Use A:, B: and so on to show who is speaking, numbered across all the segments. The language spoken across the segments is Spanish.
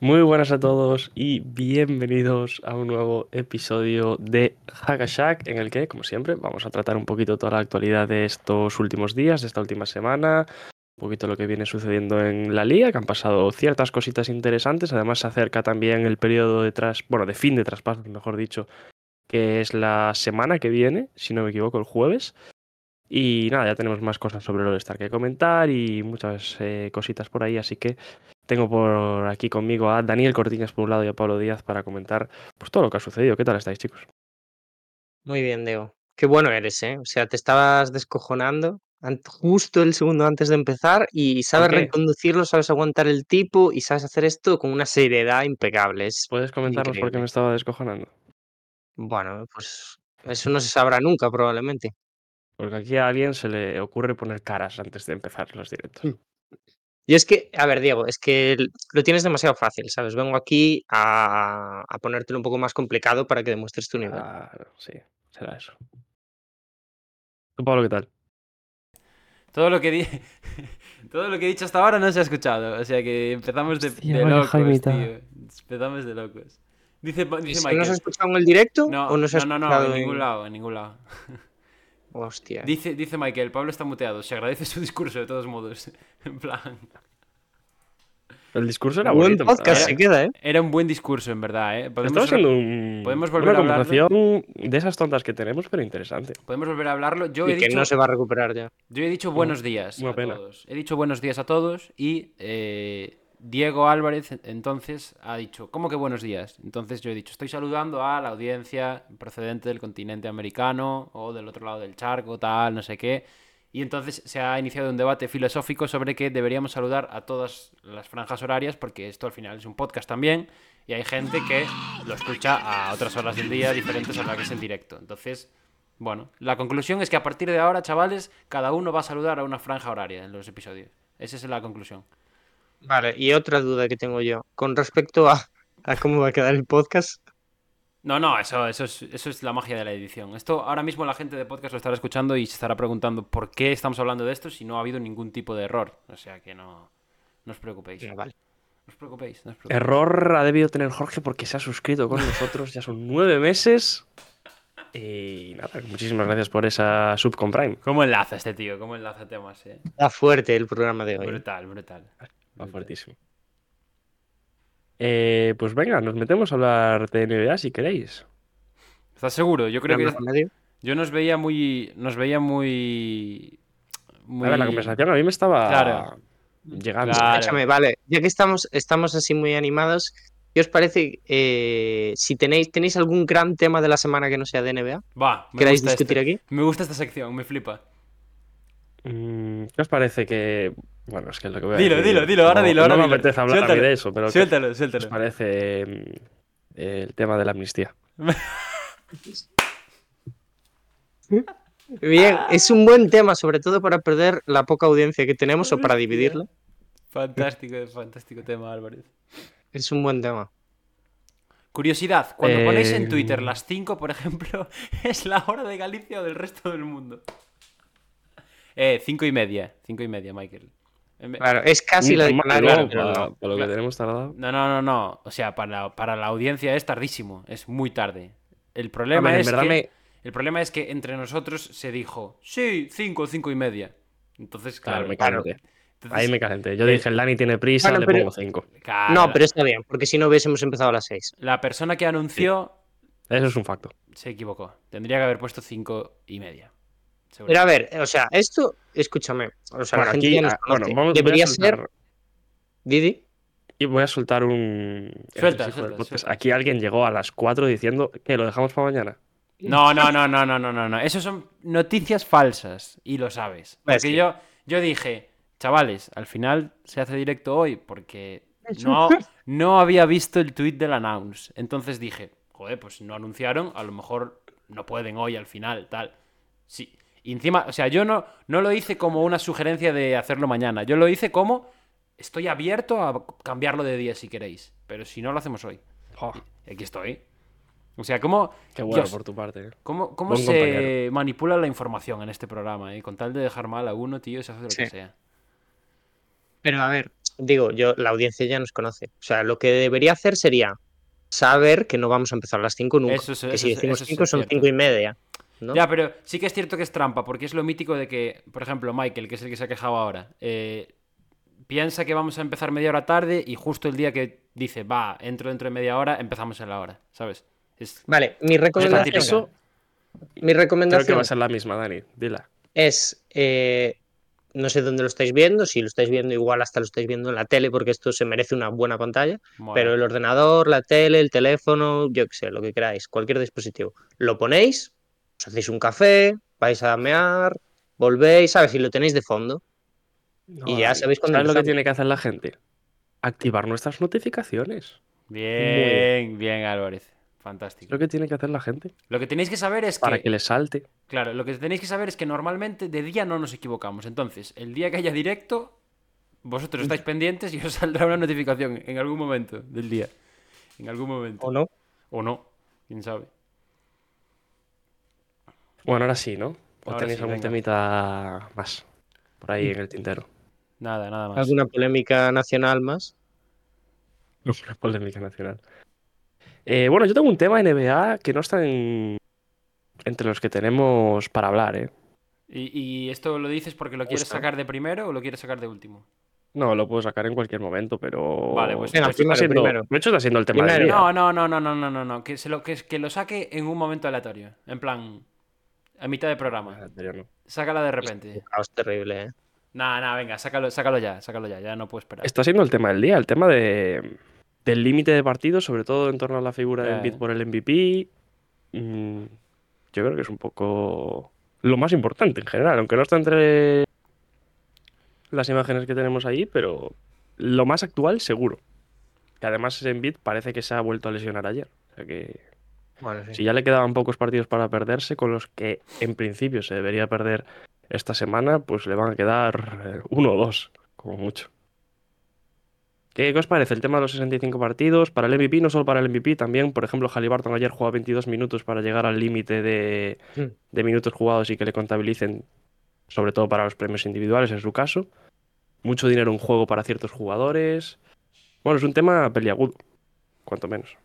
A: Muy buenas a todos y bienvenidos a un nuevo episodio de Hackashack en el que, como siempre, vamos a tratar un poquito toda la actualidad de estos últimos días, de esta última semana, un poquito lo que viene sucediendo en la liga, que han pasado ciertas cositas interesantes, además se acerca también el periodo de tras, bueno, de fin de traspasos, mejor dicho, que es la semana que viene, si no me equivoco, el jueves. Y nada, ya tenemos más cosas sobre el All-Star que comentar y muchas eh, cositas por ahí, así que tengo por aquí conmigo a Daniel Cortiñas por un lado y a Pablo Díaz para comentar pues todo lo que ha sucedido. ¿Qué tal estáis, chicos?
B: Muy bien, Diego. Qué bueno eres, ¿eh? O sea, te estabas descojonando an- justo el segundo antes de empezar y sabes
A: qué?
B: reconducirlo, sabes aguantar el tipo y sabes hacer esto con una seriedad impecable. Es-
A: ¿Puedes comentarnos por qué me
B: Increíble.
A: estaba descojonando?
B: bueno, pues eso no se sabrá nunca probablemente.
A: Porque aquí a alguien se le ocurre poner caras antes de empezar los directos.
C: Hmm.
B: Y es que, a ver, Diego, es que l- lo tienes demasiado fácil, ¿sabes? Vengo aquí a, a ponértelo un poco más complicado para que demuestres tu
C: Ah,
B: nivel.
A: Claro, Ah, sí, será eso. ¿Tú, Pablo, qué tal?
C: Todo lo que di... todo lo que he dicho hasta ahora no se ha escuchado. O sea que empezamos de,
A: Hostia,
C: de
A: vaya
C: locos,
A: jaimita.
C: tío. Empezamos de locos. Dice, Pa- dice
B: ¿Es que
C: Michael.
B: ¿No se ha escuchado en el directo
C: no,
B: o no se ha
C: no, no, no,
B: escuchado
C: en ningún lado, en ningún lado.
B: Hostia.
C: Dice, dice Michael, Pablo está muteado. Se agradece su discurso de todos modos. En plan.
A: El discurso era
B: Buen
A: bonito. en verdad,
B: podcast
A: ¿eh?
B: se queda, ¿eh?
C: Era un buen discurso, en verdad, eh.
A: Estamos
C: re-
A: haciendo un-
C: podemos volver
A: una
C: a hablarlo.
A: conversación de esas tontas que tenemos, pero interesante.
C: podemos volver a hablarlo. Yo he
B: Y que
C: dicho.
B: no se va a recuperar ya.
C: Yo he dicho buenos días
A: una
C: a
A: pena.
C: todos. He dicho buenos días a todos y eh, Diego Álvarez entonces ha dicho, ¿cómo que buenos días? Entonces yo he dicho, estoy saludando a la audiencia procedente del continente americano o del otro lado del charco, tal, no sé qué. Y entonces se ha iniciado un debate filosófico sobre que deberíamos saludar a todas las franjas horarias porque esto al final es un podcast también y hay gente que lo escucha a otras horas del día diferentes a las que es en directo. Entonces... Bueno, la conclusión es que a partir de ahora, chavales, cada uno va a saludar a una franja horaria en los episodios. Esa es la conclusión.
B: Vale, y otra duda que tengo yo con respecto a, a cómo va a quedar el podcast.
C: No, no, eso, eso, es, eso es la magia de la edición. Esto ahora mismo la gente de podcast lo estará escuchando y se estará preguntando por qué estamos hablando de esto si no ha habido ningún tipo de error. O sea que no, no os preocupéis.
B: No,
C: No
B: vale.
C: os preocupéis. No os preocupéis.
A: Error ha debido tener Jorge porque se ha suscrito con nosotros, ya son nueve meses. Y nada, muchísimas gracias por esa sub con Prime.
C: ¿Cómo enlaza este tío? ¿Cómo enlaza temas? eh?
B: Está fuerte el programa de hoy. ¿eh?
C: Brutal, brutal.
A: Va
C: Brutal.
A: fuertísimo. Eh, pues venga, nos metemos a hablar de NBA si queréis.
C: ¿Estás seguro? Yo creo que
B: Programa medio.
C: yo nos veía muy... Nos veía muy... muy...
A: A ver, la conversación a mí me estaba
C: Claro.
A: llegando.
C: Claro.
B: Escúchame, vale, ya que estamos, estamos así muy animados, ¿qué os parece eh, si tenéis, tenéis algún gran tema de la semana que no sea de NBA?
C: Va, me
B: ¿Queréis
C: gusta este.
B: discutir aquí?
C: Me gusta esta sección, me flipa.
A: Mm, ¿Qué os parece que... Bueno, es que es lo que voy a
C: Dilo,
A: decir,
C: dilo, dilo, ahora
A: no-
C: dilo, ahora
A: No me
C: dilo.
A: apetece hablar a mí
C: Suéltalo,
A: de eso, pero ¿qué-
C: Suéltalo,
A: ¿qué os
C: suéltalo.
A: parece mm, el tema de la amnistía?
B: Bien, es un buen tema, sobre todo para perder la poca audiencia que tenemos o para
C: Hostia.
B: dividirla.
C: Fantástico, fantástico tema, Álvarez.
B: Es un buen tema.
C: Curiosidad, cuando ponéis en
A: Eh,
C: Twitter las 5, por ejemplo, es la hora de Galicia o del resto del mundo. Eh, 5 y media, 5 y media, Michael. En ve-
B: Claro, es casi la de
A: Mal,
B: Canarias,
A: ¿no?
B: pero
A: para,
B: no.
A: para lo que
C: Claro.
A: tenemos tardado.
C: No, no, no, no. O sea, para la, para la audiencia es tardísimo, es muy tarde. El
A: Hombre,
C: problema,
A: en
C: es
A: verdad
C: que,
A: me-
C: el problema es que entre nosotros se dijo, sí, 5, 5 y media. Entonces,
A: Claro,
C: claro.
A: me calenté.
C: entonces-
A: Ahí me calenté. Yo
C: Eh,
A: dije, el Dani tiene prisa,
B: Bueno,
A: le
B: pero-
A: pongo 5.
C: Claro,
B: No,
C: la-
B: pero está bien, porque si no hubiésemos empezado a las 6.
C: La persona que anunció
A: Eso es un facto.
C: se equivocó. Tendría que haber puesto cinco y media. seguro.
B: Pero a ver, o sea, esto, escúchame, o sea, la
A: Bueno,
B: gente
A: aquí,
B: ya nos
A: ah,
B: conoce.
A: bueno, vamos- voy a
B: Debería
A: soltar-
B: ser, Didi,
A: Y voy a soltar un.
C: Suelta,
A: ejercicio del
C: suelta,
A: podcast.
C: suelta.
A: Aquí alguien llegó a las 4 diciendo que lo dejamos para mañana.
C: No, no, no, no, no, no, no, no. Eso son noticias falsas y lo sabes.
B: Pues
C: Porque
B: sí.
C: yo, yo dije, chavales, al final se hace directo hoy porque no, no había visto el tweet del announce. Entonces dije, joder, pues no anunciaron, a lo mejor no pueden hoy al final, tal. Sí. Y encima, o sea, yo no, no lo hice como una sugerencia de hacerlo mañana. Yo lo hice como estoy abierto a cambiarlo de día si queréis. Pero si no, lo hacemos hoy.
A: Oh,
C: Y Aquí estoy. O sea, ¿cómo,
A: qué bueno
C: Dios,
A: por tu parte. ¿eh?
C: cómo, cómo
A: Buen
C: se
A: compañero.
C: manipula la información en este programa? eh? Con tal de dejar mal a uno, tío, se hace lo
B: Sí.
C: que sea.
B: Pero a ver, digo, yo la audiencia ya nos conoce. O sea, lo que debería hacer sería saber que no vamos a empezar a las 5 nunca.
C: Eso es-
B: que
C: eso
B: si
C: es-
B: decimos
C: eso es
B: 5 son
C: cierto.
B: 5 y media. ¿no?
C: Ya, pero sí que es cierto que es trampa, porque es lo mítico de que, por ejemplo, Michael, que es el que se ha quejado ahora, eh, piensa que vamos a empezar media hora tarde y justo el día que dice, va, entro dentro de media hora, empezamos en la hora, ¿sabes? Es
B: Vale, mi
C: la
B: recomendación,
C: típica.
A: Eso
B: mi
A: creo que
B: recomendación
A: va a ser la misma, Dani. Dila.
B: es, eh, no sé dónde lo estáis viendo, si lo estáis viendo igual hasta lo estáis viendo en la tele, porque esto se merece una buena pantalla,
C: mola.
B: pero el ordenador, la tele, el teléfono, yo qué sé, lo que queráis, cualquier dispositivo. Lo ponéis, os hacéis un café, vais a mear, volvéis, ¿sabes? Si lo tenéis de fondo.
A: No,
B: Y ya
A: Dani,
B: sabéis cuándo
A: ¿Sabes lo que
B: empezamos.
A: tiene que hacer la gente? Activar nuestras notificaciones.
C: Bien, bien, Álvarez.
A: Es
C: Fantástico.
A: lo que tiene que hacer la gente
C: Lo que tenéis que saber es
A: para
C: que,
A: que le salte.
C: claro, lo que tenéis que saber es que normalmente de día no nos equivocamos. Entonces, el día que haya directo, vosotros estáis pendientes y os saldrá una notificación en algún momento del día. En algún momento.
B: ¿O no?
C: O no, quién sabe.
A: Bueno, ahora sí, ¿no? O
C: Ahora
A: tenéis
C: sí,
A: algún
C: venga.
A: temita más por ahí en el tintero.
C: Nada, nada más.
B: ¿Alguna polémica nacional más?
A: Una polémica nacional. Eh, bueno, yo tengo un tema NBA que no está en- entre los que tenemos para hablar, ¿eh?
C: ¿Y, y esto lo dices porque lo quieres
B: Justo.
C: sacar de primero o lo quieres sacar de último?
A: No, lo puedo sacar en cualquier momento, pero.
C: Vale, pues-
B: Venga,
C: Pues
A: Está
B: primero,
A: siendo-
B: primero.
A: De hecho, está siendo el tema del
B: Primero.
A: día.
C: No, no, no, no, no, no, no, no. Que, se lo, que, que lo saque en un momento aleatorio. En plan, a mitad de programa.
A: En serio, no.
C: Sácala de repente.
B: Caos terrible, ¿eh?
C: Nah, nah, venga, sácalo, sácalo ya, sácalo ya, ya no puedo esperar.
A: Está siendo el tema del día, el tema de, del límite de partidos, sobre todo en torno a la figura de
C: Ya,
A: Embiid
C: eh.
A: por el MVP. Mm, yo creo que es un poco lo más importante en general, aunque no está entre las imágenes que tenemos ahí, pero lo más actual seguro. Que además Embiid parece que se ha vuelto a lesionar ayer. O sea que
B: Bueno, sí.
A: si ya le quedaban pocos partidos para perderse, con los que en principio se debería perder esta semana, pues le van a quedar eh, uno o dos, como mucho. ¿Qué, qué os parece el tema de los 65 partidos? Para el MVP, no solo para el MVP, también, por ejemplo, Halliburton ayer jugó 22 minutos para llegar al límite de,
B: Mm.
A: de minutos jugados y que le contabilicen, sobre todo para los premios individuales en su caso. Mucho dinero en juego para ciertos jugadores. Bueno, es un tema peliagudo, cuanto menos.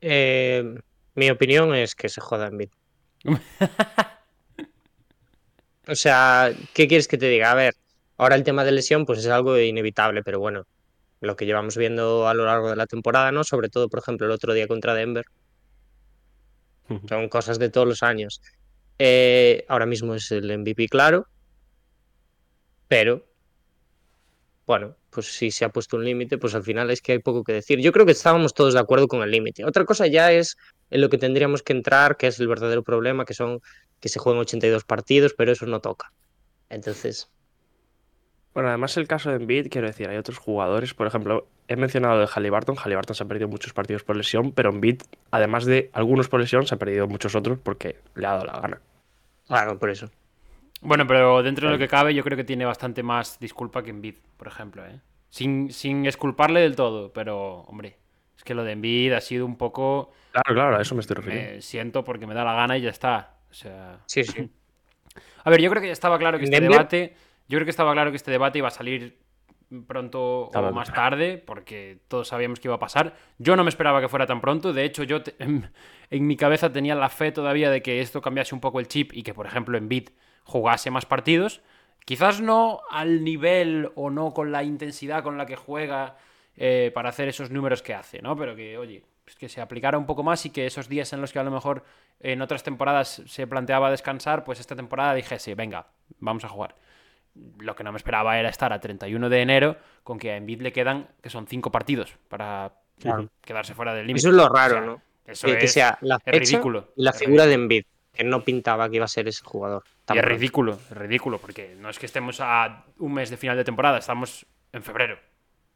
B: Eh, mi opinión es que se joda Embiid. O sea, ¿qué quieres que te diga? A ver, ahora el tema de lesión pues es algo inevitable, pero bueno, lo que llevamos viendo a lo largo de la temporada, ¿no? Sobre todo, por ejemplo, el otro día contra Denver, son cosas de todos los años. Eh, ahora mismo es el MVP, claro, pero bueno, pues si se ha puesto un límite, pues al final es que hay poco que decir. Yo creo que estábamos todos de acuerdo con el límite. Otra cosa ya es en lo que tendríamos que entrar, que es el verdadero problema, que son que se juegan 82 partidos, pero eso no toca. Entonces,
A: Bueno, además el caso de Embiid, quiero decir, hay otros jugadores, por ejemplo, he mencionado de Halliburton, Halliburton se ha perdido muchos partidos por lesión, pero Embiid, además de algunos por lesión, se ha perdido muchos otros porque le ha dado la gana.
B: claro, por eso.
C: Bueno, pero dentro de lo que cabe, yo creo que tiene bastante más disculpa que Envid, por ejemplo, ¿eh? Sin, sin exculparle del todo, pero, hombre, es que lo de Envid ha sido un poco.
A: Claro, claro, a eso me estoy refiriendo.
C: Me siento porque me da la gana y ya está. O sea.
B: ¿Ah, Sí, sí.
C: A ver, yo creo que estaba claro que este
B: Denver.
C: debate. Yo creo que estaba claro que este debate iba a salir pronto
A: Estaba
C: o más tarde, porque todos sabíamos que iba a pasar. Yo no me esperaba que fuera tan pronto. De hecho, yo te- en, mi cabeza tenía la fe todavía de que esto cambiase un poco el chip y que, por ejemplo, en Bit jugase más partidos. Quizás no al nivel o no con la intensidad con la que juega eh, para hacer esos números que hace, ¿no? Pero que, oye, pues que se aplicara un poco más y que esos días en los que a lo mejor en otras temporadas se planteaba descansar, pues esta temporada dijese, venga, vamos a jugar. Lo que no me esperaba era estar a 31 de enero con que a Envid le quedan, que son cinco partidos para
A: Claro.
C: quedarse fuera del límite.
B: Eso es lo
C: O
B: raro,
C: sea,
B: ¿no?
C: Eso
B: Que, que
C: es,
B: sea la
C: es
B: fecha
C: ridículo.
B: y la
C: es
B: figura de Embiid, que no pintaba que iba a ser ese jugador.
C: y es
B: Tampoco.
C: ridículo, es ridículo, porque no es que estemos a un mes de final de temporada, estamos en febrero.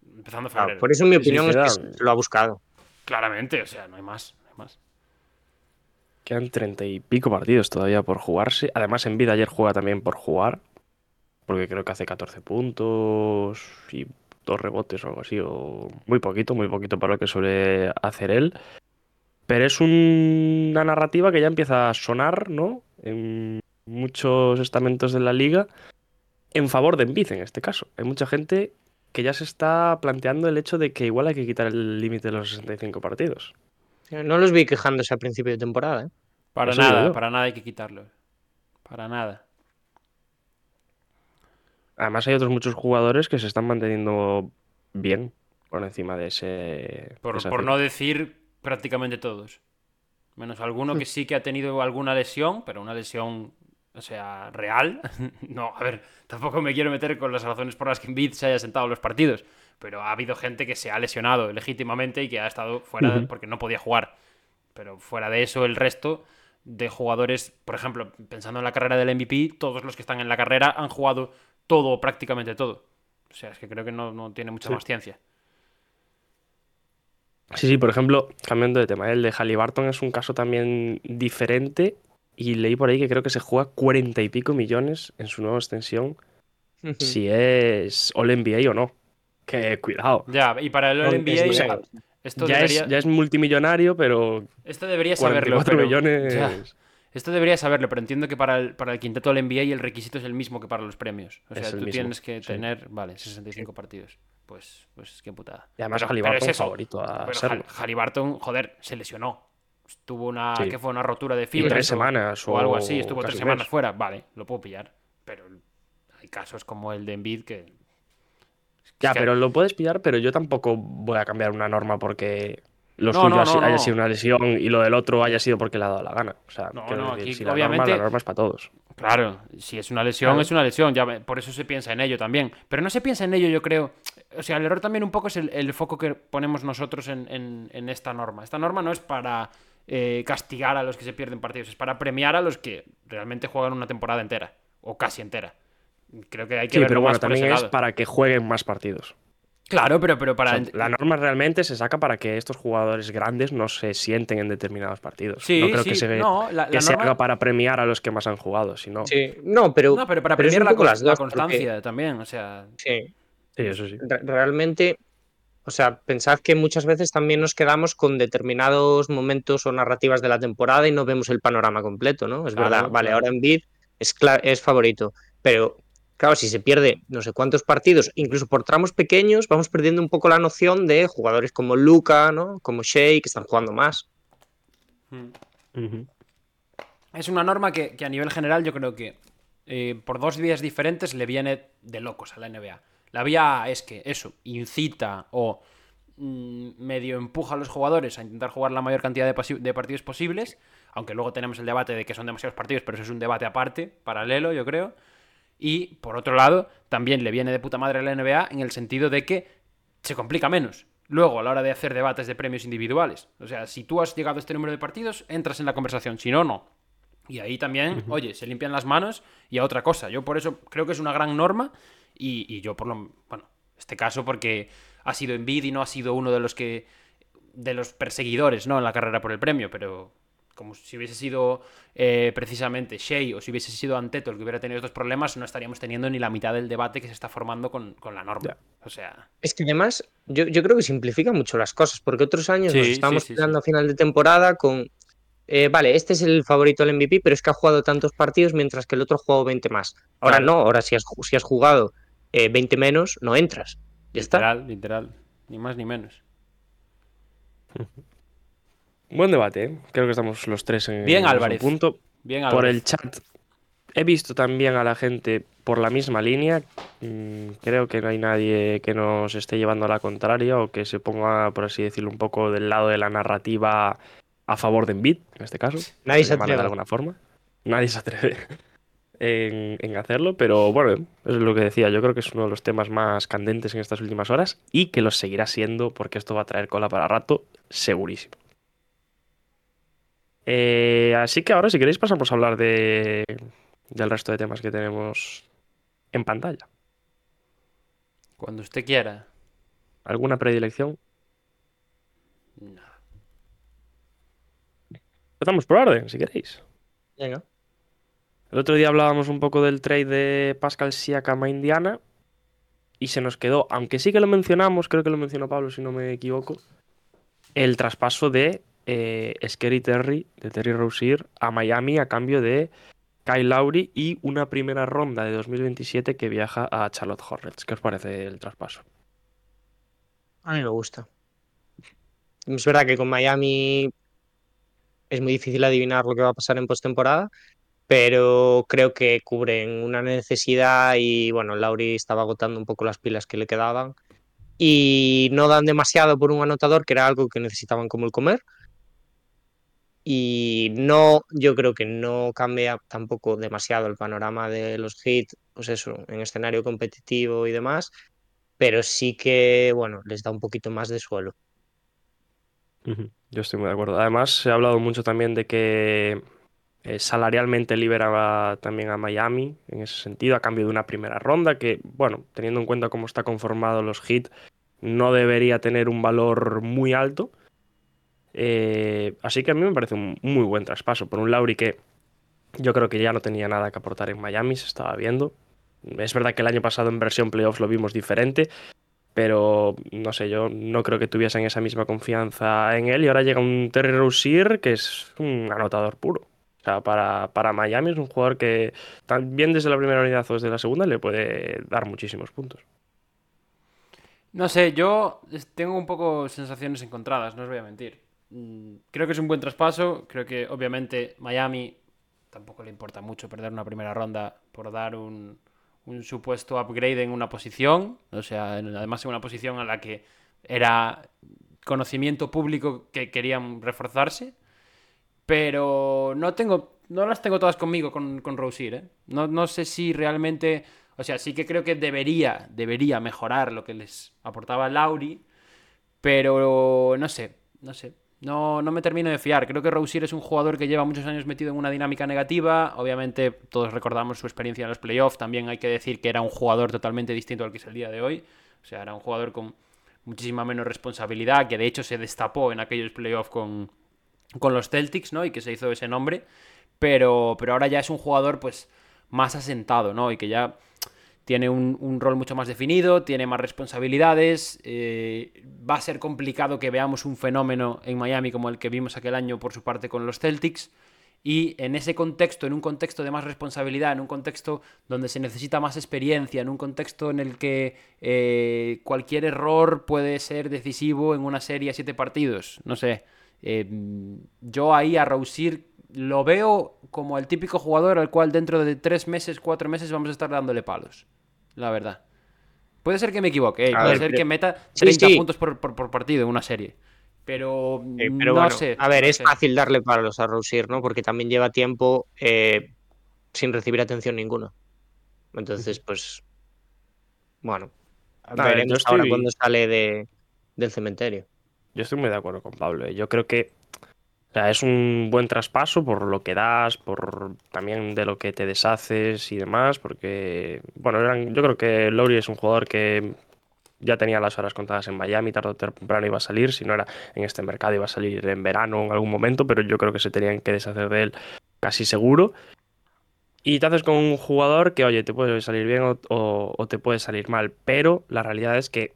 C: Empezando
B: Claro,
C: febrero.
B: por eso mi opinión es que
A: Felicidades.
B: se lo ha buscado.
C: Claramente, o sea, no hay más. No hay más.
A: Quedan treinta y pico partidos todavía por jugarse. Además, en vida ayer juega también por jugar. Porque creo que hace 14 puntos y dos rebotes o algo así. O muy poquito, muy poquito para lo que suele hacer él. Pero es un- una narrativa que ya empieza a sonar, ¿no? En muchos estamentos de la liga. En favor de Embiid en este caso. Hay mucha gente que ya se está planteando el hecho de que igual hay que quitar el límite de los 65 partidos.
B: No los vi quejándose a principio de temporada. ¿eh?
C: Para
A: Eso digo
C: nada,
A: yo.
C: para nada hay que quitarlo. Para nada.
A: Además, hay otros muchos jugadores que se están manteniendo bien por encima de ese. de
C: Por,
A: esa
C: por
A: cifra.
C: no decir prácticamente todos. Menos alguno que sí que ha tenido alguna lesión, pero una lesión, o sea, real. No, a ver, tampoco me quiero meter con las razones por las que Embiid se haya sentado en los partidos. Pero ha habido gente que se ha lesionado legítimamente y que ha estado fuera
A: Ujú.
C: porque no podía jugar. Pero fuera de eso, el resto de jugadores, por ejemplo, pensando en la carrera del MVP, todos los que están en la carrera han jugado todo, o prácticamente todo. O sea, es que creo que no, no tiene mucha
A: Sí.
C: más ciencia.
A: Sí, sí, por ejemplo, cambiando de tema, el de Halliburton es un caso también diferente. Y leí por ahí que creo que se juega cuarenta y pico millones en su nueva extensión,
B: ¿eh?
A: si es All NBA o no. Que cuidado.
C: Ya, y para el
A: No,
C: NBA,
A: es- o sea,
C: esto,
A: Ya
C: debería,
A: es, ya es multimillonario, pero
C: esto debería saberlo.
A: 44
C: pero-
A: millones.
C: Ya, esto debería saberlo, pero entiendo que para el, para el quinteto del NBA el requisito es el mismo que para los premios. O
A: Es
C: sea,
A: el
C: tú
A: mismo,
C: tienes que
A: sí.
C: tener, vale, 65 partidos. Pues, pues qué putada.
A: Y además,
C: Pero- pero
A: Halliburton
C: es eso.
A: favorito a
C: Pero
A: serlo.
C: Hal- Haliburton, joder, se lesionó. Tuvo una,
A: Sí.
C: ¿qué fue? Una rotura de
A: Y
C: fibra.
A: tres semanas
C: o algo así, estuvo
A: casi
C: tres
A: un
C: semanas
A: mes.
C: fuera, vale, lo puedo pillar. Pero hay casos como el de Embiid que...
A: Ya,
C: que-
A: pero lo puedes pillar, pero yo tampoco voy a cambiar una norma porque lo
C: No,
A: suyo
C: no,
A: ha si-
C: no,
A: haya
C: no.
A: sido una lesión y lo del otro haya sido porque le ha dado la gana. O sea,
C: No,
A: quiero
C: no,
A: decir,
C: aquí
A: si la norma,
C: obviamente-
A: la norma es para todos.
C: Claro, si es una lesión,
A: Claro.
C: es una lesión, ya, ve- por eso se piensa en ello también. Pero no se piensa en ello, yo creo. O sea, el error también un poco es el, el foco que ponemos nosotros en, en- en esta norma. Esta norma no es para eh, castigar a los que se pierden partidos, es para premiar a los que realmente juegan una temporada entera, o casi entera. Creo que hay que
A: Sí,
C: verlo
A: pero bueno,
C: más por
A: también
C: ese
A: es
C: lado.
A: para que jueguen más partidos.
C: Claro, pero, pero
A: O
C: para...
A: sea, la norma realmente se saca para que estos jugadores grandes no se sienten en determinados partidos.
C: Sí,
A: no creo
C: sí,
A: que, se,
C: no, la- la
A: que se
C: norma-
A: haga para premiar a los que más han jugado, sino... Sí,
B: Sí. No, pero,
C: No, pero para
B: es
C: premiar
B: un
C: la,
B: poco
C: con-
B: las
C: la
B: dos, porque,
C: constancia también, o sea...
B: sí.
A: eso sí.
B: Re- realmente, o sea, pensad que muchas veces también nos quedamos con determinados momentos o narrativas de la temporada y no vemos el panorama completo, ¿no? Es
C: Claro,
B: verdad, vale,
C: claro.
B: ahora Embiid es, cla- es favorito, pero claro, si se pierde no sé cuántos partidos, incluso por tramos pequeños, vamos perdiendo un poco la noción de jugadores como Luca, ¿no? Como Shea, que están jugando más.
A: Ujú.
C: Es una norma que, que a nivel general yo creo que eh, por dos vías diferentes le viene de locos a la NBA. La vía A es que eso incita o mm, medio empuja a los jugadores a intentar jugar la mayor cantidad de, pasi- de partidos posibles, aunque luego tenemos el debate de que son demasiados partidos, pero eso es un debate aparte, paralelo yo creo. Y por otro lado, también le viene de puta madre a la NBA en el sentido de que se complica menos. Luego, a la hora de hacer debates de premios individuales. O sea, si tú has llegado a este número de partidos, entras en la conversación. Si no, no. Y ahí también, oye, se limpian las manos y a otra cosa. Yo por eso creo que es una gran norma y, y yo por lo... Bueno, este caso porque ha sido Envid y no ha sido uno de los que... de los perseguidores, ¿no? En la carrera por el premio, pero como si hubiese sido eh, precisamente Shea o si hubiese sido Anteto el que hubiera tenido estos problemas, no estaríamos teniendo ni la mitad del debate que se está formando con, con la norma.
A: Ya.
C: O sea...
B: Es que además, yo, yo creo que simplifica mucho las cosas, porque otros años nos
C: Sí,
B: estábamos
C: sí, sí,
B: quedando a final de temporada con. eh, vale, este es el favorito al MVP, pero es que ha jugado tantos partidos mientras que el otro ha jugado 20 más. Ahora
C: Claro.
B: no, ahora si has, ju- si has jugado eh, 20 menos, no entras. Ya está.
C: Literal, literal. Ni más ni menos.
A: Buen debate, ¿eh? Creo que estamos los tres en
C: Bien,
A: en un
C: Álvarez.
A: punto.
C: Bien,
A: por
C: Álvarez.
A: el chat. He visto también a la gente por la misma línea. Mm, Creo que no hay nadie que nos esté llevando a la contraria o que se ponga, por así decirlo, un poco del lado de la narrativa a favor de Envid, en este caso.
B: Nadie
A: por
B: se
A: llamarlo
B: atreve.
A: De alguna forma. Nadie se atreve en, en hacerlo, pero bueno, eso es lo que decía. Yo creo que es uno de los temas más candentes en estas últimas horas y que lo seguirá siendo porque esto va a traer cola para rato, segurísimo. Eh, así que ahora, si queréis, pasamos a hablar de, del resto de temas que tenemos en pantalla.
C: Cuando usted quiera.
A: ¿Alguna predilección?
C: No.
A: Empezamos por orden, si queréis.
B: Venga.
A: El otro día hablábamos un poco del trade de Pascal Siakam a Indiana y se nos quedó, aunque sí que lo mencionamos, creo que lo mencionó Pablo si no me equivoco, el traspaso de eh, Scary Terry, de Terry Rozier, a Miami a cambio de Kyle Lowry y una primera ronda de 2027 que viaja a Charlotte Hornets. ¿Qué os parece el traspaso?
B: A mí me gusta. Es verdad que con Miami es muy difícil adivinar lo que va a pasar en postemporada, pero creo que cubren una necesidad y bueno, Lauri estaba agotando un poco las pilas que le quedaban y no dan demasiado por un anotador, que era algo que necesitaban como el comer. Y no, yo creo que no cambia tampoco demasiado el panorama de los hits, pues eso, en escenario competitivo y demás, pero sí que, bueno, les da un poquito más de suelo.
A: Ujú, Yo estoy muy de acuerdo. Además, se ha hablado mucho también de que eh, salarialmente liberaba también a Miami en ese sentido, a cambio de una primera ronda, que, bueno, teniendo en cuenta cómo está conformado los hits, no debería tener un valor muy alto. Eh, así que a mí me parece un muy buen traspaso. Por un Lauri que yo creo que ya no tenía nada que aportar en Miami, se estaba viendo. Es verdad que el año pasado en versión playoffs lo vimos diferente, pero no sé, yo no creo que tuviesen esa misma confianza en él. Y ahora llega un Terry Rozier que es un anotador puro. O sea, para, para Miami es un jugador que también desde la primera unidad o desde la segunda le puede dar muchísimos puntos.
C: No sé, yo es- tengo un poco sensaciones encontradas, no os voy a mentir. Mm, Creo que es un buen traspaso, creo que obviamente Miami tampoco le importa mucho perder una primera ronda por dar un, un supuesto upgrade en una posición, o sea, en- además en una posición a la que era conocimiento público que querían reforzarse, pero no tengo no las tengo todas conmigo con, con Rozier, ¿eh? No, no sé si realmente... O sea, sí que creo que debería, debería mejorar lo que les aportaba Lauri, pero no sé, no sé. No, no me termino de fiar. Creo que Rozier es un jugador que lleva muchos años metido en una dinámica negativa. Obviamente, todos recordamos su experiencia en los playoffs. También hay que decir que era un jugador totalmente distinto al que es el día de hoy. O sea, era un jugador con muchísima menos responsabilidad, que de hecho se destapó en aquellos playoffs con, con los Celtics, ¿no? Y que se hizo ese nombre. Pero, pero ahora ya es un jugador, pues, más asentado, ¿no? Y que ya tiene un, un rol mucho más definido, tiene más responsabilidades. eh, va a ser complicado que veamos un fenómeno en Miami como el que vimos aquel año por su parte con los Celtics. Y en ese contexto, en un contexto de más responsabilidad, en un contexto donde se necesita más experiencia, en un contexto en el que eh, cualquier error puede ser decisivo en una serie a siete partidos, no sé. Eh, yo ahí a Rausir lo veo como el típico jugador al cual dentro de tres meses, cuatro meses vamos a estar dándole palos. La verdad. Puede ser que me equivoque, eh,
B: A
C: puede
B: ver,
C: ser
B: pero-
C: que meta
B: Sí,
C: 30
B: sí.
C: puntos por, por- por partido en una serie. Pero,
B: Eh,
C: mm,
B: pero
C: no
B: bueno,
C: sé.
B: a ver,
C: no
B: es
C: sé.
B: fácil darle palos a Rozier, ¿no? Porque también lleva tiempo eh, sin recibir atención ninguna. Entonces, pues, bueno,
A: ver,
B: veremos
A: yo
B: ahora
A: estoy-
B: cuando sale de, del cementerio.
A: Yo estoy muy de acuerdo con Pablo. ¿eh? Yo creo que o sea, es un buen traspaso por lo que das, por también de lo que te deshaces y demás, porque, bueno, eran- yo creo que Lowry es un jugador que ya tenía las horas contadas en Miami, tarde o temprano iba a salir, si no era en este mercado iba a salir en verano o en algún momento, pero yo creo que se tenían que deshacer de él casi seguro. Y te haces con un jugador que, oye, te puede salir bien o- o- o te puede salir mal, pero la realidad es que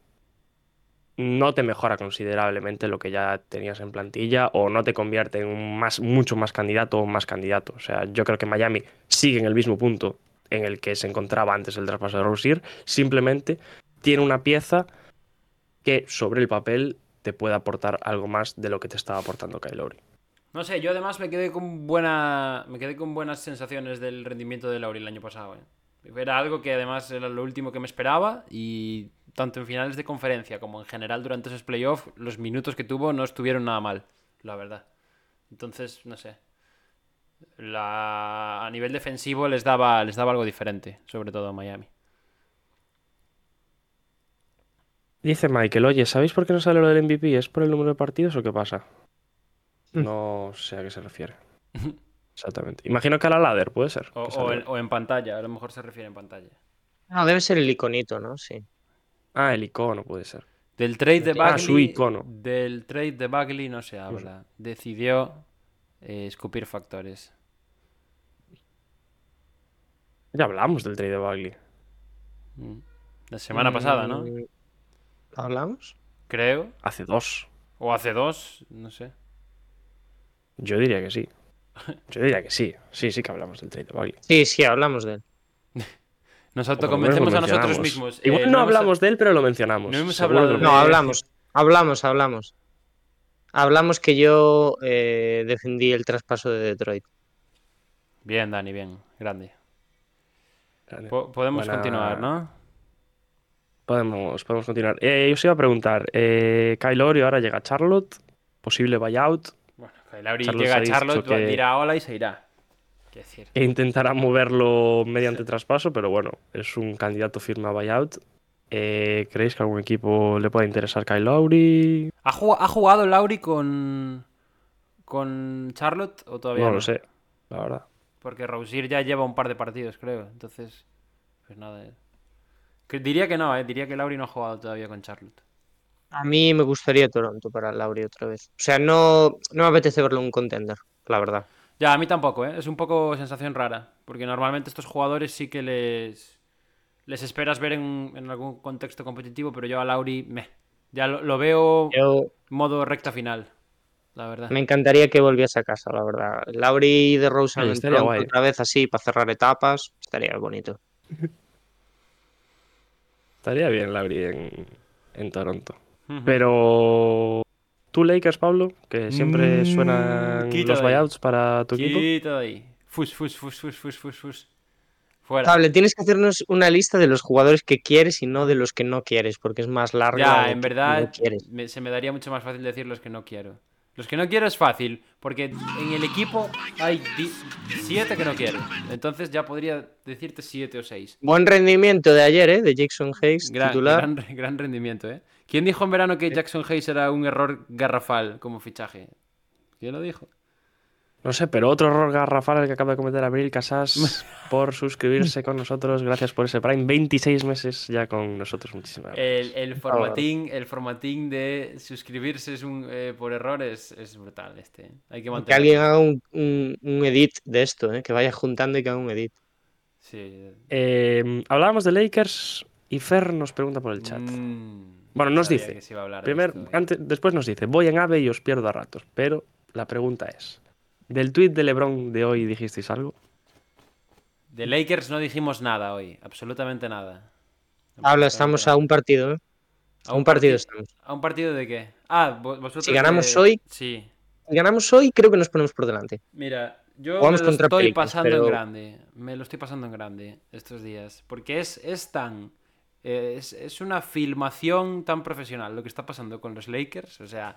A: no te mejora considerablemente lo que ya tenías en plantilla o no te convierte en un más, mucho más candidato o más candidato. O sea, yo creo que Miami sigue en el mismo punto en el que se encontraba antes el traspaso de Rozier. Simplemente tiene una pieza que sobre el papel te puede aportar algo más de lo que te estaba aportando Kyle Lowry.
C: No sé, yo además me quedé con buena. Me quedé con buenas sensaciones del rendimiento de Lauri el año pasado, ¿eh? Era algo que además era lo último que me esperaba. Y tanto en finales de conferencia como en general durante esos playoffs, los minutos que tuvo no estuvieron nada mal, la verdad. Entonces, no sé. La... A nivel defensivo les daba, les daba algo diferente, sobre todo a Miami.
A: Dice Michael, oye, ¿sabéis por qué no sale lo del MVP? ¿Es por el número de partidos o qué pasa?
C: Mm.
A: No sé a qué se refiere. Exactamente. Imagino que a la ladder, puede ser.
C: O,
A: que
C: o
A: sale.
C: en, o en pantalla, a lo mejor se refiere en pantalla.
B: No, debe ser el iconito, ¿no? Sí.
A: Ah, el icono puede ser.
C: Del trade de
A: Ah,
C: Bagley.
A: su icono.
C: Del trade de Bagley no se habla. Decidió eh, escupir factores.
A: Ya hablamos del trade de Bagley.
C: Mm. La semana pasada, Ah, ¿no?
B: Mm, ¿Hablamos?
C: Creo.
A: Hace dos.
C: O hace dos, no sé.
A: Yo diría que sí. Yo diría que sí. Sí, sí que hablamos del trade de Bagley.
B: Sí, sí, hablamos de él.
C: Nos
A: O por lo menos lo
C: autoconvencemos a nosotros
A: mencionamos.
C: mismos.
A: Igual
C: Eh,
A: no,
C: hemos-
A: hablamos de él, pero lo mencionamos.
C: no hemos
A: Seguro
C: hablado
A: que
C: de-
A: lo-
B: No, hablamos, hablamos, hablamos. Hablamos que yo eh, defendí el traspaso de Detroit.
C: Bien, Dani, bien. Grande.
A: Grande.
C: Po- podemos
A: Buena-
C: continuar, ¿no?
A: Podemos, podemos continuar. Eh, yo os iba a preguntar, eh, Kyle Lowry ahora llega a Charlotte, posible buyout,
C: Bueno, Kyle Lowry
A: Charlotte
C: llega
A: ha
C: a
A: dicho
C: Charlotte,
A: que-
C: dirá hola y se irá. Qué decir.
A: e intentará moverlo mediante traspaso, pero bueno, es un candidato firme a buyout. Eh, ¿Creéis que algún equipo le pueda interesar Kyle Lowry?
C: ¿Ha, ju- ha jugado Lauri con. con Charlotte o todavía
A: No
C: no?
A: lo sé, la verdad.
C: Porque Rosier ya lleva un par de partidos, creo. Entonces, pues nada. eh. Que- Diría que no, eh. Diría que Lauri no ha jugado todavía con Charlotte.
B: A mí me gustaría Toronto para Lauri otra vez. O sea, no, no me apetece verlo un contender, la verdad.
C: Ya, a mí tampoco, ¿eh? Es un poco sensación rara. Porque normalmente estos jugadores sí que les. Les esperas ver en, en algún contexto competitivo, pero yo a Lauri, me. Ya lo, lo veo
B: Yo
C: modo recta final. La verdad.
B: me encantaría que volviese a casa, la verdad. Lauri de Rosa
A: Sí,
B: en
A: estaría
B: Toronto
A: guay.
B: otra vez así para cerrar etapas, estaría bonito.
A: Estaría bien Lowry en, en Toronto.
C: Ujú.
A: Pero... ¿Tú Lakers, Pablo? Que siempre
C: Mm,
A: suenan
C: quita
A: los
C: de ahí.
A: buyouts para tu equipo.
C: Quita de ahí. Fus, fus, fus, fus, fus, fus, fus. Fuera.
B: Pablo, tienes que hacernos una lista de los jugadores que quieres y no de los que no quieres, porque es más larga.
C: Ya,
B: de
C: en
B: que no
C: verdad
B: quieres.
C: me- se me daría mucho más fácil decir los que no quiero. Los que no quiero es fácil, porque en el equipo hay di- siete que no quiero. Entonces ya podría decirte siete o seis.
B: Buen rendimiento de ayer, ¿eh? De Jackson Hayes,
C: Gran,
B: titular.
C: gran re- gran rendimiento, ¿eh? ¿Quién dijo en verano que Jackson Hayes era un error garrafal como fichaje? ¿Quién lo dijo?
A: No sé, pero otro error garrafal el que acaba de cometer Abril Casas por suscribirse con nosotros. Gracias por ese Prime. 26 meses ya con nosotros. Muchísimas gracias.
C: El, el formatín, el formatín de suscribirse es un, eh, por errores es brutal este. Hay que
B: Que
C: mantenerlo.
B: alguien haga un, un- un edit de esto, ¿eh? que vaya juntando y que haga un edit.
C: Sí.
A: Eh, hablábamos de Lakers y Fer nos pregunta por el chat.
C: Mm,
A: Bueno, nos
C: sabía
A: dice,
C: que se iba a hablar de
A: Primer,
C: esto, eh.
A: antes, después nos dice, voy en AVE y os pierdo a ratos. Pero la pregunta es, ¿del tuit de Lebron de hoy dijisteis algo?
C: De Lakers no dijimos nada hoy, absolutamente nada.
B: Pablo, Ah, estamos a un partido, ¿eh? A un partido estamos.
C: ¿A un partido de qué? Ah, vo- vosotros.
B: Si ganamos
C: de-
B: hoy-
C: Sí.
B: Si ganamos hoy, creo que nos ponemos por delante.
C: Mira, yo me
B: Jugamos
C: lo
B: contra
C: estoy
B: Pelicans,
C: pasando en
B: pero-
C: grande. Me lo estoy pasando en grande estos días. Porque es, es tan. eh, es, es una filmación tan profesional lo que está pasando con los Lakers. O sea,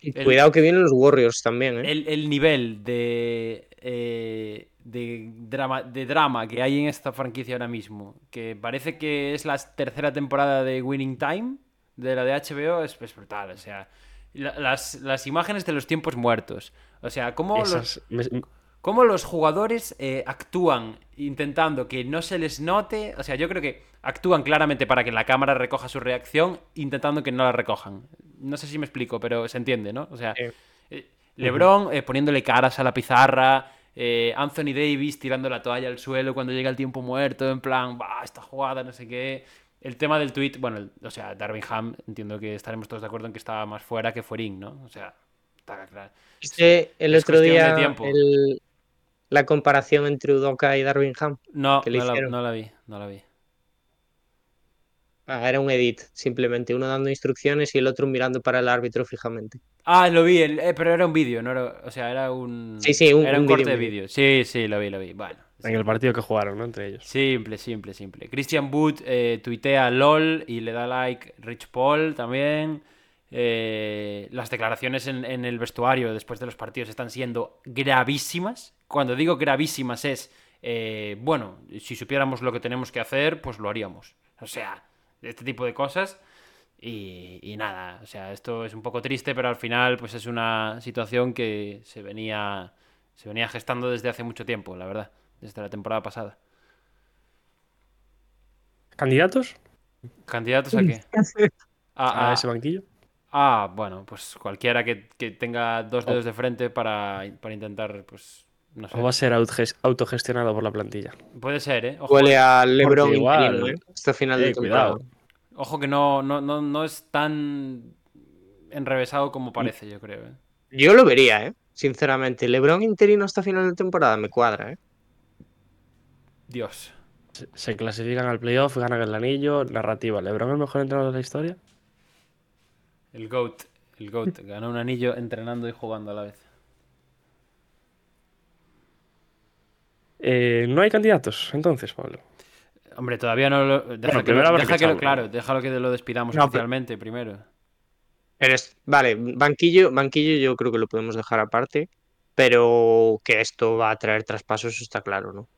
B: Y
C: El-
B: Cuidado que vienen los Warriors también, ¿eh?
C: el, el nivel de, eh, de, drama, de drama que hay en esta franquicia ahora mismo, que parece que es la tercera temporada de Winning Time, de la de HBO, es, es brutal. O sea, la- las, las imágenes de los tiempos muertos. O sea, cómo los,
A: Esas- me-
C: cómo los jugadores eh, actúan intentando que no se les note. O sea, yo creo que actúan claramente para que la cámara recoja su reacción, intentando que no la recojan. No sé si me explico, pero se entiende, ¿no? O sea,
B: Sí.
C: eh, LeBron eh, poniéndole caras a la pizarra. eh, Anthony Davis tirando la toalla al suelo cuando llega el tiempo muerto, en plan, va, esta jugada, no sé qué. El tema del tweet, bueno, el- o sea, Darwin Ham, entiendo que estaremos todos de acuerdo en que estaba más fuera que fuerín, ¿no? O sea, está claro.
B: Este, el
C: es
B: otro
C: cuestión de
B: día,
C: tiempo.
B: el- la comparación entre Udoka y Darwin Ham.
C: No,
B: que le
C: no la-
B: hicieron.
C: no la vi, no la vi.
B: Ah, era un edit, simplemente. Uno dando instrucciones y el otro mirando para el árbitro fijamente.
C: Ah, lo vi, el- eh, pero era un vídeo, no era, o sea, era un
B: Sí, sí, un-
C: era un,
B: un
C: corte
B: vídeo,
C: de
B: un
C: vídeo. Sí, sí, lo vi, lo vi. Bueno.
A: en el partido que jugaron, ¿no? Entre ellos.
C: Simple, simple, simple. Christian Wood eh, tuitea LOL y le da like Rich Paul también. Eh, las declaraciones en, en el vestuario después de los partidos están siendo gravísimas. Cuando digo gravísimas es, eh, bueno, si supiéramos lo que tenemos que hacer, pues lo haríamos. O sea, este tipo de cosas. Y, y nada, o sea, esto es un poco triste, pero al final pues es una situación que se venía, se venía gestando desde hace mucho tiempo, la verdad, desde la temporada pasada.
A: ¿Candidatos?
C: ¿Candidatos a qué?
A: a, ese banquillo?
C: Ah, bueno, pues cualquiera que, que tenga dos dedos de frente para, para intentar, pues, no sé.
A: ¿O va a ser autoges- autogestionado por la plantilla?
C: Puede ser, ¿eh? Ojo,
B: Huele a LeBron
A: Porque igual,
B: interino,
A: eh.
B: ¿eh? Hasta final de
A: Eh,
B: temporada.
A: cuidado.
C: ojo que no, no, no, no es tan enrevesado como parece, yo creo. ¿eh?
B: Yo lo vería, ¿eh? Sinceramente, LeBron interino hasta final de temporada me cuadra, ¿eh?
C: Dios.
A: Se, se clasifican al playoff, ganan el anillo, narrativa. ¿Lebron el mejor entrenador de la historia?
C: El GOAT. El GOAT. Ganó un anillo entrenando y jugando a la vez.
A: Eh, no hay candidatos, entonces, Pablo.
C: Hombre, todavía no lo. Deja que,
A: primero
C: lo-
A: habrá
C: deja
A: que
C: que lo,
A: echarlo.
C: claro, déjalo que lo despidamos
B: No, pero-
C: oficialmente primero.
B: Pero es- vale, banquillo, banquillo yo creo que lo podemos dejar aparte, pero que esto va a traer traspasos, eso está claro, ¿no?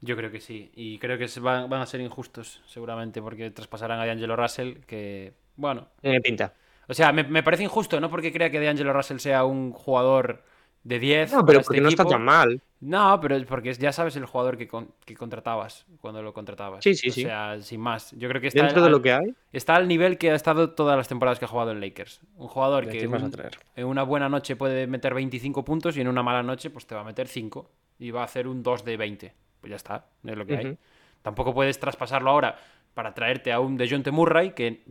C: Yo creo que sí. Y creo que se van, van a ser injustos, seguramente, porque traspasarán a D'Angelo Russell, que. Bueno.
B: Tiene pinta.
C: O sea, me, me parece injusto, no porque crea que D'Angelo Russell sea un jugador de 10.
B: No,
C: para
B: pero
C: este
B: porque no está
C: equipo.
B: tan mal.
C: No, pero es porque ya sabes el jugador que, con- que contratabas cuando lo contratabas.
B: Sí, sí,
C: o
B: sí.
C: sea, sin más. Yo creo que está
B: Dentro de
C: al-
B: lo que hay,
C: Está al nivel que ha estado todas las temporadas que ha jugado en Lakers. Un jugador
A: ¿De
C: que
A: quién vas a
C: un-
A: traer?
C: en una buena noche puede meter 25 puntos y en una mala noche pues te va a meter 5 y va a hacer un 2 de 20. Pues ya está, es lo que
B: Ujú.
C: hay. Tampoco puedes traspasarlo ahora para traerte a un DeJounte Murray que,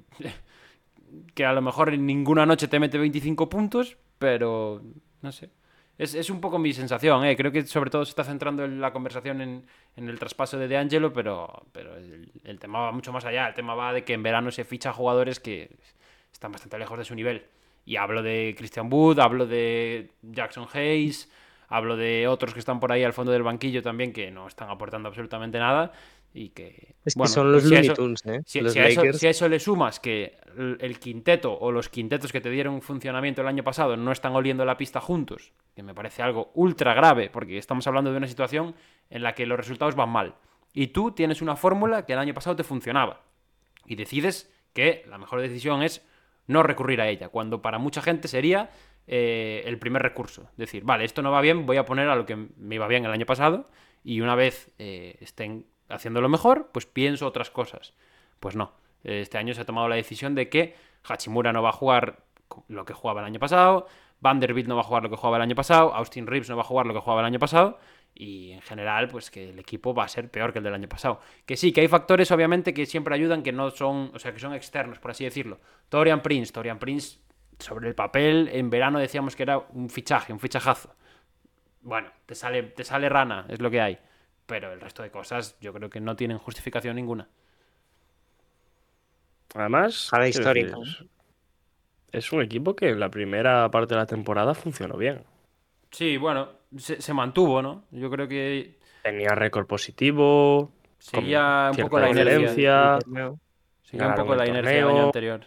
C: que a lo mejor en ninguna noche te mete 25 puntos, pero no sé. Es, es un poco mi sensación, ¿eh? creo que sobre todo se está centrando en la conversación en, en el traspaso de DeAngelo, pero, pero el, el tema va mucho más allá. El tema va de que en verano se ficha jugadores que están bastante lejos de su nivel. Y hablo de Christian Wood, hablo de Jackson Hayes, hablo de otros que están por ahí al fondo del banquillo también que no están aportando absolutamente nada. Y que,
B: es que
C: bueno, pues
B: son los
C: si a
B: Looney
C: eso-
B: Tunes, ¿eh?
C: si,
B: Los
C: si a eso,
B: Lakers.
C: si a eso le sumas que el, el quinteto o los quintetos que te dieron funcionamiento el año pasado no están oliendo la pista juntos, que me parece algo ultra grave, porque estamos hablando de una situación en la que los resultados van mal. Y tú tienes una fórmula que el año pasado te funcionaba. Y decides que la mejor decisión es no recurrir a ella, cuando para mucha gente sería eh, el primer recurso. Decir, vale, esto no va bien, voy a poner a lo que me iba bien el año pasado y una vez eh, estén haciéndolo mejor, pues pienso otras cosas. Pues no, eh, este año se ha tomado la decisión de que Hachimura no va a jugar co- lo que jugaba el año pasado, Vanderbilt no va a jugar lo que jugaba el año pasado, Austin Reeves no va a jugar lo que jugaba el año pasado y en general pues que el equipo va a ser peor que el del año pasado. Que sí, que hay factores obviamente que siempre ayudan que no son, o sea, que son externos, por así decirlo. Torian Prince, Torian Prince sobre el papel en verano decíamos que era un fichaje, un fichajazo bueno, te sale, te sale rana, es lo que hay. Pero el resto de cosas yo creo que no tienen justificación ninguna.
A: Además,
B: Ojalá
A: quiero
B: histórico,
A: decir, es un equipo que en la primera parte de la temporada funcionó bien.
C: Sí, bueno, se, se mantuvo, ¿no? Yo creo que
A: Tenía récord positivo, con
C: seguía un
A: cierta
C: poco la inercia.
A: diferencia,
C: Seguía un
A: Ganaron
C: poco la
A: el
C: inercia del año
A: torneo.
C: anterior.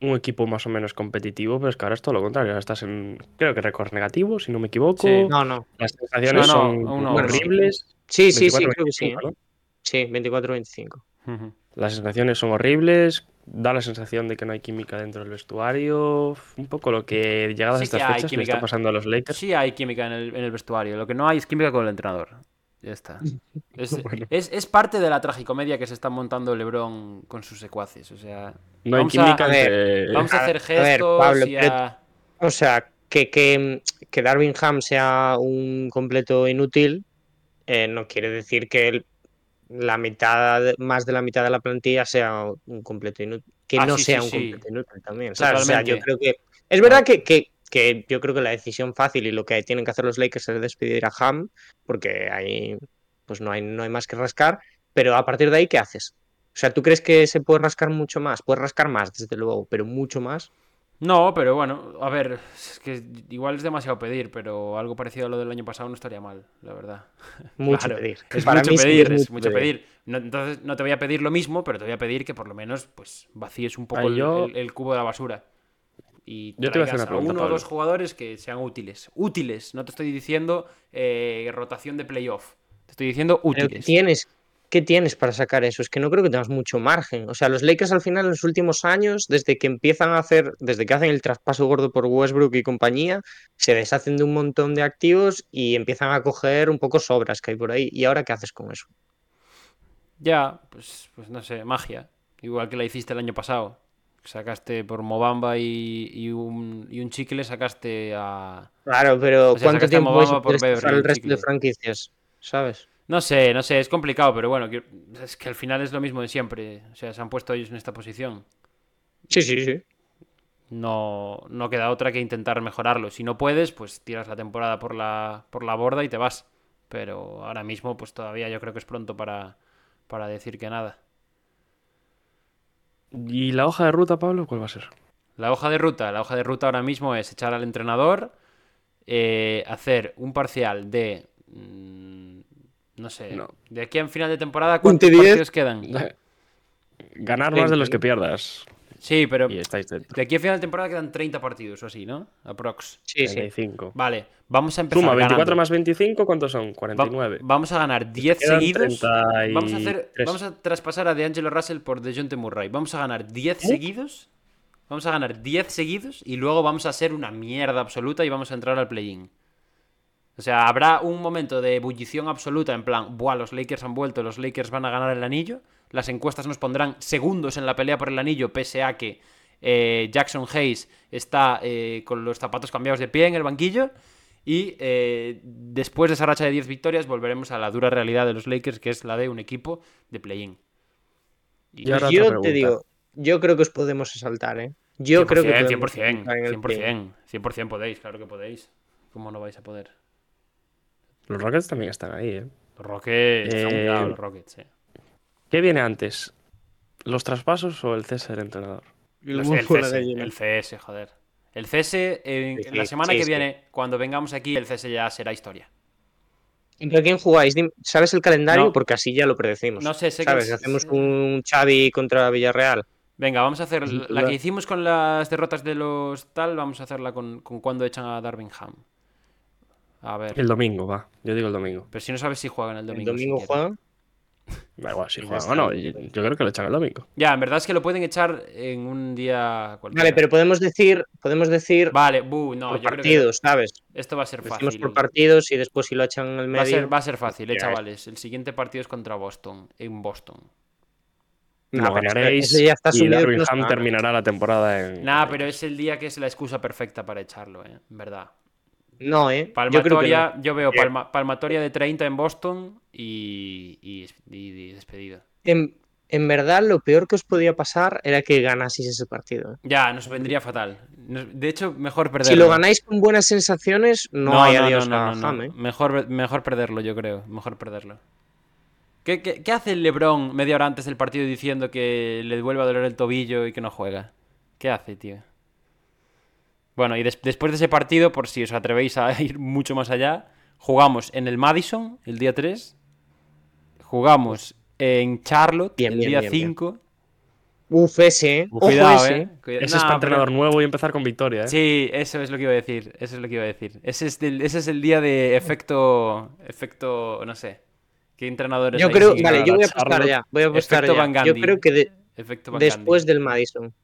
A: un equipo más o menos competitivo, pero es que ahora es todo lo contrario. Ahora estás en, creo que récord negativo, si no me equivoco.
C: Sí.
B: No, no.
A: Las sensaciones
C: No, no,
A: son
C: uno a uno.
A: horribles.
B: Sí, sí, sí,
A: 24-25,
B: creo que sí. ¿eh?
A: ¿no?
B: Sí, 24-25.
C: Ujú.
A: Las sensaciones son horribles. Da la sensación de que no hay química dentro del vestuario. Un poco lo que llegadas a
C: Sí
A: estas
C: que hay
A: fechas le
C: química.
A: está pasando a los Lakers.
C: Sí hay química en el, en el vestuario, lo que no hay es química con el entrenador. Ya está. Es, es- es parte de la tragicomedia que se está montando LeBron con sus secuaces. O sea,
A: No hay
C: Vamos a-
A: química
B: a ver,
A: entre-
C: vamos a
B: a
C: hacer
B: ver, a ver,
C: gestos
B: Pablo,
C: y
B: pero-
C: a-
B: O sea, que, que, que Darwin Ham sea un completo inútil eh, no quiere decir que el- la mitad, de- más de la mitad de la plantilla sea un completo inútil. Que
C: Ah,
B: no
C: sí,
B: sea
C: sí,
B: un
C: sí.
B: completo inútil también. ¿sabes? O sea, yo
C: Totalmente.
B: creo que. Es verdad que, que- que yo creo que la decisión fácil y lo que tienen que hacer los Lakers es despedir a Ham, porque ahí pues no hay, no hay más que rascar. Pero a partir de ahí, ¿qué haces? O sea, ¿tú crees que se puede rascar mucho más? Puedes rascar más, desde luego, pero mucho más.
C: No, pero bueno, a ver, es que igual es demasiado pedir, pero algo parecido a lo del año pasado no estaría mal, la verdad.
B: Mucho
C: Claro,
B: pedir.
C: Es
B: Para
C: mucho
B: mí sí
C: pedir,
B: es
C: es
B: mucho
C: mucho pedir. No, entonces no te voy a pedir lo mismo, pero te voy a pedir que por lo menos pues vacíes un poco
A: Ay,
C: el,
A: yo-
C: el- el cubo de la basura. Y
A: Yo te voy a hacer
C: traigas
A: una pregunta,
C: uno o
A: Pablo.
C: dos jugadores que sean útiles. Útiles, no te estoy diciendo eh, rotación de playoff. Te estoy diciendo
B: Pero
C: útiles.
B: tienes, ¿qué tienes para sacar eso? Es que no creo que tengas mucho margen. O sea, los Lakers al final en los últimos años, desde que empiezan a hacer, desde que hacen el traspaso gordo por Westbrook y compañía, se deshacen de un montón de activos y empiezan a coger un poco sobras que hay por ahí. ¿Y ahora qué haces con eso?
C: Ya, pues, pues no sé, magia. Igual que la hiciste el año pasado. Sacaste por Mobamba y, y un, y un chicle, sacaste a.
B: Claro, pero
C: O sea,
B: ¿cuánto
C: sacaste a
B: tiempo puedes
C: Mobamba por
B: prestar
C: Beverly
B: el resto de
C: Chicle?
B: franquicias? ¿Sabes?
C: No sé, no sé, es complicado, pero bueno, que- es que al final es lo mismo de siempre. O sea, se han puesto ellos en esta posición.
B: Sí, sí, sí.
C: No, no queda otra que intentar mejorarlo. Si no puedes, pues tiras la temporada por la, por la borda y te vas. Pero ahora mismo, pues todavía yo creo que es pronto para, para decir que nada.
A: ¿Y la hoja de ruta, Pablo, cuál va a ser?
C: La hoja de ruta, la hoja de ruta ahora mismo es echar al entrenador, eh, hacer un parcial de, mm, no sé,
A: No.
C: de aquí a final de temporada,
B: Ponte
C: ¿cuántos
B: 10.
C: partidos quedan?
A: Ganar más de los que pierdas.
C: Sí, pero
A: Y estáis dentro.
C: de aquí a final de temporada quedan 30 partidos o así, ¿no? Aprox.
B: Sí, sí.
A: 35.
C: Vale, vamos a empezar
A: Suma 24
C: ganando.
A: más 25, ¿cuántos son?
C: Va-
A: 49.
C: Vamos a ganar 10
A: Quedan
C: seguidos.
A: 33.
C: Vamos a, hacer, vamos a traspasar a DeAngelo Russell por DeJounte Murray. Vamos a ganar 10 seguidos. Vamos a ganar 10 seguidos y luego vamos a ser una mierda absoluta y vamos a entrar al play-in. O sea, habrá un momento de ebullición absoluta en plan, buah, los Lakers han vuelto, los Lakers van a ganar el anillo. Las encuestas nos pondrán segundos en la pelea por el anillo, pese a que eh, Jackson Hayes está eh, con los zapatos cambiados de pie en el banquillo. Y eh, después de esa racha de 10 victorias, volveremos a la dura realidad de los Lakers, que es la de un equipo de play-in.
A: Y ahora
B: yo
A: otra pregunta.
B: te digo, yo creo que os podemos saltar, ¿eh? Yo creo que. podemos
C: 100%,
B: saltar en el
C: 100%, 100%, 100% podéis, claro que podéis. ¿Cómo no vais a poder?
A: Los Rockets también están ahí, ¿eh?
C: Los Rockets,
A: Eh,
C: son cuidado los Rockets, eh.
A: ¿Qué viene antes? ¿Los traspasos o el cese del entrenador?
B: play-in.
C: Los-
B: El
C: el,
B: huevo de
C: CS,
B: gallina.
C: el CS, joder. El CS, en,
B: Sí,
C: en la
B: sí,
C: semana
B: sí,
C: que
B: sí.
C: viene, cuando vengamos aquí, el CS ya será historia.
B: ¿Entre quién jugáis? Dime, ¿Sabes el calendario?
C: No.
B: Porque así ya lo predecimos.
C: No sé, sé que
B: Pues, ¿Sabes?
C: es-
B: Hacemos un Xavi contra Villarreal.
C: Venga, vamos a hacer la- la
A: la-
C: que hicimos con las derrotas de los tal, vamos a hacerla con, con cuando echan a Darvingham. A ver.
A: El domingo, va. Yo digo el domingo.
C: Pero si no sabes si juegan el domingo.
B: el domingo
C: siquiera.
B: juegan.
A: Da igual si
B: Ya
A: juegan
B: está.
A: o no. Yo, yo creo que lo echan el domingo.
C: Ya, en verdad es que lo pueden echar en un día cualquiera.
B: Vale, pero podemos decir, podemos decir
C: Vale, buh, no,
B: por
C: yo
B: partidos, ¿sabes?
C: creo que esto va a ser
B: Decimos
C: fácil.
B: por partidos y después si lo echan al medio.
C: va, a ser, va a ser fácil, eh,
B: Ya, eh.
C: chavales. El siguiente partido es contra Boston, en Boston.
B: No,
A: lo
B: pero eso-
A: ganaréis
B: eso ya está
A: y
B: asumido que no se
A: Darvingham
B: gana.
A: terminará la temporada en...
C: Nada, pero es el día que es la excusa perfecta para echarlo, eh, en verdad.
B: No, ¿eh? Yo creo que
C: Palmatoria, yo, veo
B: Bien.
C: palma- palmatoria de 30 en Boston y, y, y- y despedida.
B: no. en, en verdad, lo peor que os podía pasar era que ganaseis ese partido. ¿eh?
C: Ya, nos vendría fatal. Nos- de hecho, mejor perderlo.
B: Si lo ganáis con buenas sensaciones, no, hay adiós
C: no,
B: a
C: no, no.
B: Ham, ¿eh?
C: Mejor, mejor perderlo, yo creo. Mejor perderlo. ¿Qué, qué, qué hace el Lebron media hora antes del partido diciendo que le vuelve a doler el tobillo y que no juega? ¿Qué hace, tío? Bueno, y des- después de ese partido, por si os atrevéis a ir mucho más allá, jugamos en el Madison el día 3, jugamos en Charlotte
B: Bien,
C: el
B: bien,
C: día
B: bien, bien.
C: 5.
B: Uf, ese, ¿eh? Ojo
C: Cuidado,
B: ese.
C: eh. Cuida-
A: Ese es
C: Nah,
A: para
C: pero-
A: entrenador nuevo y empezar con victoria, ¿eh?
C: Sí, eso es lo que iba a decir. Eso es lo que iba a decir. Ese es, del- ese es el día de efecto. Efecto. No sé. ¿Qué entrenadores
B: Yo
C: hay
B: creo,
C: sin-
B: vale, yo voy a
A: la
B: apostar
A: Charlotte.
B: ya. Voy a apostar
C: Efecto Van
B: ya. Yo
C: Gundy.
B: creo que de-
C: Efecto Van
B: después
C: Gundy.
B: del Madison.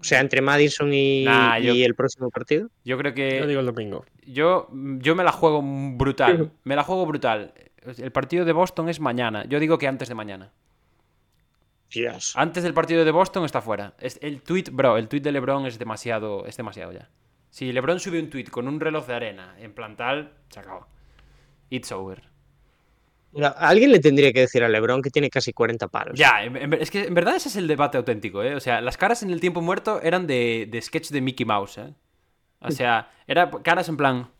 B: O sea, entre Madison y,
C: Nah, yo-
B: y el próximo partido.
C: Yo creo
A: Yo
C: que.
A: digo el domingo.
C: Yo, yo me la juego brutal. Me la juego brutal. El partido de Boston es mañana. Yo digo que antes de mañana.
B: Dios.
C: Antes del partido de Boston está fuera. Es, el tweet, bro, el tweet de LeBron es demasiado, es demasiado ya. Si LeBron sube un tweet con un reloj de arena en plan tal, se acabó. It's over.
B: Mira, alguien le tendría que decir a LeBron que tiene casi 40 palos.
C: Ya, en- en ver- es que en verdad ese es el debate auténtico, ¿eh? O sea, las caras en el tiempo muerto eran de, de sketch de Mickey Mouse, ¿eh? O sea, era caras en plan.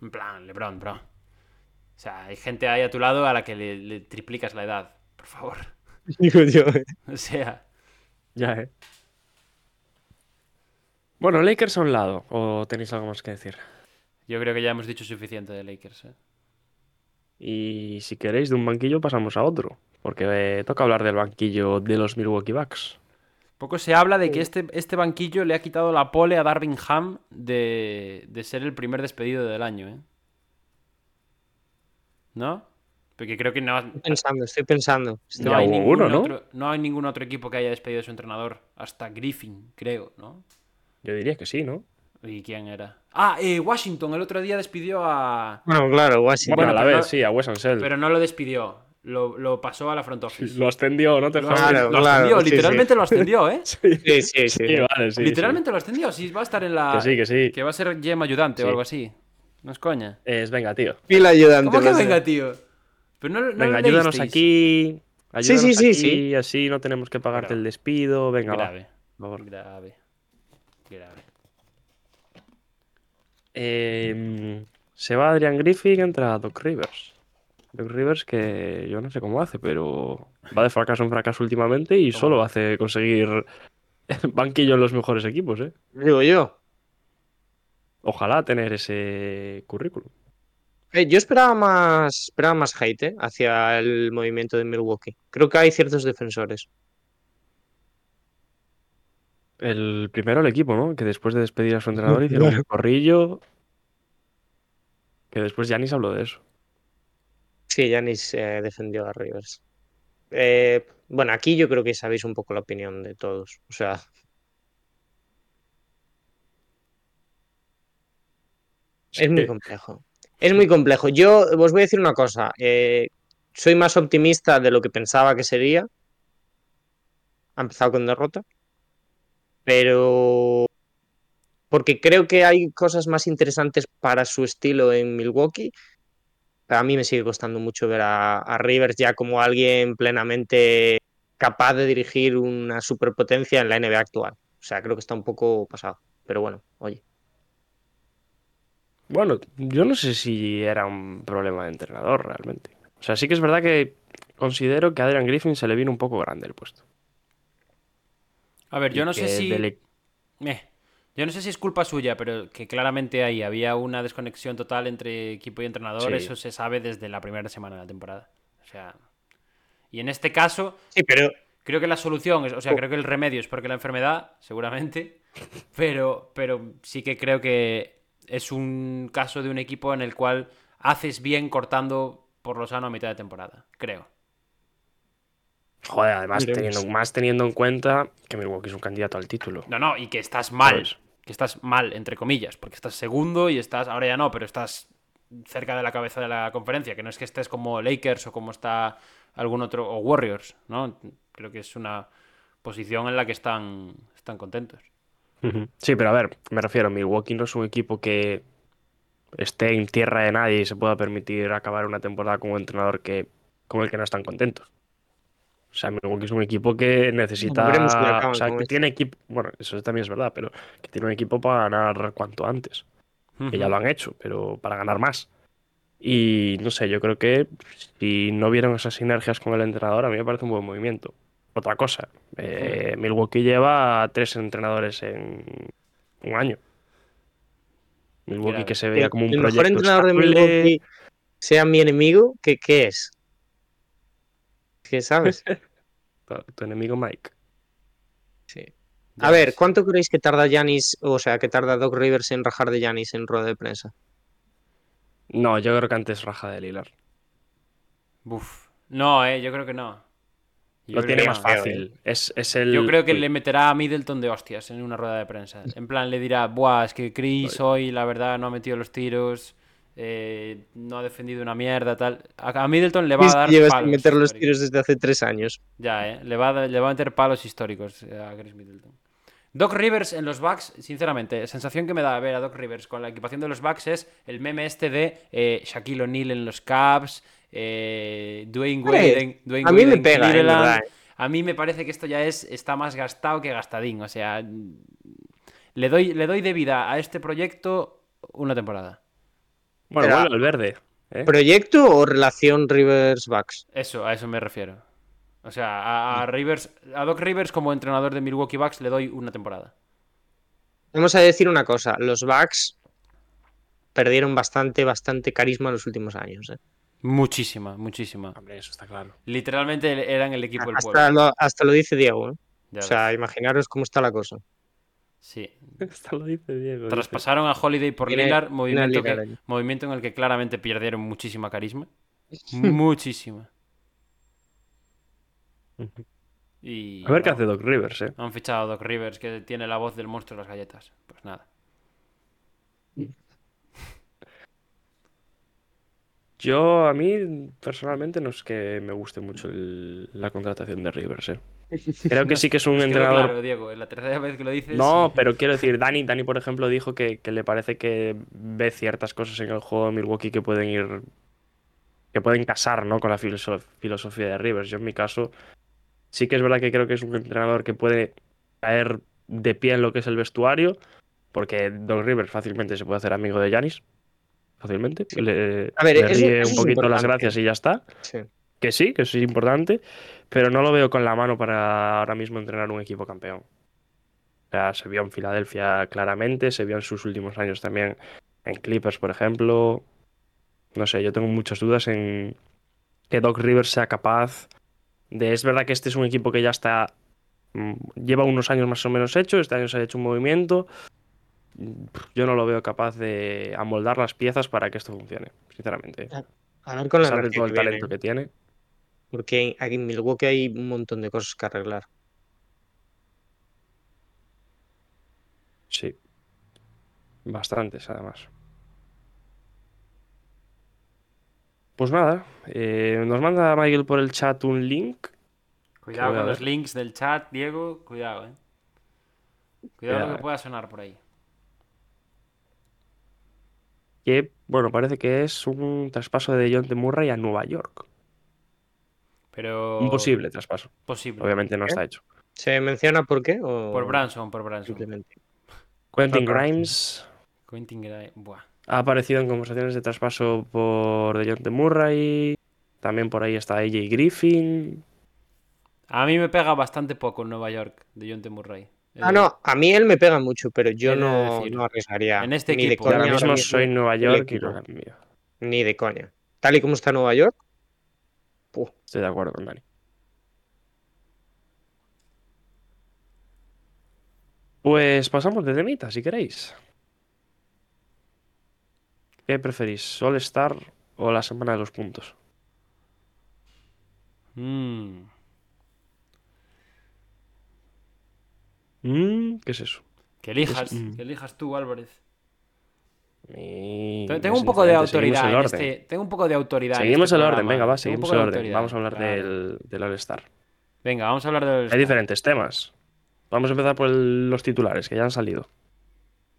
C: En plan, Lebron, bro. O sea, hay gente ahí a tu lado a la que le, le triplicas la edad, por favor.
B: Digo yo. ¿eh?
C: O sea,
A: Ya, ¿eh? Bueno, Lakers a un lado. ¿O tenéis algo más que decir?
C: yo creo que ya hemos dicho suficiente de Lakers, ¿eh?
A: Y si queréis, de un banquillo pasamos a otro. Porque eh, toca hablar del banquillo de los Milwaukee Bucks.
C: Poco se habla de que este, este banquillo le ha quitado la pole a Darvingham de, de ser el primer despedido del año, ¿eh? ¿No? Porque creo que no,
B: Estoy pensando, estoy pensando.
C: no
A: Ya
C: hay
A: hubo
C: ningún
A: uno, ¿no?
C: otro, no hay ningún otro equipo que haya despedido a su entrenador. Hasta Griffin, creo, ¿no?
A: Yo diría que sí, ¿no?
C: ¿Y quién era? Ah, eh, Washington el otro día despidió a...
B: Bueno, claro, Washington.
A: Bueno, a la
C: pero
A: vez,
C: no-
A: sí, a Wes Ansel.
C: Pero no lo despidió. lo, lo pasó a la front office.
A: Lo ascendió, ¿no? Te
C: Lo,
A: jodas.
C: ascendió,
B: Claro,
C: lo
B: claro,
C: ascendió,
B: sí, sí.
C: literalmente lo ascendió, ¿eh?
B: Sí, sí, sí.
A: Ah, Sí, vale, sí,
C: literalmente lo ascendió. Sí, va a estar en
A: sí.
C: la.
A: Que sí, que sí.
C: Que va a ser GM ayudante o
A: Sí.
C: algo así. No es coña.
A: Es, venga, tío.
B: Pila ayudante.
C: ¿Cómo que
B: va a ser.
C: venga, tío? Pero no, no lo
A: Venga, ayúdanos
C: leísteis.
A: aquí.
B: Sí,
A: Ayúdanos
B: sí, sí,
A: aquí,
B: sí.
A: Así no tenemos que pagarte
C: Grave.
A: el despido. Venga, va.
C: Grave.
A: Por favor.
C: Grave. Grave.
A: Eh, se va Adrian Griffin, entra Doc Rivers. Doc Rivers que yo no sé cómo hace, pero va de fracaso en fracaso últimamente y solo hace conseguir banquillo en los mejores equipos, ¿eh?
B: Digo yo.
A: Ojalá tener ese currículum.
B: Eh, yo esperaba más, esperaba más hate eh, hacia el movimiento de Milwaukee. Creo que hay ciertos defensores.
A: El primero el equipo, ¿no? Que después de despedir a su entrenador hicieron un corrillo. Que después Yanis habló de eso.
B: Sí, Yanis eh, defendió a Rivers. Eh, bueno, aquí yo creo que sabéis un poco la opinión de todos. O sea, es muy
A: Sí.
B: complejo. Es muy complejo. Yo os voy a decir una cosa. eh, soy más optimista de lo que pensaba que sería. Ha empezado con derrota. Pero porque creo que hay cosas más interesantes para su estilo en Milwaukee. Pero a mí me sigue costando mucho ver a, a Rivers ya como alguien plenamente capaz de dirigir una superpotencia en la NBA actual. O sea, creo que está un poco pasado. Pero bueno, oye.
A: Bueno, yo no sé si era un problema de entrenador realmente. O sea, sí que es verdad que considero que a Adrian Griffin se le vino un poco grande el puesto.
C: A ver, yo
A: Y
C: no sé
A: que
C: si.
A: del e-
C: Eh, yo no sé si es culpa suya, pero que claramente ahí había una desconexión total entre equipo y entrenador.
A: Sí.
C: Eso se sabe desde la primera semana de la temporada. O sea. Y en este caso,
B: Sí, pero
C: creo que la solución, es, o
B: Oh.
C: sea, creo que el remedio es porque la enfermedad, seguramente. Pero, pero sí que creo que es un caso de un equipo en el cual haces bien cortando por lo sano a mitad de temporada. Creo.
A: Joder, además
B: Veremos.
A: teniendo, más teniendo en cuenta que Milwaukee es un candidato al título.
C: No, no, y que estás mal.
A: Pues-
C: Que estás mal, entre comillas, porque estás segundo y estás, ahora ya no, pero estás cerca de la cabeza de la conferencia, que no es que estés como Lakers o como está algún otro, o Warriors, ¿no? Creo que es una posición en la que están, están contentos.
A: Ujú. Sí, pero a ver, me refiero, Milwaukee no es un equipo que esté en tierra de nadie y se pueda permitir acabar una temporada con un entrenador que, con el que no están contentos. O sea, Milwaukee es un equipo que necesita,
B: veremos si acaban
A: o sea,
B: con
A: que
B: esto.
A: tiene equipo, bueno, eso también es verdad, pero que tiene un equipo para ganar cuanto antes. que ya lo han hecho, pero para ganar más. Y no sé, yo creo que si no vieron esas sinergias con el entrenador, a mí me parece un buen movimiento. Otra cosa, eh, Milwaukee lleva tres entrenadores en un año. Milwaukee
C: Grave.
A: que se veía como un
B: el
A: proyecto
B: mejor entrenador de
A: estable.
B: Milwaukee sea mi enemigo, ¿qué, qué es? ¿Qué sabes?
A: Tu- Tu enemigo Mike.
B: A ver, ¿cuánto creéis que tarda Yanis, o sea, que tarda Doc Rivers en rajar de Yanis en rueda de prensa?
A: No, yo creo que antes raja de Lilar.
C: Buf. No, eh, yo creo que no. Yo
A: Lo
C: creo
A: tiene
C: que
A: más
C: no. eh.
A: fácil. Es, es el...
C: Yo creo que
A: Uy,
C: le meterá a Middleton de hostias en una rueda de prensa. En plan, le dirá, buah, es que Chris hoy, la verdad, no ha metido los tiros, eh, no ha defendido una mierda, tal. A a Middleton le va a dar
B: Llevas
C: palos
B: sin meter los
C: históricos.
B: tiros desde hace tres años.
C: Ya, eh. Le va, a, dar- le va a meter palos históricos eh, a Chris Middleton. Doc Rivers en los Bucks, sinceramente, sensación que me da ver a Doc Rivers con la equipación de los Bucks es el meme este de eh, Shaquille O'Neal en los Cavs, eh, Dwayne Wade
B: Eh,
C: en, Dwayne
B: a mí
C: Wade
B: me
C: en
B: pega, eh,
C: Cleveland.
B: verdad, eh.
C: A mí me parece que esto ya es está más gastado que gastadín, o sea, le doy le doy de vida a este proyecto una temporada.
A: Bueno,
B: Era-
A: vuelve al verde. ¿eh?
B: ¿Proyecto o relación Rivers-Bucks?
C: Eso, a eso me refiero. O sea, a, a
B: Mm.
C: Rivers, a Doc Rivers como entrenador de Milwaukee Bucks le doy una temporada.
B: Vamos a decir una cosa, los Bucks perdieron bastante, bastante carisma en los últimos años. ¿eh?
C: Muchísima, muchísima.
A: Hombre, eso está claro.
C: Literalmente el- eran el equipo del
B: Hasta
C: pueblo.
B: lo, hasta lo dice Diego. ¿eh? O
C: Ya ves.
B: sea, imaginaros cómo está la cosa.
C: Sí.
A: Esto lo dice Diego. dice.
C: Traspasaron a Holiday por
B: Tiene-
C: Lillard,
B: tiene
C: movimiento,
B: Lillard
C: que-
B: ahí.
C: movimiento en el que claramente perdieron muchísima carisma. Muchísima.
A: Ujú.
C: Y
A: A ver qué
C: bueno,
A: hace Doc Rivers, ¿eh?
C: Han fichado a Doc Rivers, que tiene la voz del monstruo de las galletas. Pues nada.
A: Yo, a mí, personalmente, no es que me guste mucho el- la contratación de Rivers, ¿eh? Creo que sí que es un
C: Nos quedó
A: entrenador.
C: claro, Diego, es la tercera vez que lo dices.
A: No, pero quiero decir, Dani, Dani, por ejemplo, dijo que, que le parece que ve ciertas cosas en el juego de Milwaukee que pueden ir. que pueden casar, ¿no? Con la filoso- filosofía de Rivers. Yo, en mi caso, sí que es verdad que creo que es un entrenador que puede caer de pie en lo que es el vestuario, porque Doc Rivers fácilmente se puede hacer amigo de Yanis. Fácilmente. Le,
B: A ver,
A: le
B: eso-
A: ríe
B: eso
A: un
B: es
A: poquito las
B: importante.
A: gracias y ya está.
B: Sí.
A: Que sí, que eso es importante, pero no lo veo con la mano para ahora mismo entrenar un equipo campeón. O sea, se vio en Filadelfia claramente, se vio en sus últimos años también en Clippers, por ejemplo. No sé, yo tengo muchas dudas en que Doc Rivers sea capaz de... Es verdad que este es un equipo que ya está... mm, Lleva unos años más o menos hecho, este año se ha hecho un movimiento. Mm, Yo no lo veo capaz de amoldar las piezas para que esto funcione, sinceramente.
B: Hablar
A: A
B: con la
A: pesar de
B: energía
A: todo el
B: que viene, ¿eh?
A: talento que tiene.
B: porque aquí en Milwaukee hay un montón de cosas que arreglar.
A: Sí. Bastantes, además. Pues nada, eh, nos manda Michael por el chat un link.
C: Cuidado
A: Voy a ver.
C: con los links del chat, Diego. Cuidado, eh. Cuidado
A: Cuidado,
C: lo
A: eh.
C: que pueda sonar por ahí.
A: que, bueno, parece que es un traspaso de John Murray a Nueva York.
C: Pero.
A: Un posible traspaso.
C: Posible.
A: Obviamente no está hecho.
B: ¿Se menciona por qué? O
C: Por Eh, Branson, por Branson.
B: Simplemente.
A: Quentin
B: Papá.
A: Grimes
C: Quentin Gra- Buah.
A: ha aparecido en conversaciones de traspaso por de Murray. También por ahí está AJ Griffin.
C: A mí me pega bastante poco en Nueva York de John T. Murray. He
B: Ah,
C: de-
B: no, a mí él me pega mucho, pero yo
C: He de
B: no,
C: decir,
B: no arriesgaría.
C: en este
B: ni de
A: Y
C: equipo,
B: coña
A: ahora
C: ahora
A: mismo
C: mismo
A: soy Nueva York y
B: equipo.
A: lo cambio.
B: Ni de coña. Tal y como está Nueva York, puh,
A: Estoy de acuerdo con Dani. Pues pasamos de temita, si queréis. ¿Qué preferís? ¿All Star o la semana de los puntos?
C: Mm.
A: Mm, ¿Qué es eso?
C: Que elijas,
A: mm.
C: que elijas tú, Álvarez.
A: Ni-
C: Te-
A: no
C: Tengo
A: sé,
C: un poco de
A: sinceramente,
C: autoridad en
A: Seguimos el orden.
C: este. Tengo un poco de autoridad. en
A: Seguimos
C: este
A: el orden,
C: programa.
A: venga, va,
C: Tengo un
A: seguimos
C: poco
A: el
C: de
A: orden.
C: autoridad,
A: Vamos a hablar
C: claro.
A: del, del All Star.
C: Venga, vamos a hablar del.
A: Hay diferentes temas. Vamos a empezar por el- los titulares que ya han salido.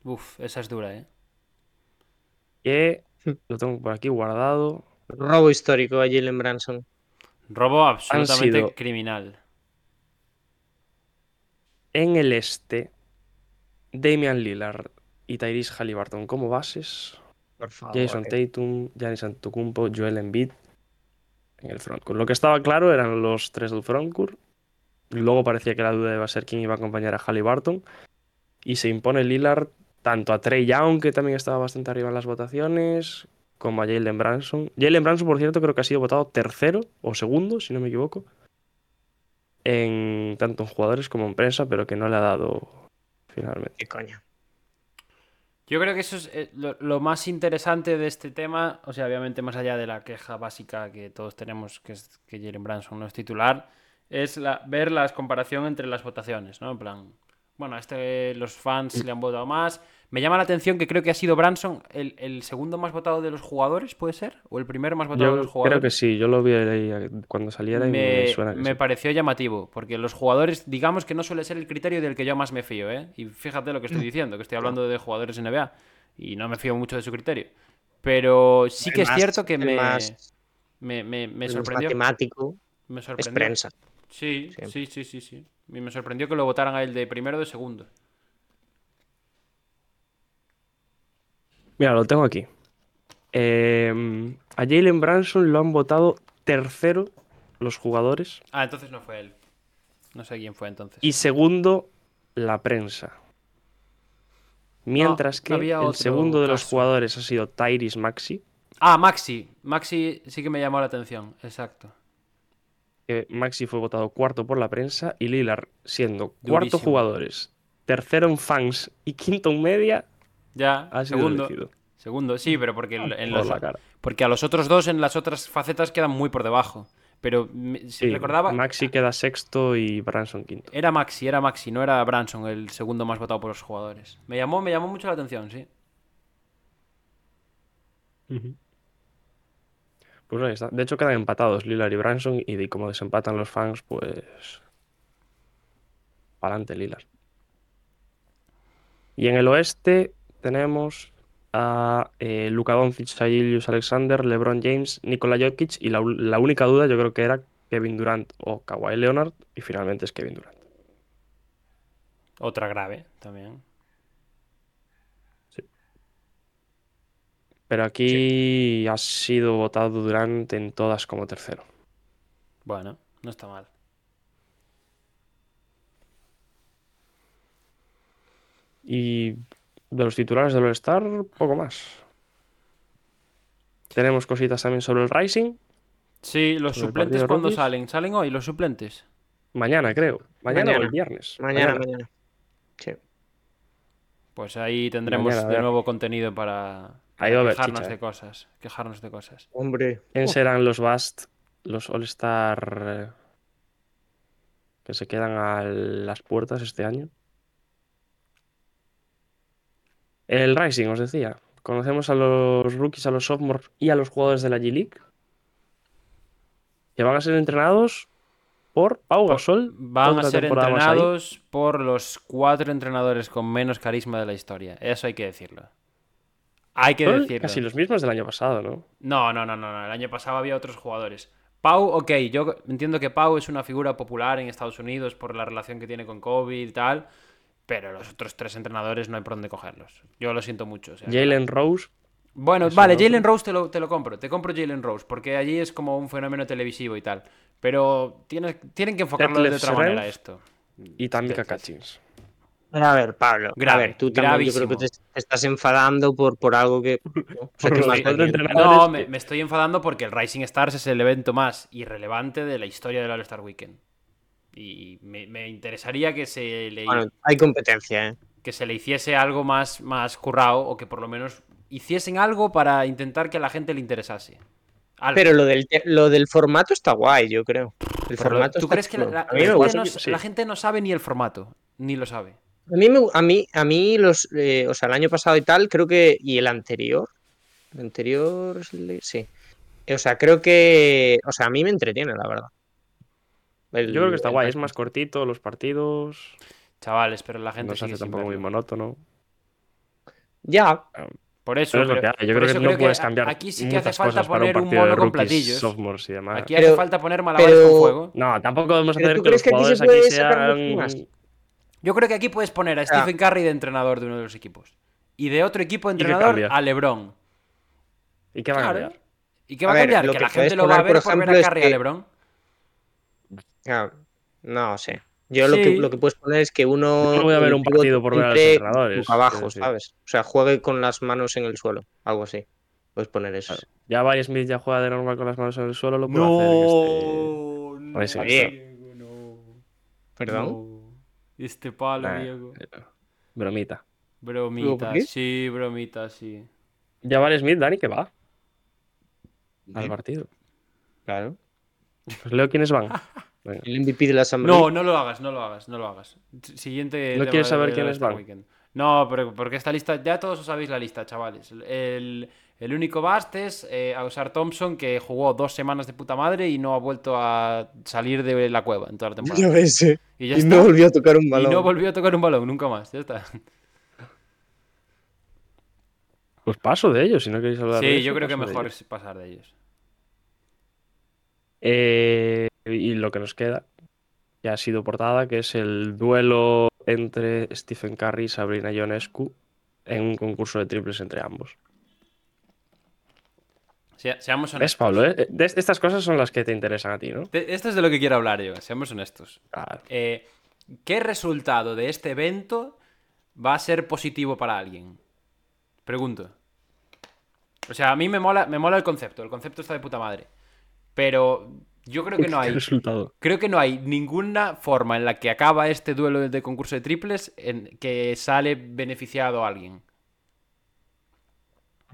C: Uf, esa es dura, eh.
A: Que
B: Hmm.
A: lo tengo por aquí guardado.
B: robo histórico a Jalen Branson.
C: Robo absolutamente
A: sido-
C: criminal.
A: en el este, Damian Lillard y Tyrese Halliburton como bases,
B: Por favor.
A: Jason
B: eh.
A: Tatum, Giannis Antetokounmpo, Joel Embiid en el frontcourt. Lo que estaba claro eran los tres del frontcourt. Luego parecía que la duda iba a ser quién iba a acompañar a Halliburton y se impone Lillard tanto a Trey Young, que también estaba bastante arriba en las votaciones, como a Jalen Branson. Jalen Branson, por cierto, creo que ha sido votado tercero o segundo, si no me equivoco, en tanto en jugadores como en prensa, pero que no le ha dado finalmente.
B: Qué coña.
C: Yo creo que eso es eh, lo, lo más interesante de este tema, o sea, obviamente más allá de la queja básica que todos tenemos, que es que Jalen Branson no es titular, es la, ver la comparación entre las votaciones, ¿no? En plan, bueno, a este los fans le han votado más. Me llama la atención que creo que ha sido Branson el, el segundo más votado de los jugadores, ¿puede ser? ¿O el primero más votado de los
A: Yo creo
C: jugadores?
A: que sí, yo lo vi ahí cuando saliera y me, suena que
C: me
A: sí.
C: pareció llamativo, porque los jugadores, digamos que no suele ser el criterio del que yo más me fío, ¿eh? Y fíjate lo que
A: Mm.
C: estoy diciendo, que estoy hablando de jugadores NBA y no me fío mucho de su criterio. Pero sí que es
B: Además,
C: cierto que me,
B: además,
C: me, me- me
B: es
C: sorprendió.
B: matemático,
C: Me
B: es
C: sorprendió.
B: prensa.
C: Sí,
B: Siempre.
C: sí, sí, sí, sí. Y me sorprendió que lo votaran a él de primero o de segundo.
A: Mira, lo tengo aquí. Eh, a Jalen Branson lo han votado tercero los jugadores
C: Ah, entonces no fue él. No sé quién fue entonces.
A: y segundo la prensa. Mientras
C: No,
A: que
C: Ah, había
A: el
C: otro
A: segundo de los
C: caso.
A: jugadores ha sido Tyrese Maxi.
C: Ah, Maxi. Maxi sí que me llamó la atención, exacto.
A: que Maxi fue votado cuarto por la prensa y Lillard siendo cuarto
C: Durísimo.
A: jugadores, tercero en fans y quinto en media
C: Ya,
A: ha sido
C: segundo.
A: elegido Ah,
C: Segundo, sí, pero porque en- en
A: por
C: los,
A: la cara.
C: Porque a los otros dos en las otras facetas quedan muy por debajo. Pero me- si
A: Sí,
C: recordaba.
A: Maxi queda sexto y Branson quinto.
C: Era Maxi, era Maxi, no era Branson el segundo más votado por los jugadores. Me llamó, me llamó mucho la atención, sí.
A: Pues ahí está. De hecho, quedan empatados Lillard y Branson. Y de cómo desempatan los fans, pues. Para adelante, Lillard. Y en el oeste tenemos a eh, Luka Doncic, a Julius Alexander, LeBron James, Nikola Jokic. Y la, la única duda, yo creo que era Kevin Durant o Kawhi Leonard. Y finalmente es Kevin Durant.
C: Otra grave también.
A: Pero aquí ha sido votado Durant en todas como tercero.
C: Bueno, no está mal.
A: Y de los titulares del All-Star, poco más. Tenemos cositas también sobre el Rising.
C: Sí, los
A: Sobre el
C: suplentes
A: partido
C: cuando
A: rookies.
C: salen. ¿Salen hoy los suplentes?
A: Mañana, creo. Mañana, o
B: Mañana.
A: el viernes.
B: Mañana, mañana. Sí.
C: Pues ahí tendremos
A: Mañana, a
C: de
A: ver.
C: nuevo contenido para,
A: Ahí va a haber
C: quejarnos
A: chicha,
C: de
A: eh.
C: cosas. Quejarnos de cosas.
B: Hombre,
A: ¿Quién serán los Bast, los All-Star eh, que se quedan a las puertas este año? El Rising, os decía. Conocemos a los rookies, a los sophomores y a los jugadores de la G-League que van a ser entrenados por Pau Gasol.
C: Van a
A: otra
C: ser
A: temporada más ahí.
C: entrenados por los cuatro entrenadores con menos carisma de la historia. Eso hay que decirlo. Hay que
A: Son
C: decirlo.
A: Casi los mismos del año pasado, ¿no?
C: No, no, no, no, no. El año pasado había otros jugadores. Pau, ok, yo entiendo que Pau es una figura popular en Estados Unidos por la relación que tiene con Kobe y tal, pero los otros tres entrenadores no hay por dónde cogerlos. Yo lo siento mucho. o sea,
A: Jalen Rose.
C: Bueno,
A: Eso
C: vale,
A: no-
C: Jalen Rose te lo, te lo compro, te compro Jalen Rose, porque allí es como un fenómeno televisivo y tal. Pero tienes- tienen que enfocarlo de
A: Detlef
C: otra manera
A: Schrempf.
C: esto.
A: y Tamika
C: Sí, sí,
A: Catchings.
B: a ver, Pablo. a
C: Grave,
B: ver, tú también yo creo que te, te estás enfadando por, por algo que. O sea, que
A: los
B: más
C: Sí,
A: cuatro
B: da-
A: entrenadores
C: No,
A: que-
B: eh,
C: me, me estoy enfadando porque el Rising Stars es el evento más irrelevante de la historia del All-Star Weekend. Y me, me interesaría que se le,
B: Bueno, hay competencia, ¿eh?
C: que se le hiciese algo más, más currado o que por lo menos hiciesen algo para intentar que a la gente le interesase. Algo.
B: Pero lo del, te- lo del formato está guay, yo creo. El
C: Pero
B: formato
C: ¿Tú
B: está
C: crees que la,
B: chulo.
C: la-
B: A mí me
C: la
B: gusta.
C: gente no,
A: sí.
C: la gente no sabe ni el formato? Ni lo sabe.
B: A mí, me- a mí, a mí los, eh, o sea, el año pasado y tal, creo que, y el anterior, el anterior, es el de- sí. O sea, creo que, o sea, a mí me entretiene, la verdad. El-
A: Yo creo que está
B: el-
A: guay, es más cortito los partidos,
C: Chavales, pero la gente
A: no se
C: sigue
A: hace
C: sin
A: tampoco muy
C: verlo.
A: monótono.
B: Ya,
C: Por eso,
A: Pero es lo
C: creo-
A: que hay, Yo
C: por
A: creo
C: eso
A: que no puedes
C: a-
A: cambiar
C: aquí sí que hace
A: muchas
C: falta
A: cosas para un
C: poner un
A: partido de
C: mono con
A: rookies,
C: platillos.
A: sophomores y demás.
C: Aquí hace
B: Pero-
C: falta poner malabares
B: pero-
C: con fuego.
A: No, tampoco podemos
B: Pero
A: hacer
B: ¿tú
A: que los
B: crees que aquí se
A: jugadores
B: puede
A: aquí
B: sacar mucho
A: sean...
B: más?
C: Yo creo que aquí puedes poner a
B: sea-
C: Stephen Curry de entrenador de uno de los equipos. Y de otro equipo de
A: qué
C: entrenador
A: cambia?
C: a LeBron.
A: ¿Y qué van a
C: Claro.
A: cambiar?
C: ¿Y qué
B: A
C: va a,
B: ver,
C: cambiar?
B: lo
C: Que,
B: que
C: la gente
B: puedes
C: lo va a
B: poner,
C: ver
B: por
C: por ver a
B: ejemplo, es
C: Curry y a
B: que-
C: LeBron.
B: ah, no sé. Yo lo, que,
C: Sí.
B: lo que puedes poner es que uno.
A: Yo no voy a ver
B: el
A: un
B: pivot
A: partido por ver a los
B: entre
A: entrenadores,
B: boca abajo,
A: quiero decir.
B: ¿sabes? O sea, juegue con las manos en el suelo, algo así. Puedes poner eso.
A: Claro. Ya Barry Smith ya juega de normal con las manos en el suelo, lo puede hacer en este-
C: No,
A: Ahí sí,
C: Diego, no.
B: Perdón.
C: No. Este palo,
A: Nah.
C: Diego.
A: Bromita.
B: Digo, ¿por
C: Bromita,
B: qué?
C: sí, bromita, sí.
A: Ya Barry Smith, Dani, que va
B: ¿Eh?
A: al partido.
B: Claro.
A: Pues leo quiénes van. Venga.
B: El MVP de la asamblea.
C: No, no lo hagas, no lo hagas, no lo hagas. S- Siguiente.
A: ¿No
C: tema
A: quieres
C: de-
A: saber
C: del
A: quiénes
C: All-Star
A: van?
C: Weekend. No, pero porque esta lista, ya todos os sabéis la lista, chavales. El, el único bast es eh, Ausar Thompson, que jugó dos semanas de puta madre y no ha vuelto a salir de la cueva en toda la temporada.
B: Ya ves, eh.
C: Y ya
B: Y
C: está.
B: no volvió a tocar un
C: Y
B: balón.
C: no volvió a tocar un balón, nunca más. Ya está.
A: Pues paso de ellos, si no queréis hablar de
C: Sí,
A: eso,
C: yo creo que
A: paso de
C: mejor
A: ellos.
C: es pasar de ellos.
A: Eh, y lo que nos queda, ya ha sido portada, que es el duelo entre Stephen Curry y Sabrina Ionescu en un concurso de triples entre ambos.
C: Se- seamos
A: ¿Ves,
C: honestos.
A: Pablo? eh? De- estas cosas son las que te interesan a ti, ¿no?
C: De- esto es de lo que quiero hablar yo, seamos honestos.
A: Claro.
C: Eh, ¿Qué resultado de este evento va a ser positivo para alguien? Pregunto. O sea, a mí me mola, me mola el concepto. El concepto está de puta madre. Pero yo creo que no
A: ¿Qué
C: hay.
A: resultado?
C: Creo que no hay ninguna forma en la que acaba este duelo de concurso de triples en que sale beneficiado a alguien.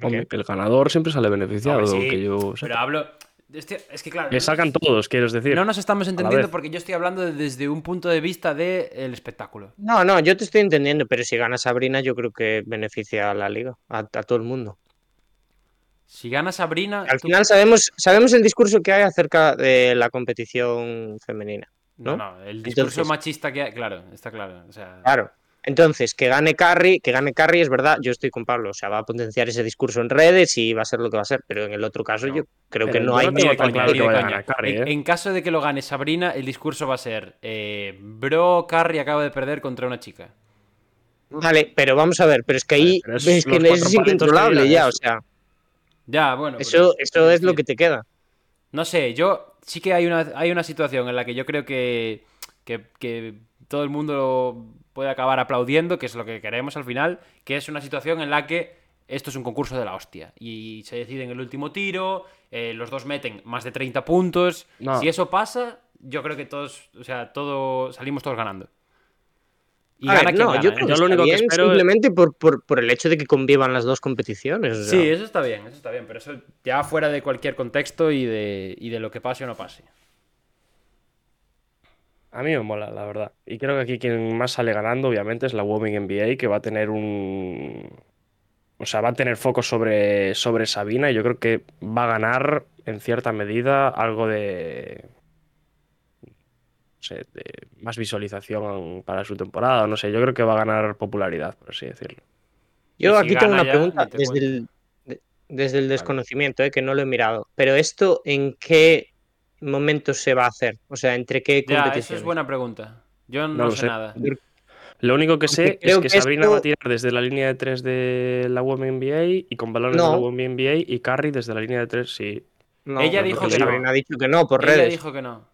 A: Hombre, que el ganador siempre sale beneficiado,
C: Hombre, sí,
A: aunque yo
C: Pero
A: sepa.
C: hablo. Estoy- Es que claro.
A: Que sacan todos, quieres decir.
C: No nos estamos
A: vez.
C: entendiendo porque yo estoy hablando de- desde un punto de vista del espectáculo.
B: No, no, yo te estoy entendiendo, pero si gana Sabrina, yo creo que beneficia a la liga, a, a todo el mundo.
C: Si gana Sabrina.
A: Ah,
B: Al
C: tú-
B: final sabemos, sabemos el discurso que hay acerca de la competición femenina.
C: No,
B: ¿no?
C: no, el discurso
B: Entonces- Ah,
C: machista que hay. Claro, está claro. O sea,
B: Claro. Entonces, que gane Carry, que gane Carry, es verdad, yo estoy con Pablo, o sea, va a potenciar ese discurso en redes y va a ser lo que va a ser, pero en el otro caso
A: No.
B: yo creo que
A: Pero
B: no
A: yo
B: hay
A: no
C: Ni
A: tengo
C: de
B: mucho
A: tan
C: coña,
A: claro
C: ni
A: que
C: de
A: vaya a
C: coña.
A: ganar Curry,
C: en,
A: ¿eh?
C: en caso de que lo gane Sabrina, el discurso va a ser: eh, Bro, Carrie acaba de perder contra una chica.
B: Vale, pero vamos a ver, pero es que ahí
A: Pero es-
B: es, que
A: los
B: es
A: cuatro palitos te
B: incontrolable
A: dirán
B: ya,
A: eso.
B: o sea,
C: Ya, bueno. pues, pero
B: eso, eso es lo
C: decir,
B: que te queda.
C: No sé, yo sí que hay una, hay una situación en la que yo creo que, que, que todo el mundo lo puede acabar aplaudiendo, que es lo que queremos al final, que es una situación en la que esto es un concurso de la hostia y se decide en el último tiro, eh, los dos meten más de 30 puntos.
A: No.
C: Si eso pasa, yo creo que todos, o sea, todo, salimos todos ganando. Y
B: A ver,
C: gana quien
B: no,
C: gana,
B: yo
C: ¿eh?
A: Yo
B: creo que
A: lo
B: está
A: único que
B: bien
A: espero es-
B: simplemente por, por, por el hecho de que convivan las dos competiciones. o sea.
C: Sí, eso está bien, eso está bien, pero eso ya fuera de cualquier contexto y de, y de lo que pase o no pase.
A: A mí me mola, la verdad. Y creo que aquí quien más sale ganando, obviamente, es la Women NBA, que va a tener un. O sea, va a tener foco sobre, sobre Sabina y yo creo que va a ganar, en cierta medida, algo de. No sé, de más visualización para su temporada. No sé, yo creo que va a ganar popularidad, por así decirlo.
B: Yo
C: Y si
B: aquí tengo
C: gana
B: una
C: ya,
B: pregunta
C: ni te
B: desde
C: cuento.
B: el, de- desde el desconocimiento, eh, que no lo he mirado. Pero esto, ¿en qué momento se va a hacer? O sea, ¿entre qué
C: Ya,
B: competiciones?
C: eso es buena pregunta. Yo no,
A: No lo
C: sé,
A: sé.
C: nada.
A: Lo único que sé
B: Aunque creo
A: es que
B: que
A: Sabrina
B: esto-
A: va a tirar desde la línea de 3 de la Women NBA y con balones de la
B: No.
A: Women NBA y Carrie desde la línea de 3, sí.
B: No,
C: Ella
B: no,
C: dijo
B: porque
C: que no.
B: Sabrina ha dicho que no por
C: Ella
B: redes.
C: dijo que no.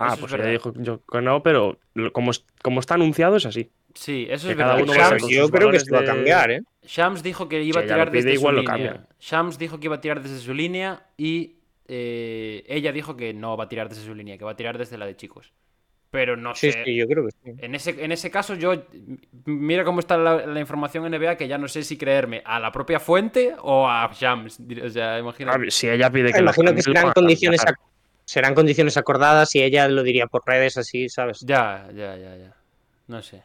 C: Eso
A: Ah,
C: es
A: pues ella
C: verdad.
A: dijo yo que no, pero lo- como, es- como está anunciado es así.
C: Sí, eso
A: Que
C: es
A: cada
C: verdad.
A: uno va a
B: Shams,
A: con
C: Shams,
A: sus
B: yo creo que esto va a
A: valores de-
B: cambiar, ¿eh?
C: Shams dijo que iba a
A: Si ella
C: tirar
A: lo pide,
C: desde
A: igual lo
C: su línea.
A: cambia.
C: Shams dijo que iba a tirar desde su línea y eh, ella dijo que no va a tirar desde su línea, que va a tirar desde la de chicos. Pero no
B: Sí,
C: sé.
B: sí, yo creo que sí.
C: En ese, en ese caso, yo. m- Mira cómo está la, la información NBA que ya no sé si creerme a la propia fuente o a Shams. O sea,
A: A
C: imagínate.
A: ver, Ah, si ella pide que lo
B: Ah, Imagino
A: cambie,
B: que
A: lo van
B: serán
A: a
B: condiciones,
A: cambiar.
B: ac- serán condiciones acordadas y ella lo diría por redes así, ¿sabes?
C: Ya, ya, ya, ya. No sé.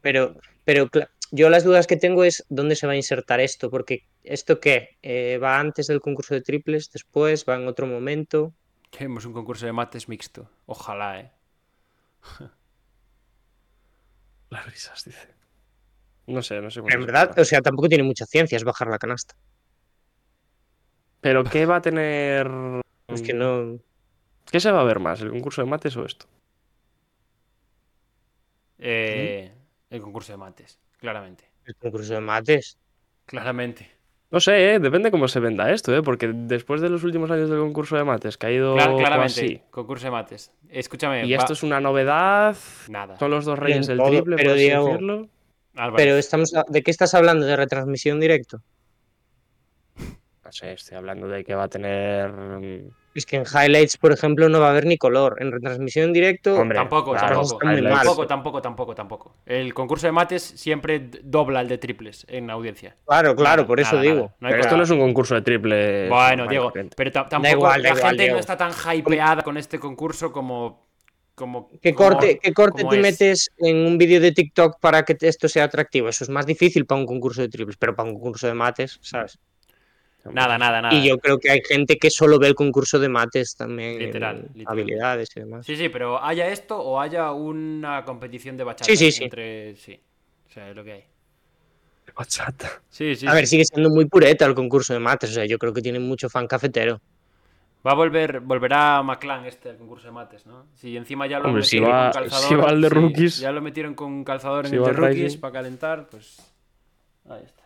B: Pero, pero cla- yo las dudas que tengo es dónde se va a insertar esto, porque ¿esto qué? Eh, ¿Va antes del concurso de triples? ¿Después? ¿Va en otro momento?
C: Tenemos un concurso de mates mixto. Ojalá, eh.
A: Las risas, dice. No sé, no sé. cuándo
B: En
A: se
B: verdad,
A: podrá.
B: o sea, tampoco tiene mucha ciencia, es bajar la canasta.
A: Pero ¿qué va a tener.
B: Es
A: Mm.
B: que no.
A: ¿Qué se va a ver más? ¿El concurso de mates o esto?
C: Eh, El concurso de mates, claramente.
B: El concurso de mates.
C: Claramente.
A: No sé, ¿eh? depende cómo se venda esto, ¿eh? porque después de los últimos años del concurso de mates, que ha ido
C: Cla- claramente.
A: así.
C: Concurso de mates. Escúchame.
A: Y
C: va-
A: esto es una novedad.
C: Nada.
A: Son los dos reyes del
B: Eh, todo,
A: triple,
B: pero
A: por así
B: Diego-
A: decirlo.
C: Álvarez.
B: Pero estamos a- ¿de qué estás hablando? ¿De retransmisión directo?
A: No sé, estoy hablando de que va a tener. mm,
B: Es que en highlights, por ejemplo, no va a haber ni color. En retransmisión directo,
A: Hombre,
C: Tampoco,
A: claro,
C: tampoco.
B: está muy mal.
C: Tampoco, tampoco, tampoco, tampoco. El concurso de mates siempre d- dobla el de triples en audiencia.
B: claro, claro, por
C: Nada,
B: eso
C: nada,
B: digo.
C: no hay
A: Pero
C: cosa.
A: esto no es un concurso de triple.
C: Bueno,
A: normal y
C: Diego,
A: corriente.
C: pero ta- tampoco
B: igual, da
C: la
B: igual,
C: gente
B: Diego.
C: no está tan hypeada con este concurso como. como
B: ¿Qué
C: como-
B: corte, qué corte
C: como
B: tú
C: es.
B: metes en un vídeo de TikTok para que te- esto sea atractivo? Eso es más difícil para un concurso de triples, pero para un concurso de mates, ¿sabes?
C: Nada, nada, nada.
B: Y yo creo que hay gente que solo ve el concurso de mates también. en
C: Literal, literal.
B: Habilidades y demás.
C: Sí, sí, pero haya esto o haya una competición de bachata
B: Sí, sí, sí.
C: entre. Sí. O sea, es lo que hay.
A: Bachata.
C: Sí, sí.
B: A ver, sigue siendo muy pureta el concurso de mates. O sea, yo creo que tiene mucho fan cafetero.
C: Va a volver, volverá Maclan este al concurso de mates, ¿no? Si encima ya lo
A: Hombre, si
C: metieron
A: va-
C: con calzador.
A: si va al de rookies.
C: ya lo metieron con un calzador en
A: Si
C: el
A: va
C: de
A: al
C: rookies
A: Rising.
C: para calentar, pues. Ahí está.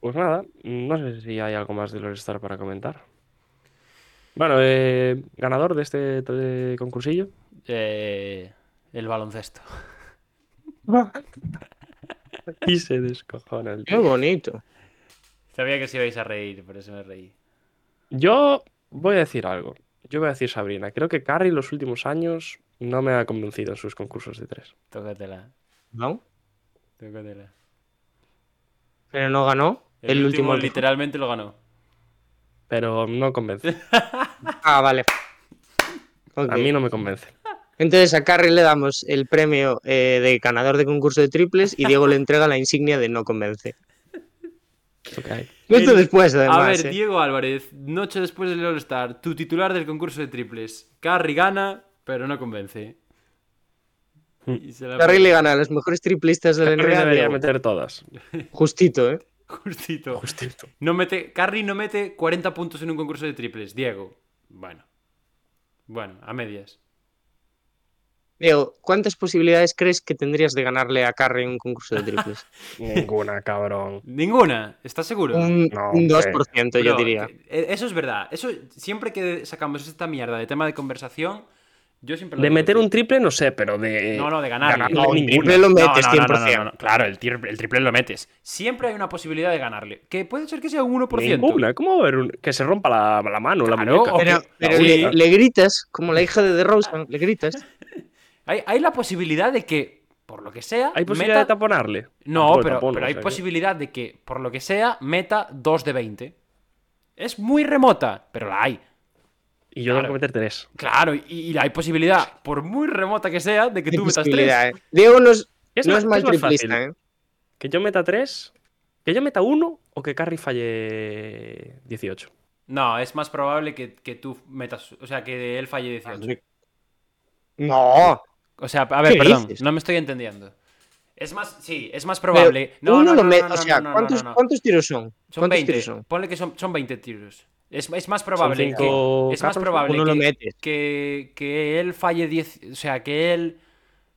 A: Pues nada, no sé si hay algo más de los Star para comentar. Bueno, eh, ganador de este eh, concursillo.
C: Eh, el baloncesto.
A: Y se descojona el
B: Muy
A: tío.
B: bonito.
C: Sabía que os ibais a reír, por eso me reí.
A: Yo voy a decir algo. Yo voy a decir Sabrina. Creo que Carrie en los últimos años no me ha convencido en sus concursos de tres.
C: Tócatela,
B: ¿No?
C: tócatela.
B: Pero no ganó. El, último.
C: literalmente lo ganó.
A: Pero no convence.
B: Ah, vale. Ok.
A: A mí no me convence.
B: Entonces a Carrie le damos el premio eh, de ganador de concurso de triples y Diego le entrega la insignia de no convence.
A: Okay.
B: Justo
C: El-
B: después,
C: A
B: además.
C: ver,
B: eh.
C: Diego Álvarez, noche después del All-Star, tu titular del concurso de triples. Carry gana, pero no convence.
A: Mm.
C: Y se la
B: Curry le gana a los mejores triplistas de la
A: Curry
B: NBA.
A: debería
B: Diego.
A: meter todas.
B: Justito, ¿eh?
C: Justito.
A: Justito.
C: No mete, Carry no mete 40 puntos en un concurso de triples. Diego. Bueno. Bueno, a medias.
B: Diego, ¿cuántas posibilidades crees que tendrías de ganarle a Curry en un concurso de triples?
A: Ninguna, cabrón.
C: Ninguna, ¿estás seguro?
B: un,
A: No,
B: un
A: hombre.
B: 2%, yo
C: Bro,
B: diría.
C: que- eh, Eso es verdad. Eso, siempre que sacamos esta mierda de tema de conversación, yo siempre lo
A: De
C: digo,
A: meter
C: tío.
A: un triple, no sé, pero de.
C: No, no, de ganarle.
A: ganarle
C: No,
B: el
A: ninguno.
B: triple lo metes
C: No, no, no, no,
B: 100%.
C: no, no. Claro, el triple, el triple lo metes. Siempre hay una posibilidad de ganarle. Que puede ser que sea un 1%.
A: Ninguna. ¿eh? ¿Cómo va a haber un- que se rompa la, la mano, la
C: Claro,
A: muñeca?
C: o-
B: Pero,
C: que-
B: pero
C: sí.
B: le, le gritas, como la hija de DeRozan, le gritas.
C: Hay, hay la posibilidad de que, por lo que sea,
A: ¿Hay posibilidad
C: meta-
A: de taponarle?
C: No,
A: Tampoco
C: pero,
A: tapono,
C: pero
A: o
C: hay
A: sea que-
C: posibilidad de que, por lo que sea, meta 2 de 20. Es muy remota, pero la hay.
A: Y yo tengo
C: Claro.
A: que meter tres.
C: Claro, y, y hay posibilidad, por muy remota que sea, de que
B: Qué
C: tú metas 3.
B: posibilidad, ¿eh? Diego no es,
A: Es
B: no
A: más-
B: es mal
A: es más fácil.
B: triplista, ¿eh?
A: ¿Que yo meta tres? ¿Que yo meta uno o que Carry falle 18?
C: No, es más probable que, que tú metas. O sea, que él
B: Ah,
C: falle 18.
B: No,
C: O sea, a ver,
B: ¿Qué
C: perdón,
B: dices?
C: no me estoy entendiendo. Es más, sí, es más probable.
B: Pero
C: No,
B: uno
C: no,
B: lo
C: no,
B: me-
C: no, no,
B: o sea,
C: no, no,
B: ¿cuántos,
C: no, no.
B: cuántos tiros son?
C: Son
B: ¿Cuántos
C: 20.
B: tiros son?
C: Ponle que son, son 20 tiros. Es, es más probable
A: cinco
C: que. Es más
A: carros,
C: probable
B: uno lo
C: que,
B: metes.
C: que, que él falle 10. O sea, que él.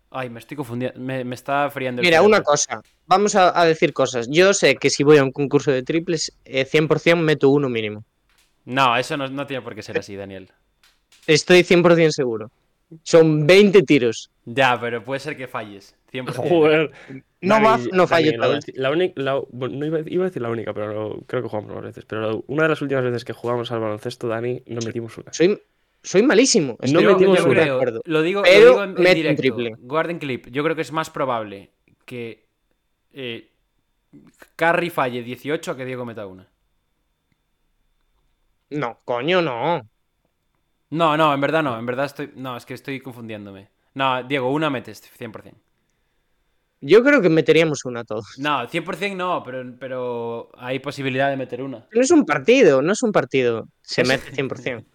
C: Ay, me estoy confundiendo. Me, me está friando el
B: Mira,
C: cerebro.
B: una cosa. Vamos a, a decir cosas. Yo sé que si voy a un concurso de triples, eh, 100% meto uno mínimo.
C: No, eso no, no tiene por qué ser así, Daniel.
B: Estoy 100% seguro. Son 20 tiros.
C: Ya, pero puede ser que falles. 100%.
A: Joder.
B: No
A: Dani,
B: va, no fallo
A: Dani, la
B: todas.
A: ulti- La única, la- bueno, no iba, iba a decir la única, pero no- creo que jugamos más veces. Pero la- una de las últimas veces que jugamos al baloncesto, Dani, no metimos una.
B: Soy, soy malísimo. Estoy
A: No metimos
B: completamente
A: una.
B: de acuerdo.
C: Lo digo, lo
B: Pero
C: digo en- en,
B: mete un
C: directo.
B: triple.
C: Guarden clip. Yo creo que es más probable que eh, Curry falle 18 a que Diego meta una.
B: No, coño, no.
C: No, no, en verdad no. En verdad estoy. No, es que estoy confundiéndome. No, Diego, una metes, 100%.
B: Yo creo que meteríamos una todos.
C: No, 100% no, pero, pero hay posibilidad de meter una.
B: No es un partido, no es un partido. Se
C: Pues
B: mete 100%.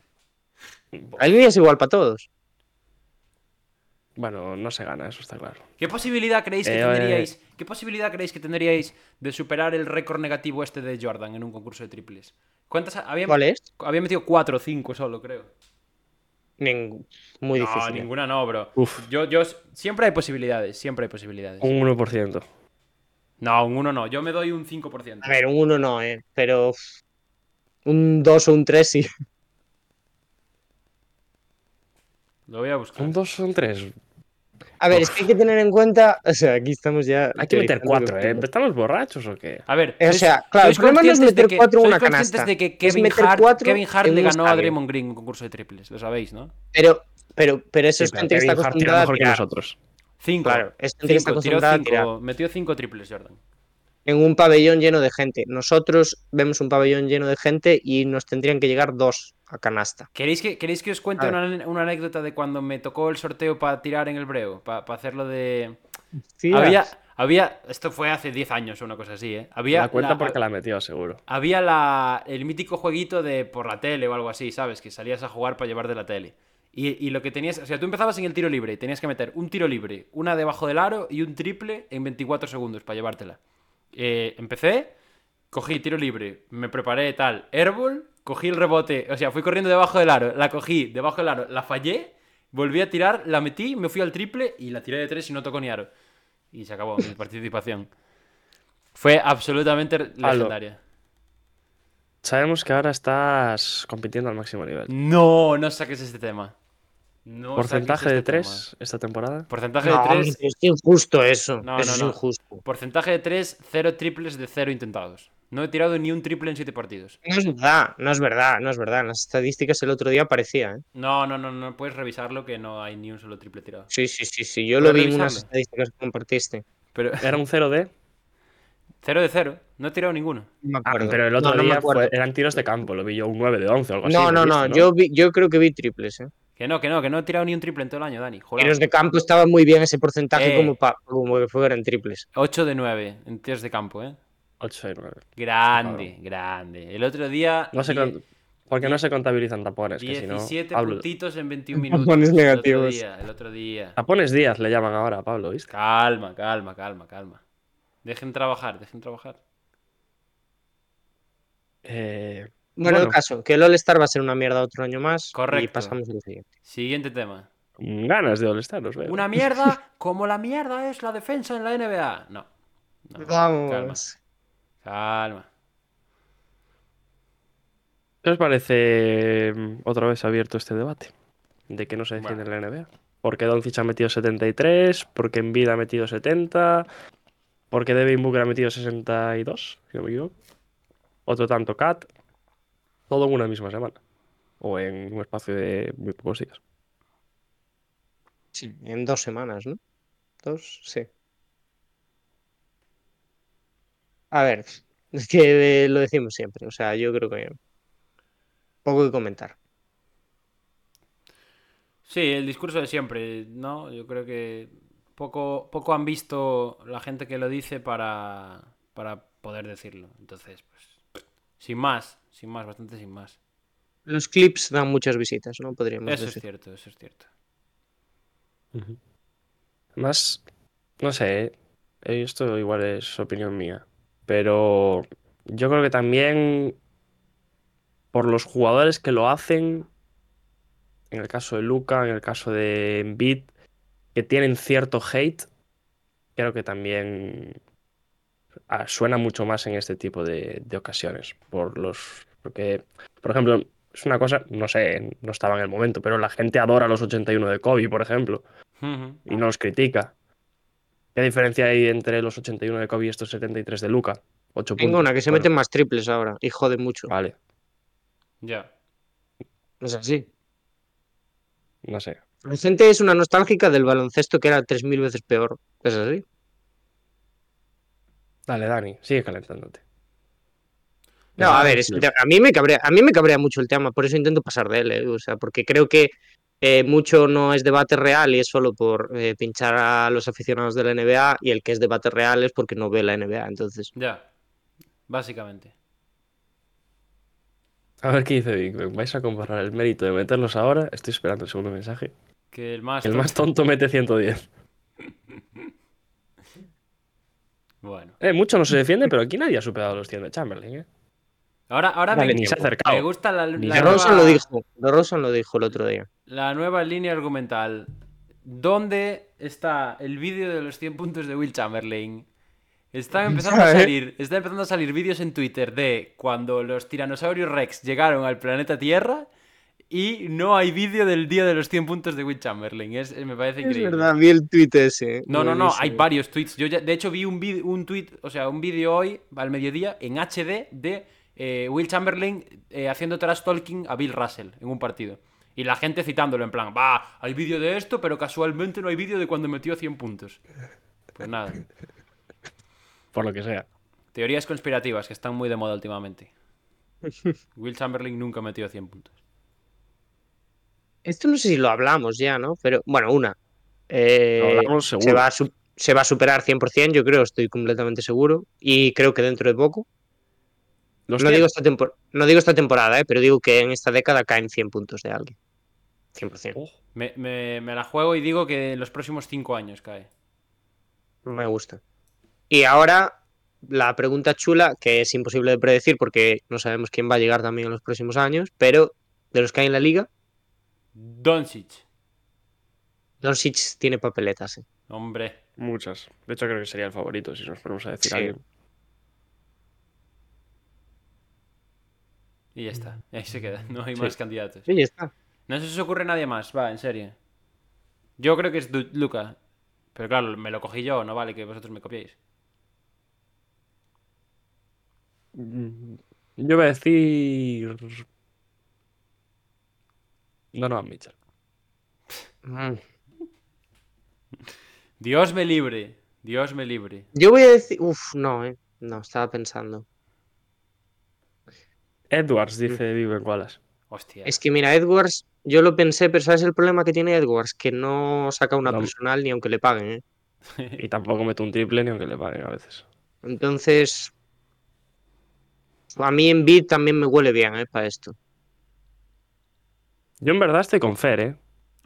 B: La línea es igual para todos.
A: Bueno, no se gana, eso está claro.
C: ¿Qué posibilidad creéis que
A: Eh,
C: tendríais? ¿Qué posibilidad creéis que tendríais de superar el récord negativo este de Jordan en un concurso de triples? ¿Cuántas había,
B: ¿Cuál es?
C: había metido 4 o 5 solo, creo?
B: Ningú- Muy
C: no,
B: difícil. ¿eh?
C: ninguna no, bro.
A: Uf.
C: Yo, yo siempre hay posibilidades, siempre hay posibilidades.
A: Un 1%.
C: No, un 1 no, yo me doy un 5%.
B: A ver, un 1 no, eh, pero uf, un 2 o un 3 sí.
C: Lo voy a buscar.
A: Un 2 son 3.
B: A ver, es que hay que tener en cuenta, o sea, aquí estamos ya...
A: Hay que meter
B: teorizando
A: 4,
B: que-
A: ¿eh? ¿Estamos borrachos o qué?
C: A ver,
B: Eh, o
C: ¿sois-
B: sea, claro, el
C: sois
B: problema no es
C: conscientes de
B: meter
C: que-
B: cuatro en
C: sois
B: una
C: conscientes
B: canasta,
C: de que
B: es
C: Kevin
B: meter
C: Hart,
B: cuatro
C: Kevin Hart
B: en
C: le
B: un
C: ganó a
B: estadio.
C: Draymond Green en un concurso de triples, lo sabéis, ¿no?
B: Pero, pero, pero eso
A: Sí,
B: es
A: pero
B: gente que está
A: Kevin Hart tira
B: acostumbrada a
A: mejor que
B: tirar.
A: nosotros.
C: 5.
B: Claro, es gente que está acostumbrada a tirar.
C: Metió 5 triples, Jordan.
B: En un pabellón lleno de gente. Nosotros vemos un pabellón lleno de gente y nos tendrían que llegar dos a canasta.
C: ¿Queréis que, ¿Queréis que os cuente
B: A ver.
C: una, ane- una anécdota de cuando me tocó el sorteo para tirar en el breo? Para hacerlo de. Había, había. Esto fue hace 10 años o una cosa así, ¿eh? Había
A: La cuenta
C: la-
A: porque la metió, seguro.
C: Había la, el mítico jueguito de por la tele o algo así, ¿sabes? Que salías a jugar para llevar de la tele. Y, y lo que tenías, o sea, tú empezabas en el tiro libre, y tenías que meter un tiro libre, una debajo del aro y un triple en 24 segundos para llevártela. Eh, empecé, cogí tiro libre, me preparé tal, airball, cogí el rebote, o sea, fui corriendo debajo del aro, la cogí debajo del aro, la fallé, volví a tirar, la metí, me fui al triple y la tiré de tres y no tocó ni aro. Y se acabó mi participación. Fue absolutamente legendaria.
A: Sabemos que ahora estás compitiendo al máximo nivel.
C: No, no saques este tema. No
A: Porcentaje
C: saques
A: de
C: este
A: 3 esta temporada.
C: tema. Porcentaje
B: No,
C: de
B: hombre,
C: 3.
B: es injusto eso.
C: No,
B: eso
C: no,
B: es
C: no.
B: injusto.
C: Porcentaje de 3, 0 triples de 0 intentados. No he tirado ni un triple en 7 partidos.
B: No es verdad, no es verdad, no es verdad. En las estadísticas el otro día aparecía, ¿eh?
C: No, no, no, no puedes revisarlo que no hay ni un solo triple tirado.
B: Sí, sí, sí, sí. Yo lo
C: Pero
B: vi en unas
C: revisadme.
B: estadísticas que compartiste.
C: Pero
A: Era un 0 de.
C: 0 de 0, no he tirado ninguno.
B: No me
A: Ah,
B: acuerdo.
A: pero el otro
B: No, no me
A: día
B: acuerdo.
A: fue- eran tiros de campo, lo vi yo un 9 de 11 o algo así.
B: No, no,
A: lo
B: no,
A: viste,
B: Yo, vi, yo creo que vi triples. ¿eh?
C: Que no, que no, que no he tirado ni un triple en todo el año, Dani. Joder.
B: Tiros de campo estaba muy bien ese porcentaje
C: Eh.
B: como, pa- como que fueran triples.
C: 8 de 9 en tiros de campo, ¿eh?
A: 8 y 9.
C: Grande, grande. El otro día.
A: No se
C: die-
A: con- porque no se contabilizan tapones, que si no.
C: 17
A: Pablo-
C: puntitos en 21 minutos.
D: Tapones
C: el otro
D: negativos.
C: día, el otro día.
A: Tapones días le llaman ahora a Pablo, ¿viste?
C: Calma, calma, calma, calma. Dejen trabajar, dejen trabajar.
A: Eh,
B: Bueno, el
A: Bueno.
B: caso, que el All-Star va a ser una mierda otro año más. Y
C: Correcto.
B: pasamos al siguiente.
C: Siguiente tema.
A: con ganas de All-Star, os veo.
C: Una mierda como la mierda es la defensa en la NBA. No. No, Ah, Calma,
B: Vamos.
C: calma.
A: ¿Qué os parece mm, otra vez abierto este debate? De que no se defiende
C: Bueno.
A: en la NBA. Porque Doncic ha metido 73, porque Embiid ha metido 70, porque Devin Booker ha metido 62, si no me equivoco. Otro tanto Cat. Todo en una misma semana. O en un espacio de muy pocos días.
B: Sí, en dos semanas, ¿no? Dos, sí. A ver, es que de- lo decimos siempre. O sea, yo creo que poco que comentar.
C: Sí, el discurso de siempre, ¿no? Yo creo que poco, poco han visto la gente que lo dice para, para poder decirlo. Entonces, pues, sin más, sin más, bastante sin más.
B: Los clips dan muchas visitas, ¿no? Podríamos
C: Eso es
B: decir.
C: cierto, eso es cierto.
A: Además, no sé, ¿eh? Eh, esto igual es opinión mía, pero yo creo que también por los jugadores que lo hacen, en el caso de Luca, en el caso de Embiid, que tienen cierto hate, creo que también ah, suena mucho más en este tipo de, de ocasiones, por los, porque, por ejemplo, es una cosa, no sé, no estaba en el momento, pero la gente adora los 81 de Kobe, por ejemplo
C: Ujú.
A: y no los critica. ¿Qué diferencia hay entre los 81 de Kobe y estos 73 de Luca? 8
B: Tengo
A: puntos.
B: una que se
A: Bueno,
B: meten más triples ahora y jode mucho.
A: Vale,
C: Ya.
B: No es así.
A: no sé.
B: La gente es una nostálgica del baloncesto que era 3.000 veces peor. Es así.
A: Dale, Dani, sigue calentándote.
B: No,
D: Ah,
B: a ver, es que a mí me cabrea, a mí me cabrea mucho el tema, por eso intento pasar de él, eh, o sea, porque creo que eh, mucho no es debate real y es solo por eh, pinchar a los aficionados de la NBA y el que es debate real es porque no ve la NBA, entonces
C: Ya, básicamente.
A: A ver qué dice Big Ben. ¿Vais a comparar el mérito de meterlos ahora? Estoy esperando el segundo mensaje.
C: Que el más...
A: El más
C: tonto-
A: tonto mete 110.
C: Bueno.
A: Eh, mucho no se defiende, pero aquí nadie ha superado los 100 de Chamberlain, ¿eh?
C: Ahora, ahora
A: Dale,
C: me,
A: ni se ha acercado.
C: me gusta la, la
A: Ni se ha
C: nueva-
B: DeRozan lo dijo, DeRozan lo dijo el otro día.
C: la nueva línea argumental. ¿Dónde está el vídeo de los 100 puntos de Will Chamberlain? Están empezando a
D: Ya, ¿eh?
C: salir, están empezando a salir vídeos en Twitter de cuando los tiranosaurios Rex llegaron al planeta Tierra y no hay vídeo del día de los 100 puntos de Will Chamberlain. Es, es- me parece
D: Es
C: increíble.
D: verdad, vi el tuit ese. eh.
B: Pues
C: No, no, no, hay
D: Buenísimo.
C: varios tweets. Yo ya- de hecho, vi un, vid- un tweet, o sea, un vídeo hoy al mediodía en HD de eh, Will Chamberlain eh, haciendo trash talking a Bill Russell en un partido. Y la gente citándolo en plan, va, hay vídeo de esto, pero casualmente no hay vídeo de cuando metió 100 puntos. Pues nada,
A: Por lo que sea.
C: teorías conspirativas que están muy de moda últimamente. Will Chamberlain nunca metió 100 puntos.
B: Esto no sé si lo hablamos ya, ¿no? Pero bueno, una. Eh,
A: hablamos
B: se,
A: seguro.
B: va a su- se va a superar 100%, yo creo, estoy completamente seguro y creo que dentro de poco.
A: Los
B: No
A: 100.
B: digo, esta tempor- no digo esta temporada, eh, pero digo que en esta década caen 100 puntos de alguien. 100%.
A: Ojo.
C: Me, me- me la juego y digo que en los próximos 5 años cae.
B: No me gusta. Y ahora la pregunta chula, que es imposible de predecir porque no sabemos quién va a llegar también en los próximos años, pero de los que hay en la liga,
C: Doncic.
B: Doncic tiene papeletas. eh.
C: Hombre.
A: Muchas. De hecho, creo que sería el favorito si nos ponemos a decir
B: Sí.
A: alguien.
C: Y ya está. Ahí se queda. No hay más candidatos.
B: Y ya está.
C: No se os ocurre nadie más, va, en serio. Yo creo que es Du- Luca. Pero claro, me lo cogí yo, no vale que vosotros me copiéis.
A: Mm, Yo voy a decir. Donovan Mitchell.
B: Mm.
C: Dios me libre, Dios me libre.
B: Yo voy a decir. Uf, no, eh. No, estaba pensando.
A: Edwards, dice Viven Wallace.
C: Hostia.
B: Es que mira, Edwards, yo lo pensé, pero ¿sabes el problema que tiene Edwards? Que no saca una
A: No.
B: personal ni aunque le paguen, eh.
A: Y tampoco mete un triple ni aunque le paguen a veces.
B: Entonces, A mí en beat también me huele bien, ¿eh? Para esto.
A: Yo en verdad estoy con Fer, ¿eh?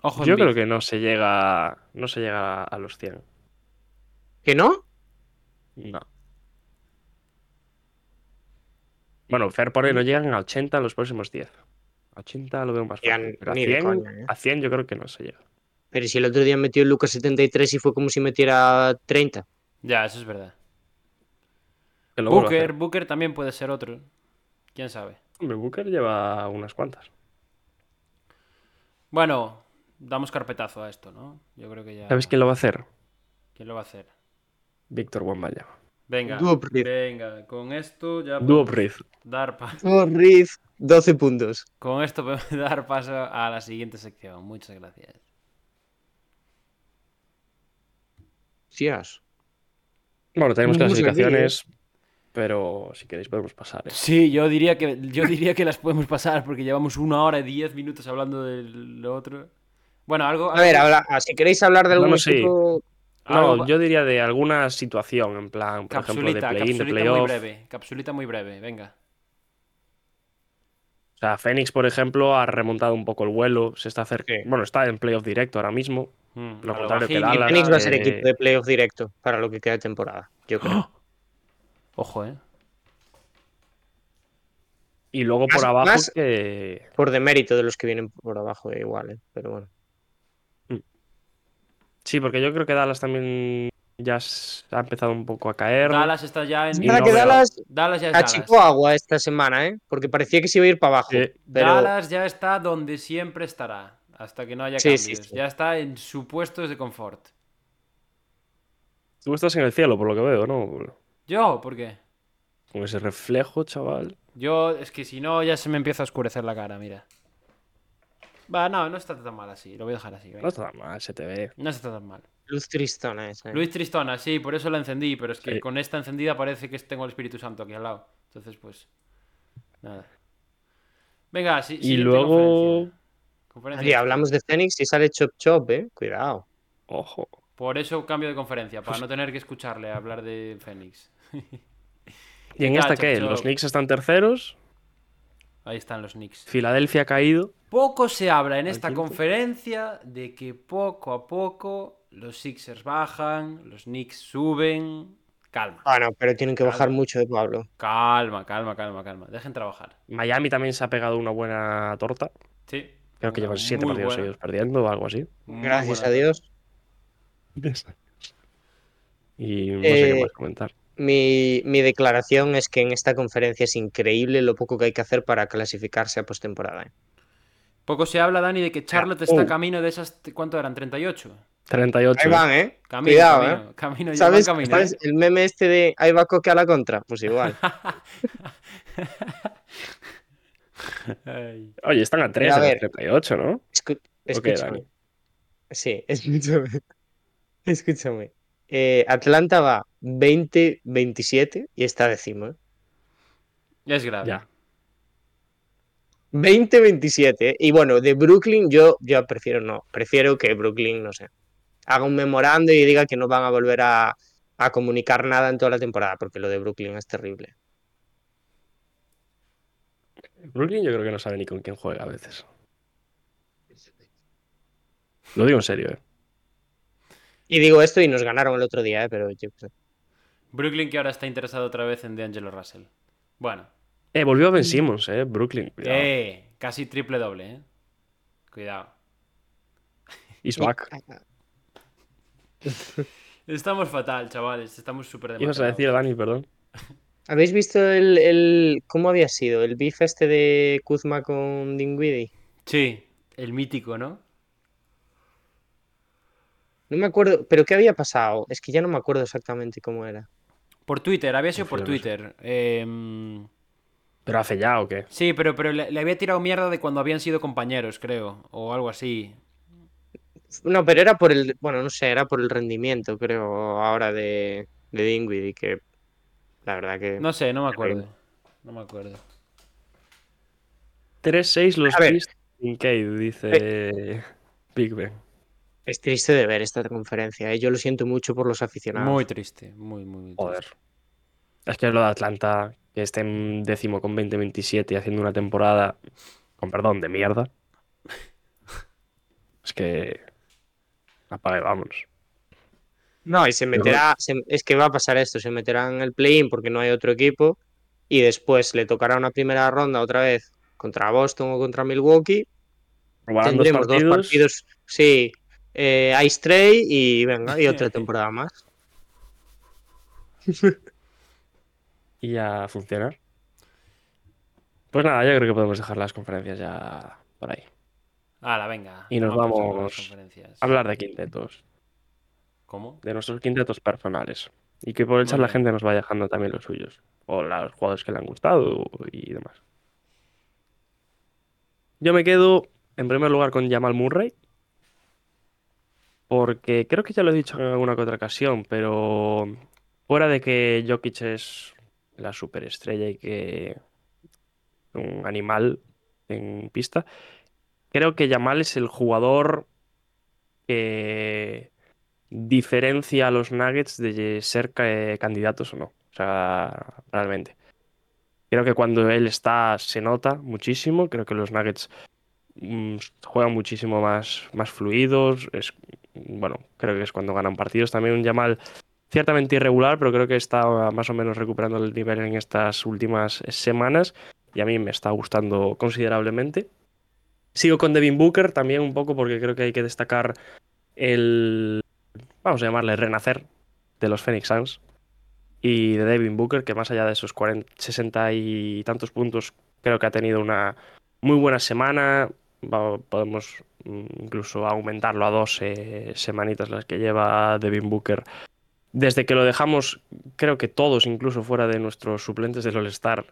C: Ojo,
A: Yo
C: Embiid.
A: creo que no se llega no se llega a los 100.
B: ¿Que no?
A: No. Bueno, Fer pone no llegan a 80 en los próximos 10. A 80 lo veo más
B: Ya,
A: fácil, pero a
B: ni de
A: 100,
B: coña, ¿eh?
A: a 100 yo creo que no se llega.
B: Pero si el otro día metió el Lucas 73 y fue como si metiera 30.
C: Ya, eso es verdad.
A: Que lo vuelvo a
C: Booker,
A: hacer.
C: Booker también puede ser otro. ¿Quién sabe?
A: Hombre, Booker lleva unas cuantas.
C: Bueno, damos carpetazo a esto, ¿no? Yo creo que ya.
A: ¿Sabes quién lo va a hacer?
C: ¿Quién lo va a hacer?
A: Víctor Wambaya.
C: Venga,
D: Duoprid.
C: venga, con esto ya podemos
A: Duopriz.
C: dar pa-
D: Oh, Riff, 12 puntos.
C: con esto podemos dar paso a la siguiente sección. Muchas gracias.
B: Hostias.
A: Bueno, tenemos
D: Muy
A: clasificaciones, pero si queréis podemos pasar. ¿eh?
C: Sí, yo diría que yo diría que las podemos pasar porque llevamos una hora y diez minutos hablando del otro. Bueno, algo.
B: A ver, habla- ah, si queréis hablar de algún
A: Bueno, sí.
B: equipo-
A: No,
C: algo-
A: yo diría de alguna situación, en plan, por
C: capsulita,
A: ejemplo, de play-in, de
C: capsulita muy
A: playoff.
C: breve, capsulita muy breve, venga.
A: O sea, Phoenix, por ejemplo, ha remontado un poco el vuelo. Se está cerca.
B: Sí.
A: Bueno, está en playoff directo ahora mismo.
C: Mm,
A: Lo
C: a
A: contrario que
C: bajín,
A: Dallas.
B: Phoenix va a ser
A: eh,
B: equipo de playoff directo para lo que queda de temporada, yo creo.
A: ¡Oh!
C: Ojo, eh.
A: Y luego
B: Más-
A: por abajo
B: más-
A: que.
B: Por demérito de los que vienen por abajo, eh, igual, eh, pero bueno.
A: Sí, porque yo creo que Dallas también ya s- ha empezado un poco a caer.
C: Dallas está ya en.
A: Y
B: Para
A: no
B: que
A: veo-
B: Dallas
C: Dallas ya es Dallas.
B: achicó agua esta semana, ¿eh? Porque parecía que se iba a ir para abajo.
A: Sí.
B: pero
C: Dallas ya está donde siempre estará, hasta que no haya
B: Sí,
C: cambios.
B: sí, sí.
C: Ya está en su puesto de confort.
A: Tú estás en el cielo, por lo que veo, ¿no?
C: Yo, ¿por qué?
A: Con ese reflejo, chaval.
C: Yo, es que si no, ya se me empieza a oscurecer la cara, mira. Va, no, no está tan mal así, lo voy a dejar así. venga.
A: No está tan mal, se te ve.
C: No está tan mal.
B: Luz Tristona esa. ¿eh?
C: Luis Tristona, sí, por eso la encendí, pero es que
A: Sí.
C: con esta encendida parece que tengo el Espíritu Santo aquí al lado. Entonces, pues, nada. Venga, sí,
A: Y
C: siguiente
A: luego.
C: conferencia. Conferencia
B: Oye, hablamos de Phoenix y sale Chop Chop, ¿eh? Cuidado.
A: Ojo.
C: Por eso cambio de conferencia,
A: Pues
C: para no tener que escucharle hablar de Fénix.
A: ¿Y en
C: Ya,
A: esta
C: chop,
A: qué?
C: chop.
A: Los Knicks están terceros.
C: Ahí están los Knicks.
A: Filadelfia ha caído.
C: Poco se habla en esta
A: quinto.
C: conferencia de que poco a poco los Sixers bajan, los Knicks suben. Calma,
B: Ah, no, pero tienen que bajar mucho de Pablo.
C: calma, calma, calma, calma. Dejen trabajar.
A: Miami también se ha pegado una buena torta.
C: Sí.
A: Creo que
C: Una
A: llevan siete
C: muy
A: partidos
C: buena-
A: seguidos perdiendo o algo así.
C: muy
B: Gracias
C: buena
B: a Dios.
A: Y no sé
B: Eh,
A: qué más comentar.
B: Mi, mi declaración es que en esta conferencia es increíble lo poco que hay que hacer para clasificarse a postemporada. ¿eh?
C: Poco se habla, Dani, de que Charlotte
A: Ah,
C: está
B: Uh.
A: oh.
C: camino de esas. ¿Cuánto eran? ¿38?
A: 38.
B: Ahí van, ¿eh?
C: Camino,
B: Cuidado,
C: camino,
B: ¿eh?
C: camino, ya
B: ¿Sabes,
C: van camino,
B: sabes
C: ¿eh?
B: el meme este de ahí va Coque a la contra? Pues igual.
C: Ay.
A: Oye, están a 3
B: a
A: en el
B: ver.
A: 38, ¿no?
B: Escu-
A: Ok,
B: escúchame.
A: Dani.
B: Sí, escúchame. Escúchame. Eh, Atlanta va 20-27 y está décimo. ¿eh?
C: Es grave.
A: Ya.
B: 20-27. ¿eh? Y bueno, de Brooklyn yo, yo prefiero no. Prefiero que Brooklyn, no sé, haga un memorando y diga que no van a volver a, a comunicar nada en toda la temporada, porque lo de Brooklyn es terrible.
A: Brooklyn yo creo que no sabe ni con quién juega a veces. Lo digo en serio, ¿eh?
B: Y digo esto y nos ganaron el otro día, ¿eh? pero yo qué sé.
C: Brooklyn que ahora está interesado otra vez en DeAngelo Russell. Bueno.
A: Eh, volvió Ben Simmons, ¿eh? Brooklyn. cuidado.
C: Eh, casi triple doble, ¿eh? Cuidado.
A: He's back.
B: ah,
C: Estamos fatal, chavales. Estamos súper
A: Ibas a decir, Dani, perdón.
B: ¿Habéis visto el, el- cómo había sido el beef este de Kuzma con Dinwiddie?
C: Sí, el mítico, ¿no?
B: No me acuerdo, pero ¿qué había pasado? Es que ya no me acuerdo exactamente cómo era.
C: Por Twitter, había sido por
A: Confío en eso.
C: Twitter. Em,
A: ¿Pero hace ya o qué?
C: sí, pero, pero le, le había tirado mierda de cuando habían sido compañeros, creo. O algo así.
B: No, pero era por el, bueno, no sé, era por el rendimiento, creo, ahora de, de Dinwiddie, que la verdad que...
C: No sé, no me acuerdo. No me acuerdo.
A: 3-6 los
B: A ver. Eh.
A: Kings sin Cade, dice Big Ben.
B: Es triste de ver esta conferencia, ¿eh? Yo lo siento mucho por los aficionados.
C: Muy triste, muy, muy, muy triste.
A: Joder. Es que lo de Atlanta, que esté en décimo con 20-27 haciendo una temporada, con perdón, de mierda. Es que. Apague, vamos.
B: No, y se meterá, se- es que va a pasar esto, se meterá en el play-in porque no hay otro equipo y después le tocará una primera ronda otra vez contra Boston o contra Milwaukee.
A: Robarán dos
B: Tendremos
A: partidos,
B: dos partidos, sí, eh, Ice Trey y venga, y otra temporada más.
A: y a funcionar. Pues nada, yo creo que podemos dejar las conferencias ya por ahí.
C: Hala, venga.
A: Y nos
C: por saco con las
A: vamos
C: conferencias.
A: Hablar de quintetos,
C: ¿Cómo?
A: de nuestros quintetos personales. Y que por el chat
C: Muy
A: la
C: bien.
A: gente nos va dejando también los suyos. O la- los jugadores que le han gustado y demás. Yo me quedo en primer lugar con Jamal Murray. Porque creo que ya lo he dicho en alguna que otra ocasión, pero fuera de que Jokic es la superestrella y que un animal en pista, creo que Jamal es el jugador que diferencia a los Nuggets de ser ca- candidatos o no. O sea, realmente. Creo que cuando él está se nota muchísimo. Creo que los Nuggets mm, juegan muchísimo más, más fluidos. Es, bueno, creo que es cuando ganan partidos. También un Yamal ciertamente irregular, pero creo que está más o menos recuperando el nivel en estas últimas semanas. Y a mí me está gustando considerablemente. Sigo con Devin Booker también un poco porque creo que hay que destacar el, vamos a llamarle renacer de los Phoenix Suns y de Devin Booker, que más allá de esos 40, 60 y tantos puntos, creo que ha tenido una muy buena semana. Va- podemos mm, incluso aumentarlo a dos eh, semanitas las que lleva Devin Booker. Desde que lo dejamos, creo que todos, incluso fuera de nuestros suplentes del All-Star,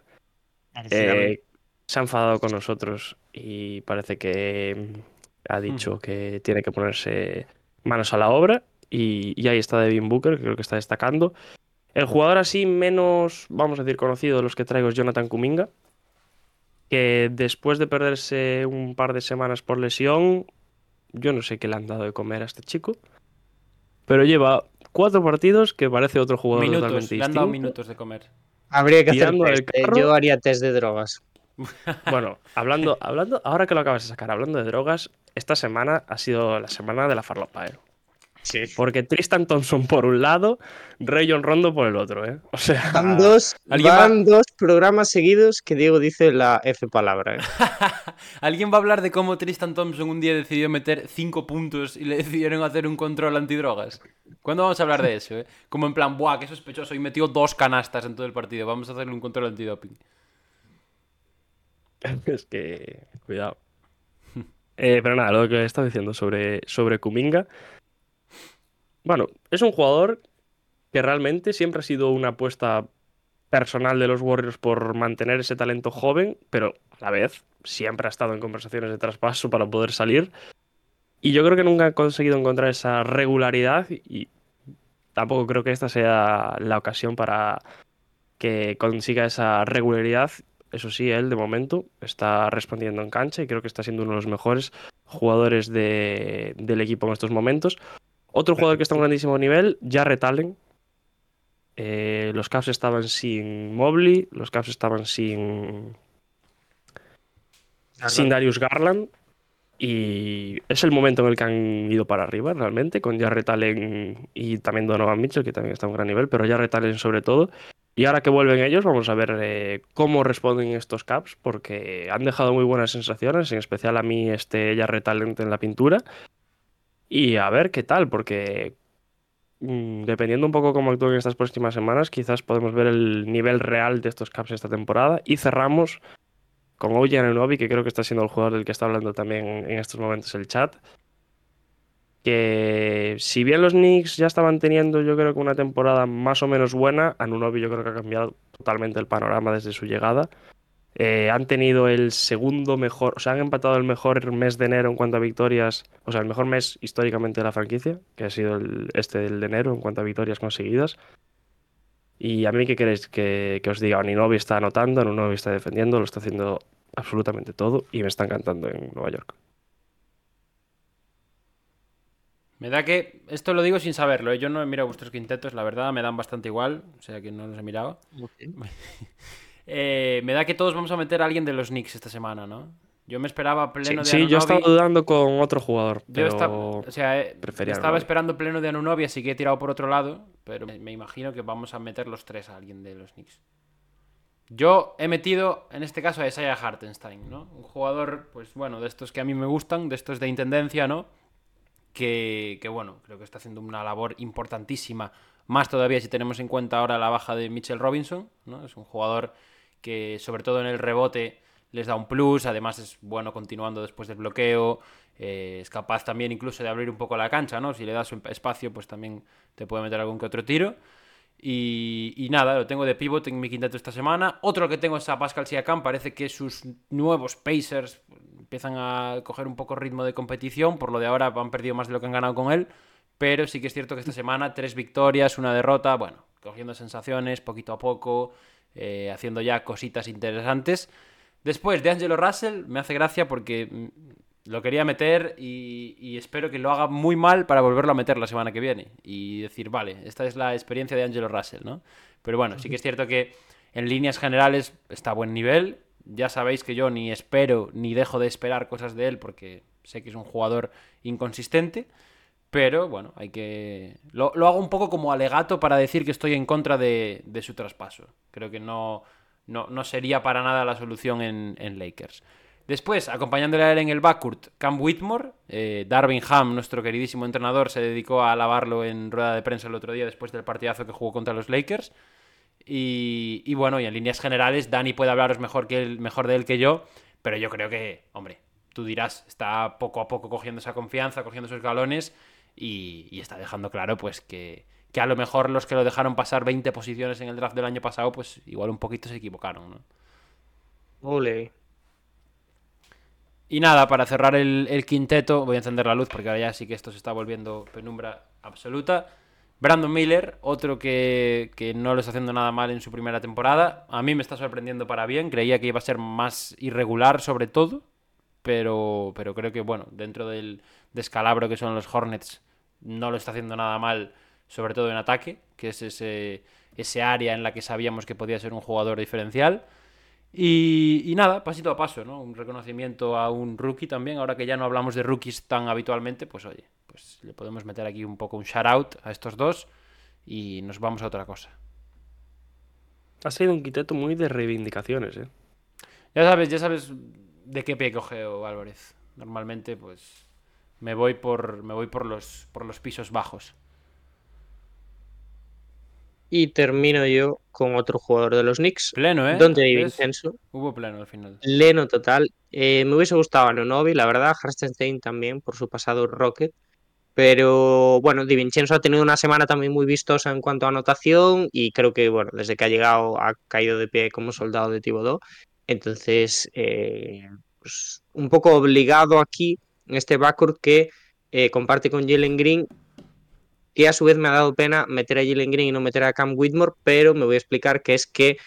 A: eh, se ha enfadado con nosotros y parece que mm, ha dicho que tiene que ponerse manos a la obra. Y, y ahí está Devin Booker, que creo que está destacando. El jugador así menos, vamos a decir, conocido de los que traigo es Jonathan Kuminga, que después de perderse un par de semanas por lesión, yo no sé qué le han dado de comer a este chico, pero lleva cuatro partidos que parece otro jugador
C: Minutos,
A: totalmente
C: le han dado
A: distinto.
C: minutos de comer.
B: Habría que hacer
A: Tirando del
B: test, eh,
A: carro.
B: yo haría test de drogas.
A: Bueno, hablando, hablando, ahora que lo acabas de sacar, hablando de drogas, esta semana ha sido la semana de la farlopa, ¿eh?
B: Sí.
A: Porque Tristan Thompson por un lado, Rayon Rondo por el otro, ¿eh? O sea,
B: Van, dos,
C: ¿Alguien
B: van dos programas seguidos que Diego dice la F palabra. eh.
C: ¿Alguien va a hablar de cómo Tristan Thompson un día decidió meter 5 puntos y le decidieron hacer un control antidrogas? ¿Cuándo vamos a hablar de eso? eh? Como en plan, ¡buah, qué sospechoso! Y metió dos canastas en todo el partido. Vamos a hacerle un control antidoping.
A: es que, cuidado. Eh, pero nada, lo que estaba diciendo sobre, sobre Kuminga. Bueno, es un jugador que realmente siempre ha sido una apuesta personal de los Warriors por mantener ese talento joven, pero a la vez siempre ha estado en conversaciones de traspaso para poder salir. Y yo creo que nunca ha conseguido encontrar esa regularidad y tampoco creo que esta sea la ocasión para que consiga esa regularidad. Eso sí, él de momento está respondiendo en cancha y creo que está siendo uno de los mejores jugadores de- del equipo en estos momentos. Otro jugador que está a un grandísimo nivel, Jarrett Allen. Eh, los Cavs estaban sin Mobley, los Cavs estaban sin, sin Darius Garland. Y es el momento en el que han ido para arriba realmente, con Jarrett Allen y también Donovan Mitchell, que también está a un gran nivel, pero Jarrett Allen sobre todo. Y ahora que vuelven ellos, vamos a ver eh, cómo responden estos Caps, porque han dejado muy buenas sensaciones, en especial a mí este Jarrett Allen en la pintura. Y a ver qué tal, porque mm, dependiendo un poco cómo actúen estas próximas semanas, quizás podemos ver el nivel real de estos Caps esta temporada. Y cerramos con OG Anunoby, que creo que está siendo el jugador del que está hablando también en estos momentos el chat. Que si bien los Knicks ya estaban teniendo, yo creo que una temporada más o menos buena, Anunoby yo creo que ha cambiado totalmente el panorama desde su llegada. Eh, han tenido el segundo mejor, o sea, han empatado el mejor mes de enero en cuanto a victorias, o sea, el mejor mes históricamente de la franquicia, que ha sido el, este del de enero en cuanto a victorias conseguidas. Y a mí, ¿qué queréis que, que os diga? Aninobi está anotando, Anunoby está defendiendo, lo está haciendo absolutamente todo y me está encantando en Nueva York.
C: Me da que. Esto lo digo sin saberlo, ¿eh? Yo no he mirado vuestros quintetos, la verdad, me dan bastante igual. O sea que no los he mirado. Eh, me da que todos vamos a meter a alguien de los Knicks esta semana, ¿no? Yo me esperaba
A: Sí,
C: pleno de
A: sí, yo estaba
C: Anunoby.
A: dudando con otro jugador,
C: Yo
A: pero
C: esta- o sea, eh,
A: prefería
C: estaba
A: Anunoby.
C: esperando pleno de Anunobi, así que he tirado por otro lado, pero me me imagino que vamos a meter los tres a alguien de los Knicks. Yo he metido, en este caso, a Isaiah Hartenstein, ¿no? Un jugador, pues bueno, de estos que a mí me gustan, de estos de intendencia, ¿no? Que, que, bueno, creo que está haciendo una labor importantísima, más todavía si tenemos en cuenta ahora la baja de Mitchell Robinson, ¿no? Es un jugador que, sobre todo en el rebote, les da un plus, además es bueno continuando después del bloqueo, eh, es capaz también incluso de abrir un poco la cancha, ¿no? Si le das un espacio, pues también te puede meter algún que otro tiro. Y, y nada, lo tengo de pivot en mi quinteto esta semana. Otro que tengo es a Pascal Siakam. Parece que sus nuevos Pacers empiezan a coger un poco ritmo de competición. Por lo de ahora han perdido más de lo que han ganado con él. Pero sí que es cierto que esta semana tres victorias, una derrota. Bueno, cogiendo sensaciones poquito a poco, eh, haciendo ya cositas interesantes. Después de Angelo Russell, me hace gracia porque mm, lo quería meter y, y espero que lo haga muy mal para volverlo a meter la semana que viene. Y decir, vale, esta es la experiencia de Angelo Russell, ¿no? Pero bueno, sí que es cierto que en líneas generales está a buen nivel. Ya sabéis que yo ni espero ni dejo de esperar cosas de él porque sé que es un jugador inconsistente. Pero bueno, hay que. Lo, lo hago un poco como alegato para decir que estoy en contra de, de su traspaso. Creo que no, no, no sería para nada la solución en, en Lakers. Después, acompañándole a él en el backcourt, Cam Whitmore. Eh, Darvin Ham, nuestro queridísimo entrenador, se dedicó a alabarlo en rueda de prensa el otro día después del partidazo que jugó contra los Lakers. Y, y bueno, y en líneas generales, Dani puede hablaros mejor, que él, mejor de él que yo, pero yo creo que, hombre, tú dirás, está poco a poco cogiendo esa confianza, cogiendo esos galones y, y está dejando claro pues que, que a lo mejor los que lo dejaron pasar 20 posiciones en el draft del año pasado, pues igual un poquito se equivocaron, ¿no?
B: Ole.
C: Y nada, para cerrar el, el quinteto, voy a encender la luz porque ahora ya sí que esto se está volviendo penumbra absoluta. Brandon Miller, otro que, que no lo está haciendo nada mal en su primera temporada. A mí me está sorprendiendo para bien. Creía que iba a ser más irregular, sobre todo. Pero, pero creo que, bueno, dentro del descalabro que son los Hornets, no lo está haciendo nada mal, sobre todo en ataque, que es ese, ese área en la que sabíamos que podía ser un jugador diferencial. Y, y nada, pasito a paso, ¿no? Un reconocimiento a un rookie también. Ahora que ya no hablamos de rookies tan habitualmente, pues oye, pues le podemos meter aquí un poco un shout out a estos dos y nos vamos a otra cosa.
A: Ha sido un quinteto muy de reivindicaciones, ¿eh?
C: Ya sabes, ya sabes de qué pie cogeo Álvarez. Normalmente, pues me voy por me voy por los por los pisos bajos.
B: Y termino yo con otro jugador de los Knicks,
C: Pleno, ¿eh?
B: donde hay
C: ¿Ves?
B: Vincenzo.
C: Hubo pleno al final.
B: Leno total. Eh, me hubiese gustado a Novi, la verdad, Hartenstein también por su pasado Rocket. Pero bueno, Di Vincenzo ha tenido una semana también muy vistosa en cuanto a anotación y creo que bueno, desde que ha llegado ha caído de pie como soldado de Tibodó. Entonces, eh, pues, un poco obligado aquí en este backcourt que eh, comparte con Jalen Green, que a su vez me ha dado pena meter a Jalen Green y no meter a Cam Whitmore, pero me voy a explicar que es que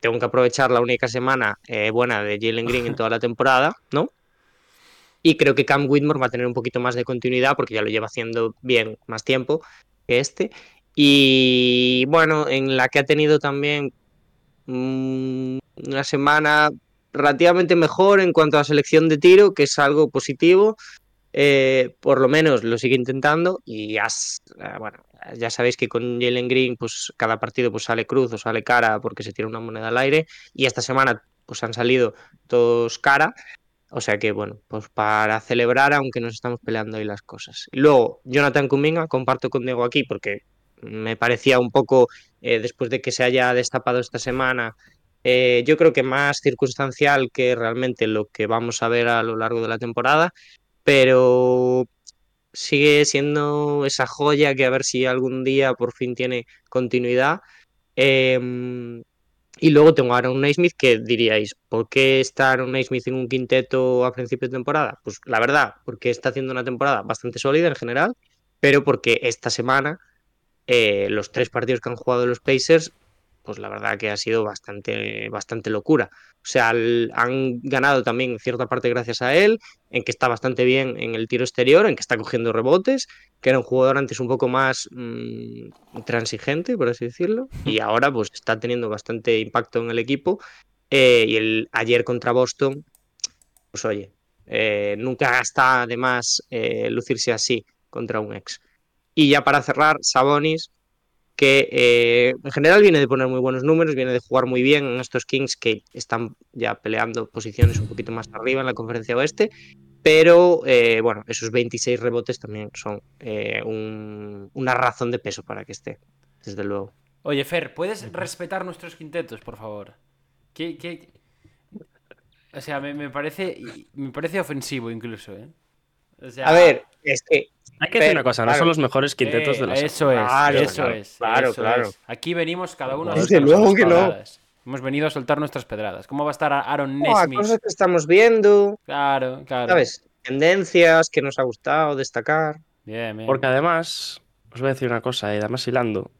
B: tengo que aprovechar la única semana eh, buena de Jalen Green en toda la temporada, ¿no? Y creo que Cam Whitmore va a tener un poquito más de continuidad porque ya lo lleva haciendo bien más tiempo que este. Y bueno, en la que ha tenido también mm, una semana relativamente mejor en cuanto a selección de tiro, que es algo positivo. Eh, por lo menos lo sigue intentando y ya, s- eh, bueno, ya sabéis que con Jalen Green pues cada partido pues sale cruz o sale cara porque se tira una moneda al aire y esta semana pues han salido todos cara o sea que bueno, pues para celebrar aunque nos estamos peleando ahí las cosas luego Jonathan Kuminga comparto con Diego aquí porque me parecía un poco eh, después de que se haya destapado esta semana eh, yo creo que más circunstancial que realmente lo que vamos a ver a lo largo de la temporada pero sigue siendo esa joya que a ver si algún día por fin tiene continuidad. Em, y luego tengo a Aaron Naismith que diríais, ¿por qué está Aaron Naismith en un quinteto a principio de temporada? Pues la verdad, porque está haciendo una temporada bastante sólida en general, pero porque esta semana eh, los tres partidos que han jugado los Pacers pues la verdad que ha sido bastante, bastante locura. O sea, el, han ganado también en cierta parte gracias a él, en que está bastante bien en el tiro exterior, en que está cogiendo rebotes, que era un jugador antes un poco más mmm, transigente, por así decirlo, y ahora pues está teniendo bastante impacto en el equipo. Eh, y el ayer contra Boston, pues oye, eh, nunca está de más eh, lucirse así contra un ex. Y ya para cerrar, Sabonis, que eh, en general viene de poner muy buenos números, viene de jugar muy bien en estos Kings que están ya peleando posiciones un poquito más arriba en la conferencia oeste, pero eh, bueno, esos 26 rebotes también son eh, un- una razón de peso para que esté, desde luego.
C: Oye, Fer, ¿puedes respetar nuestros quintetos, por favor? ¿Qué, qué- O sea, me, me parece, me parece ofensivo incluso, ¿eh? O sea,
B: A ver, es que
A: Hay que decir
B: Pero,
A: una cosa, no
B: claro.
A: son los mejores quintetos
C: eh,
A: de la
C: Eso es,
B: Claro,
C: eso
B: claro,
C: es.
B: claro,
C: eso
B: claro.
C: es. Aquí venimos cada uno a
B: Desde
C: soltar
B: luego
C: nuestras
B: que no.
C: pedradas. Hemos venido a soltar nuestras pedradas. ¿Cómo va a estar Aaron
B: no, a
C: Nesmith?
B: cosas que estamos viendo,
C: Claro, claro.
B: ¿sabes? Tendencias que nos ha gustado destacar.
C: Bien, bien.
A: Porque además, os voy a decir una cosa, y además hilando,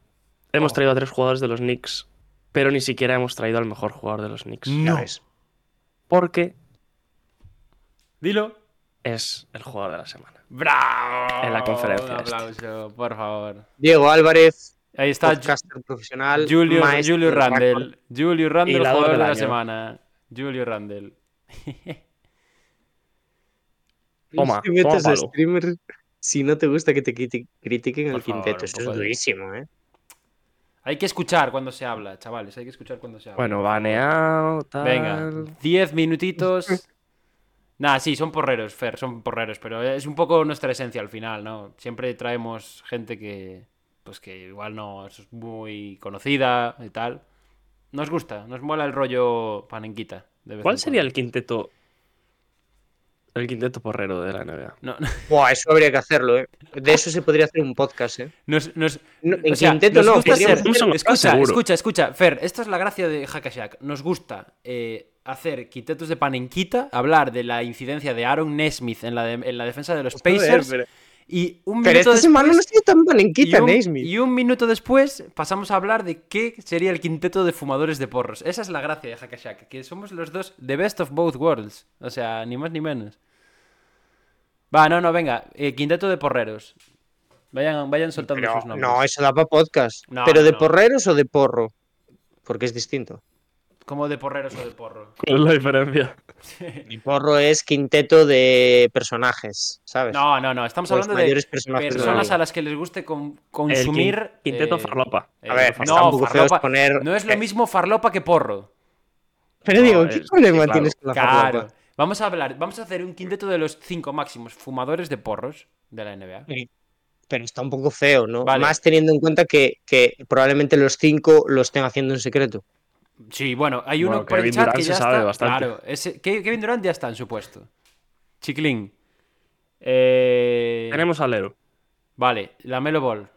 A: hemos
C: Oh.
A: traído a tres jugadores de los Knicks, pero ni siquiera hemos traído al mejor jugador de los Knicks.
B: Ya
C: No.
B: ves.
A: Porque
C: Dilo.
A: es el jugador de la semana.
C: ¡Bravo!
A: En la conferencia
C: Un
A: este.
C: aplauso, por favor.
B: Diego Álvarez,
C: Ahí está Ju-
B: podcaster profesional.
C: Julio,
B: maestro
C: Julio
B: del backcourt.
C: Randall. Julio Randall,
A: Hilador
C: jugador de
A: del
C: la
A: año.
C: semana. Julio Randall.
A: Toma,
D: Si metes
A: toma
D: a
A: palo.
D: streamer, si no te gusta que te criti- critiquen
C: Por
D: el
C: favor,
D: quinteto,
C: un
D: eso
C: poco
D: es
C: de-
D: durísimo, ¿eh?
C: Hay que escuchar cuando se habla, chavales. Hay que escuchar cuando se habla.
A: Bueno, baneado, tal.
C: Venga, 10 minutitos. Nah, sí, son porreros, Fer, son porreros, pero es un poco nuestra esencia al final, ¿no? Siempre traemos gente que, pues que igual no es muy conocida y tal. Nos gusta, nos mola el rollo panenquita. de vez
A: ¿Cuál
C: en
A: sería
C: cuando.
A: el quinteto? El quinteto porrero de la NBA.
C: No,
B: Buah, eso habría que hacerlo, ¿eh? De eso se podría hacer un podcast, ¿eh?
C: nos, nos-
B: No, en
C: o sea,
B: quinteto
C: nos
B: no,
C: gusta
B: podríamos
C: ser-
A: hacer- Thompson lo está
C: escucha,
A: seguro.
C: escucha, escucha, Fer, esta es la gracia de Hackashack. Nos gusta eh, hacer quintetos de panenquita, hablar de la incidencia de Aaron Nesmith en la, de- en la defensa de los Pacers.
D: Joder,
C: Y un
B: Pero
C: minuto
B: esta semana no
C: después-
B: estoy tan
C: y
B: panenquita,
C: un,
B: Naismith.
C: y un minuto después pasamos a hablar de qué sería el quinteto de fumadores de porros. Esa es la gracia de Hackashack, que somos los dos the best of both worlds. O sea, ni más ni menos. Va, no, no, venga. eh, quinteto de porreros. Vayan, vayan soltando
B: Pero
C: sus nombres.
B: no, eso da para podcast.
C: No,
B: ¿Pero de
C: no.
B: porreros o de porro? Porque es distinto.
C: Como de porreros o de porro.
A: ¿Cuál es la diferencia?
B: El porro es quinteto de personajes,
A: Pues
B: ¿sabes?
C: No, no, no. Estamos
B: Los
C: hablando
B: mayores
C: de
B: personajes de la
C: personas
B: liga.
C: a las que les guste con-
A: El
C: consumir.
A: quin- quinteto
C: eh,
A: farlopa.
C: eh,
B: A ver,
C: farlopa.
B: está un poco feo exponer-
C: no es lo
B: eh.
C: mismo farlopa que porro.
B: Pero digo,
A: No,
B: ¿qué
A: es-
B: problema
A: sí, claro.
B: tienes con la
C: Claro.
B: farlopa?
C: Vamos a hablar, vamos a hacer un quinteto de los cinco máximos fumadores de porros de la NBA.
B: Pero está un poco feo, ¿no?
C: Vale.
B: Más teniendo en cuenta que, que probablemente los cinco lo estén haciendo en secreto.
C: Sí, bueno, hay uno
A: Bueno,
C: por el
A: Kevin
C: chat
A: Durant
C: que
A: se
C: ya
A: sabe
C: está.
A: bastante.
C: Claro, ese, Ke- Kevin Durant ya está en su puesto. Chiclín. Eh,
A: Tenemos a Lero.
C: Vale, la Melo Ball.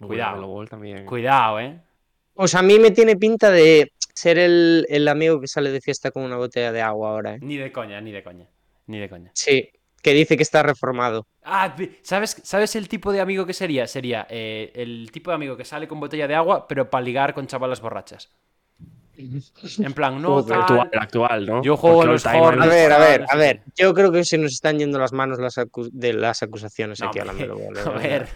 A: Uy,
C: Cuidado.
A: Melo Ball también.
C: Cuidado, eh.
B: O sea, Pues a mí me tiene pinta de ser el, el amigo que sale de fiesta con una botella de agua ahora, ¿eh?
C: Ni de coña, ni de coña. Ni de coña.
B: Sí, que dice que está reformado.
C: Ah, vi- ¿sabes, ¿sabes el tipo de amigo que sería? Sería eh, el tipo de amigo que sale con botella de agua, pero para ligar con chavalas borrachas. En plan, no,
A: El actual,
C: tal,
A: el actual, ¿no?
C: Yo juego
A: Porque
C: en los
A: all-timer
C: Hornets.
B: A ver, a ver,
C: no
B: a
C: sé
B: ver.
C: qué.
B: Yo creo que se nos están yendo las manos las acu- de las acusaciones
C: No,
B: aquí
C: hombre,
B: hablando. luego,
C: A
B: ¿no?
C: ver,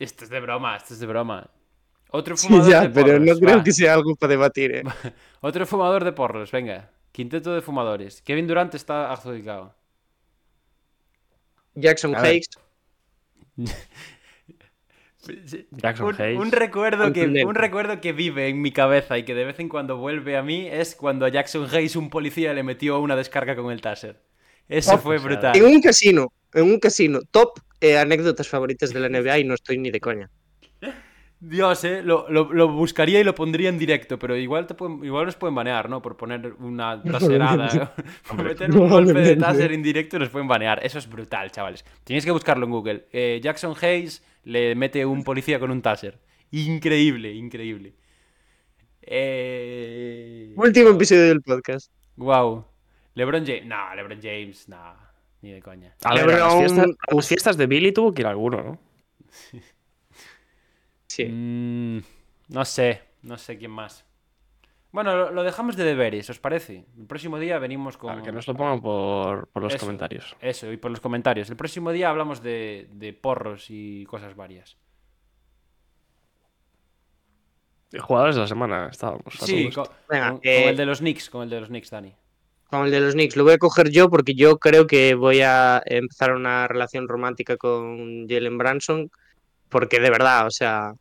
C: esto es de broma, esto es de broma. Otro
D: Sí,
C: fumador
D: ya,
C: de
D: pero
C: porros,
D: no creo
C: va.
D: que sea algo para debatir, ¿eh?
C: Otro fumador de porros, venga. Quinteto de fumadores. Kevin Durant está adjudicado.
B: Jackson
A: A ver.
B: Hayes.
A: Jackson
C: Un,
A: Hayes.
C: un recuerdo que,
B: Contundente.
C: un recuerdo que vive en mi cabeza y que de vez en cuando vuelve a mí es cuando a Jackson Hayes un policía le metió una descarga con el taser. Eso fue brutal.
B: En un casino, en un casino. Top eh, anécdotas favoritas de la NBA y no estoy ni de coña.
C: Dios, eh, lo, lo- lo buscaría y lo pondría en directo, pero igual, te pueden- igual nos pueden banear, ¿no? Por poner una taserada, por meter un golpe de
D: Probablemente.
C: taser en directo nos pueden banear. Eso es brutal, chavales. Tenéis que buscarlo en Google. Eh, Jackson Hayes le mete un policía con un taser. Increíble, increíble. Eh...
D: Último episodio del podcast.
C: Wow. LeBron James. No, LeBron James, no. Ni de coña.
A: A ver, a las,
B: Lebron-
A: fiestas, a las fiestas de Billy tuvo que ir alguno, ¿no?
B: Sí.
C: Mm, No sé, no sé quién más. Bueno, lo, lo dejamos de deberes, ¿os parece? El próximo día venimos con...
A: Claro, que nos lo pongan por, por los
C: Eso.
A: comentarios.
C: Eso, y por los comentarios. El próximo día hablamos de, de porros y cosas varias.
A: Jugadores de la semana estábamos.
C: Sí,
A: Facundo.
C: co- con,
B: Venga,
C: con
B: eh,
C: el de los Knicks, con el de los Knicks, Dani.
B: Con el de los Knicks. Lo voy a coger yo porque yo creo que voy a empezar una relación romántica con Jalen Branson. Porque de verdad, o sea.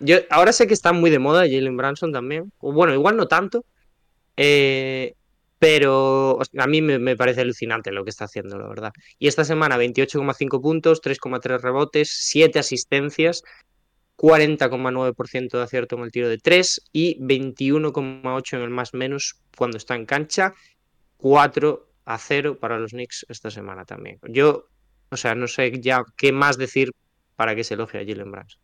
B: Yo ahora sé que está muy de moda Jalen Branson también. o Bueno, igual no tanto. eh, pero o sea, a mí me, me parece alucinante lo que está haciendo, la verdad. Y esta semana 28,5 puntos, 3,3 rebotes, 7 asistencias. 40,9% de acierto en el tiro de 3 y 21,8 en el más menos cuando está en cancha. 4 a 0 para los Knicks esta semana también. Yo, o sea, no sé ya qué más decir para que se elogie a Jalen Branson.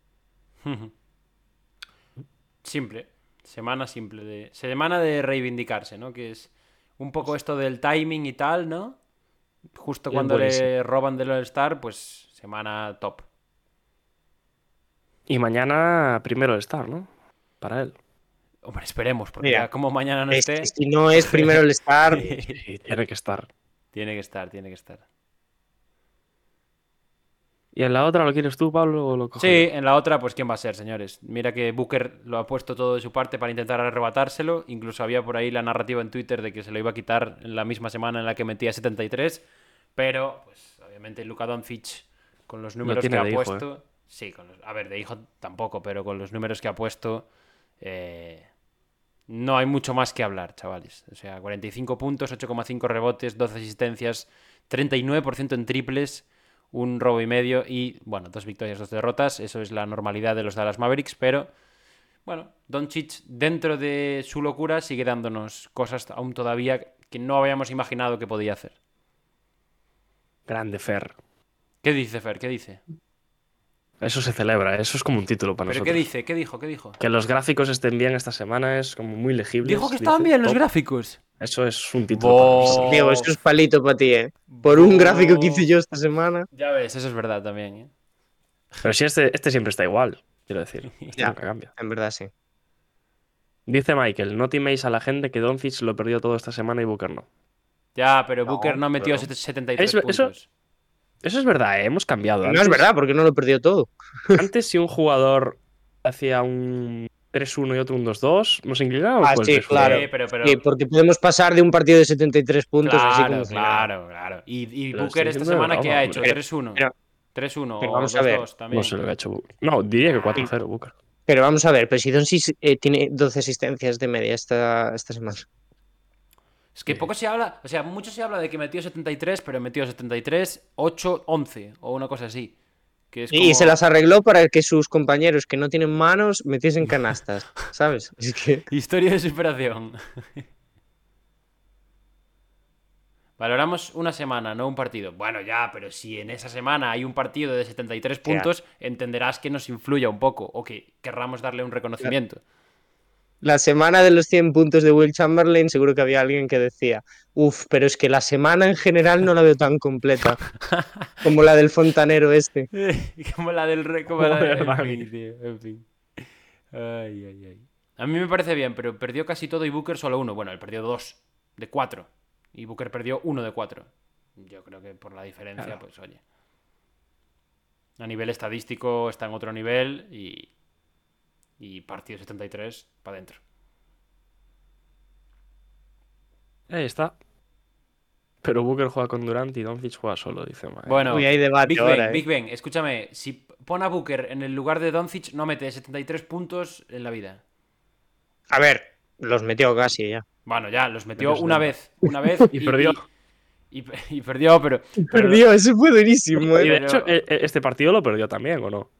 C: Simple. Semana simple. De... Semana de reivindicarse, ¿no? Que es un poco esto del timing y tal, ¿no? Justo
B: Es
C: cuando le
B: buenísimo.
C: roban del All-Star, pues semana top.
A: Y mañana primero de estar, ¿no? Para él.
C: Hombre, esperemos, porque
B: Mira,
C: ya como mañana no
B: Es
C: esté,
B: que si no es primero el Star,
A: Y tiene que estar.
C: tiene que estar, tiene que estar.
A: ¿Y en la otra lo quieres tú, Pablo, o lo cojo
C: Sí, en la otra, pues quién va a ser, señores. Mira que Booker lo ha puesto todo de su parte para intentar arrebatárselo. Incluso había por ahí la narrativa en Twitter de que se lo iba a quitar en la misma semana en la que metía 73. Pero, pues, obviamente, Luka Doncic, con los números
A: tiene
C: que ha
A: de hijo, ¿eh?
C: puesto. Sí, con los- a ver, de hijo tampoco, pero con los números que ha puesto. eh, No hay mucho más que hablar, chavales. O sea, 45 puntos, 8,5 rebotes, 12 asistencias, 39% en triples, un robo y medio y, bueno, dos victorias, dos derrotas. Eso es la normalidad de los Dallas Mavericks, pero, bueno, Doncic, dentro de su locura, sigue dándonos cosas aún todavía que no habíamos imaginado que podía hacer.
A: Grande Fer.
C: ¿Qué dice Fer? ¿Qué dice?
A: Eso se celebra, eso es como un título para
C: ¿Pero qué
A: nosotros.
C: dice? ¿Qué dijo? ¿Qué dijo?
A: Que los gráficos estén bien esta semana es como muy legible.
C: Dijo que estaban bien los gráficos.
A: Eso es un título.
C: Bo-
A: para nosotros.
B: Diego, eso es palito para ti, ¿eh? Por un gráfico que hice yo esta semana.
C: Ya ves, eso es verdad también. ¿eh?
A: Pero si este, este siempre está igual, quiero decir. Este
B: Ya.
A: nunca cambia.
B: En verdad, sí.
A: Dice Michael, no timéis a la gente que Doncic lo perdió todo esta semana y Booker no.
C: Ya, pero Booker no metió
A: pero-
C: 73
A: Eso-
C: puntos.
A: eso- Eso es verdad, ¿eh? hemos cambiado.
B: No es verdad, porque no lo perdió todo.
A: Antes, si un jugador hacía un 3-1 y otro un 2-2, nos inclinábamos.
B: Ah,
A: por el
B: sí,
A: 3-1.
B: claro.
C: Sí, pero, pero-
B: Sí, porque podemos pasar de un partido de 73 puntos así
C: claro,
B: como si nada.
C: claro, claro. Y, y
A: Pero estoy
C: Booker esta
A: diciendo
C: semana
A: de
C: que
A: broma,
C: ha hecho
A: hombre.
C: 3-1.
B: Pero-
C: 3-1
B: pero
C: o
B: vamos a ver.
C: 2-2 también.
A: No sé Pues lo que ha hecho Booker. No, diría que 4-0 Booker.
B: Pero vamos a ver, pues si Doncic eh, tiene 12 asistencias de media esta, esta semana.
C: Es que poco se habla, o sea, mucho se habla de que metió 73, pero metió 73, 8, 11 o una cosa así. Que es
B: Y
C: como-
B: se las arregló para que sus compañeros que no tienen manos metiesen canastas, ¿sabes? Es que
C: Historia de superación. Valoramos una semana, no un partido. Bueno, ya, pero si en esa semana hay un partido de 73 puntos, entenderás que nos influya un poco o que querramos darle un reconocimiento.
B: la semana de los 100 puntos de Will Chamberlain seguro que había alguien que decía, uff, pero es que la semana en general no la veo tan completa como la del fontanero este.
C: como la del re- como la
A: Como
C: de-
A: el
C: en
A: Bambi.
C: fin, tío, en fin. Ay, ay, ay. A mí me parece bien, pero perdió casi todo y Booker solo uno. Bueno, él perdió dos de cuatro. Y Booker perdió uno de cuatro. Yo creo que por la diferencia,
A: Claro.
C: pues oye. A nivel estadístico está en otro nivel y. Y partido 73 para adentro.
A: Ahí está. Pero Booker juega con Durant y Doncic juega solo, dice Michael.
C: Bueno,
B: Uy, hay debate
C: Big
B: ahora,
C: Ben,
B: ¿eh?
C: Big Ben, escúchame. Si pon a Booker en el lugar de Doncic, no mete 73 puntos en la vida.
B: A ver, los metió casi ya.
C: Bueno, ya, los metió
A: Menos
C: una
A: nada.
C: vez. Una vez.
A: Y perdió.
C: Y, y perdió, pero. pero
B: Perdió, ese fue durísimo,
A: y de
B: ¿eh?
C: pero-
A: hecho, e- e- este partido lo perdió también, ¿o no?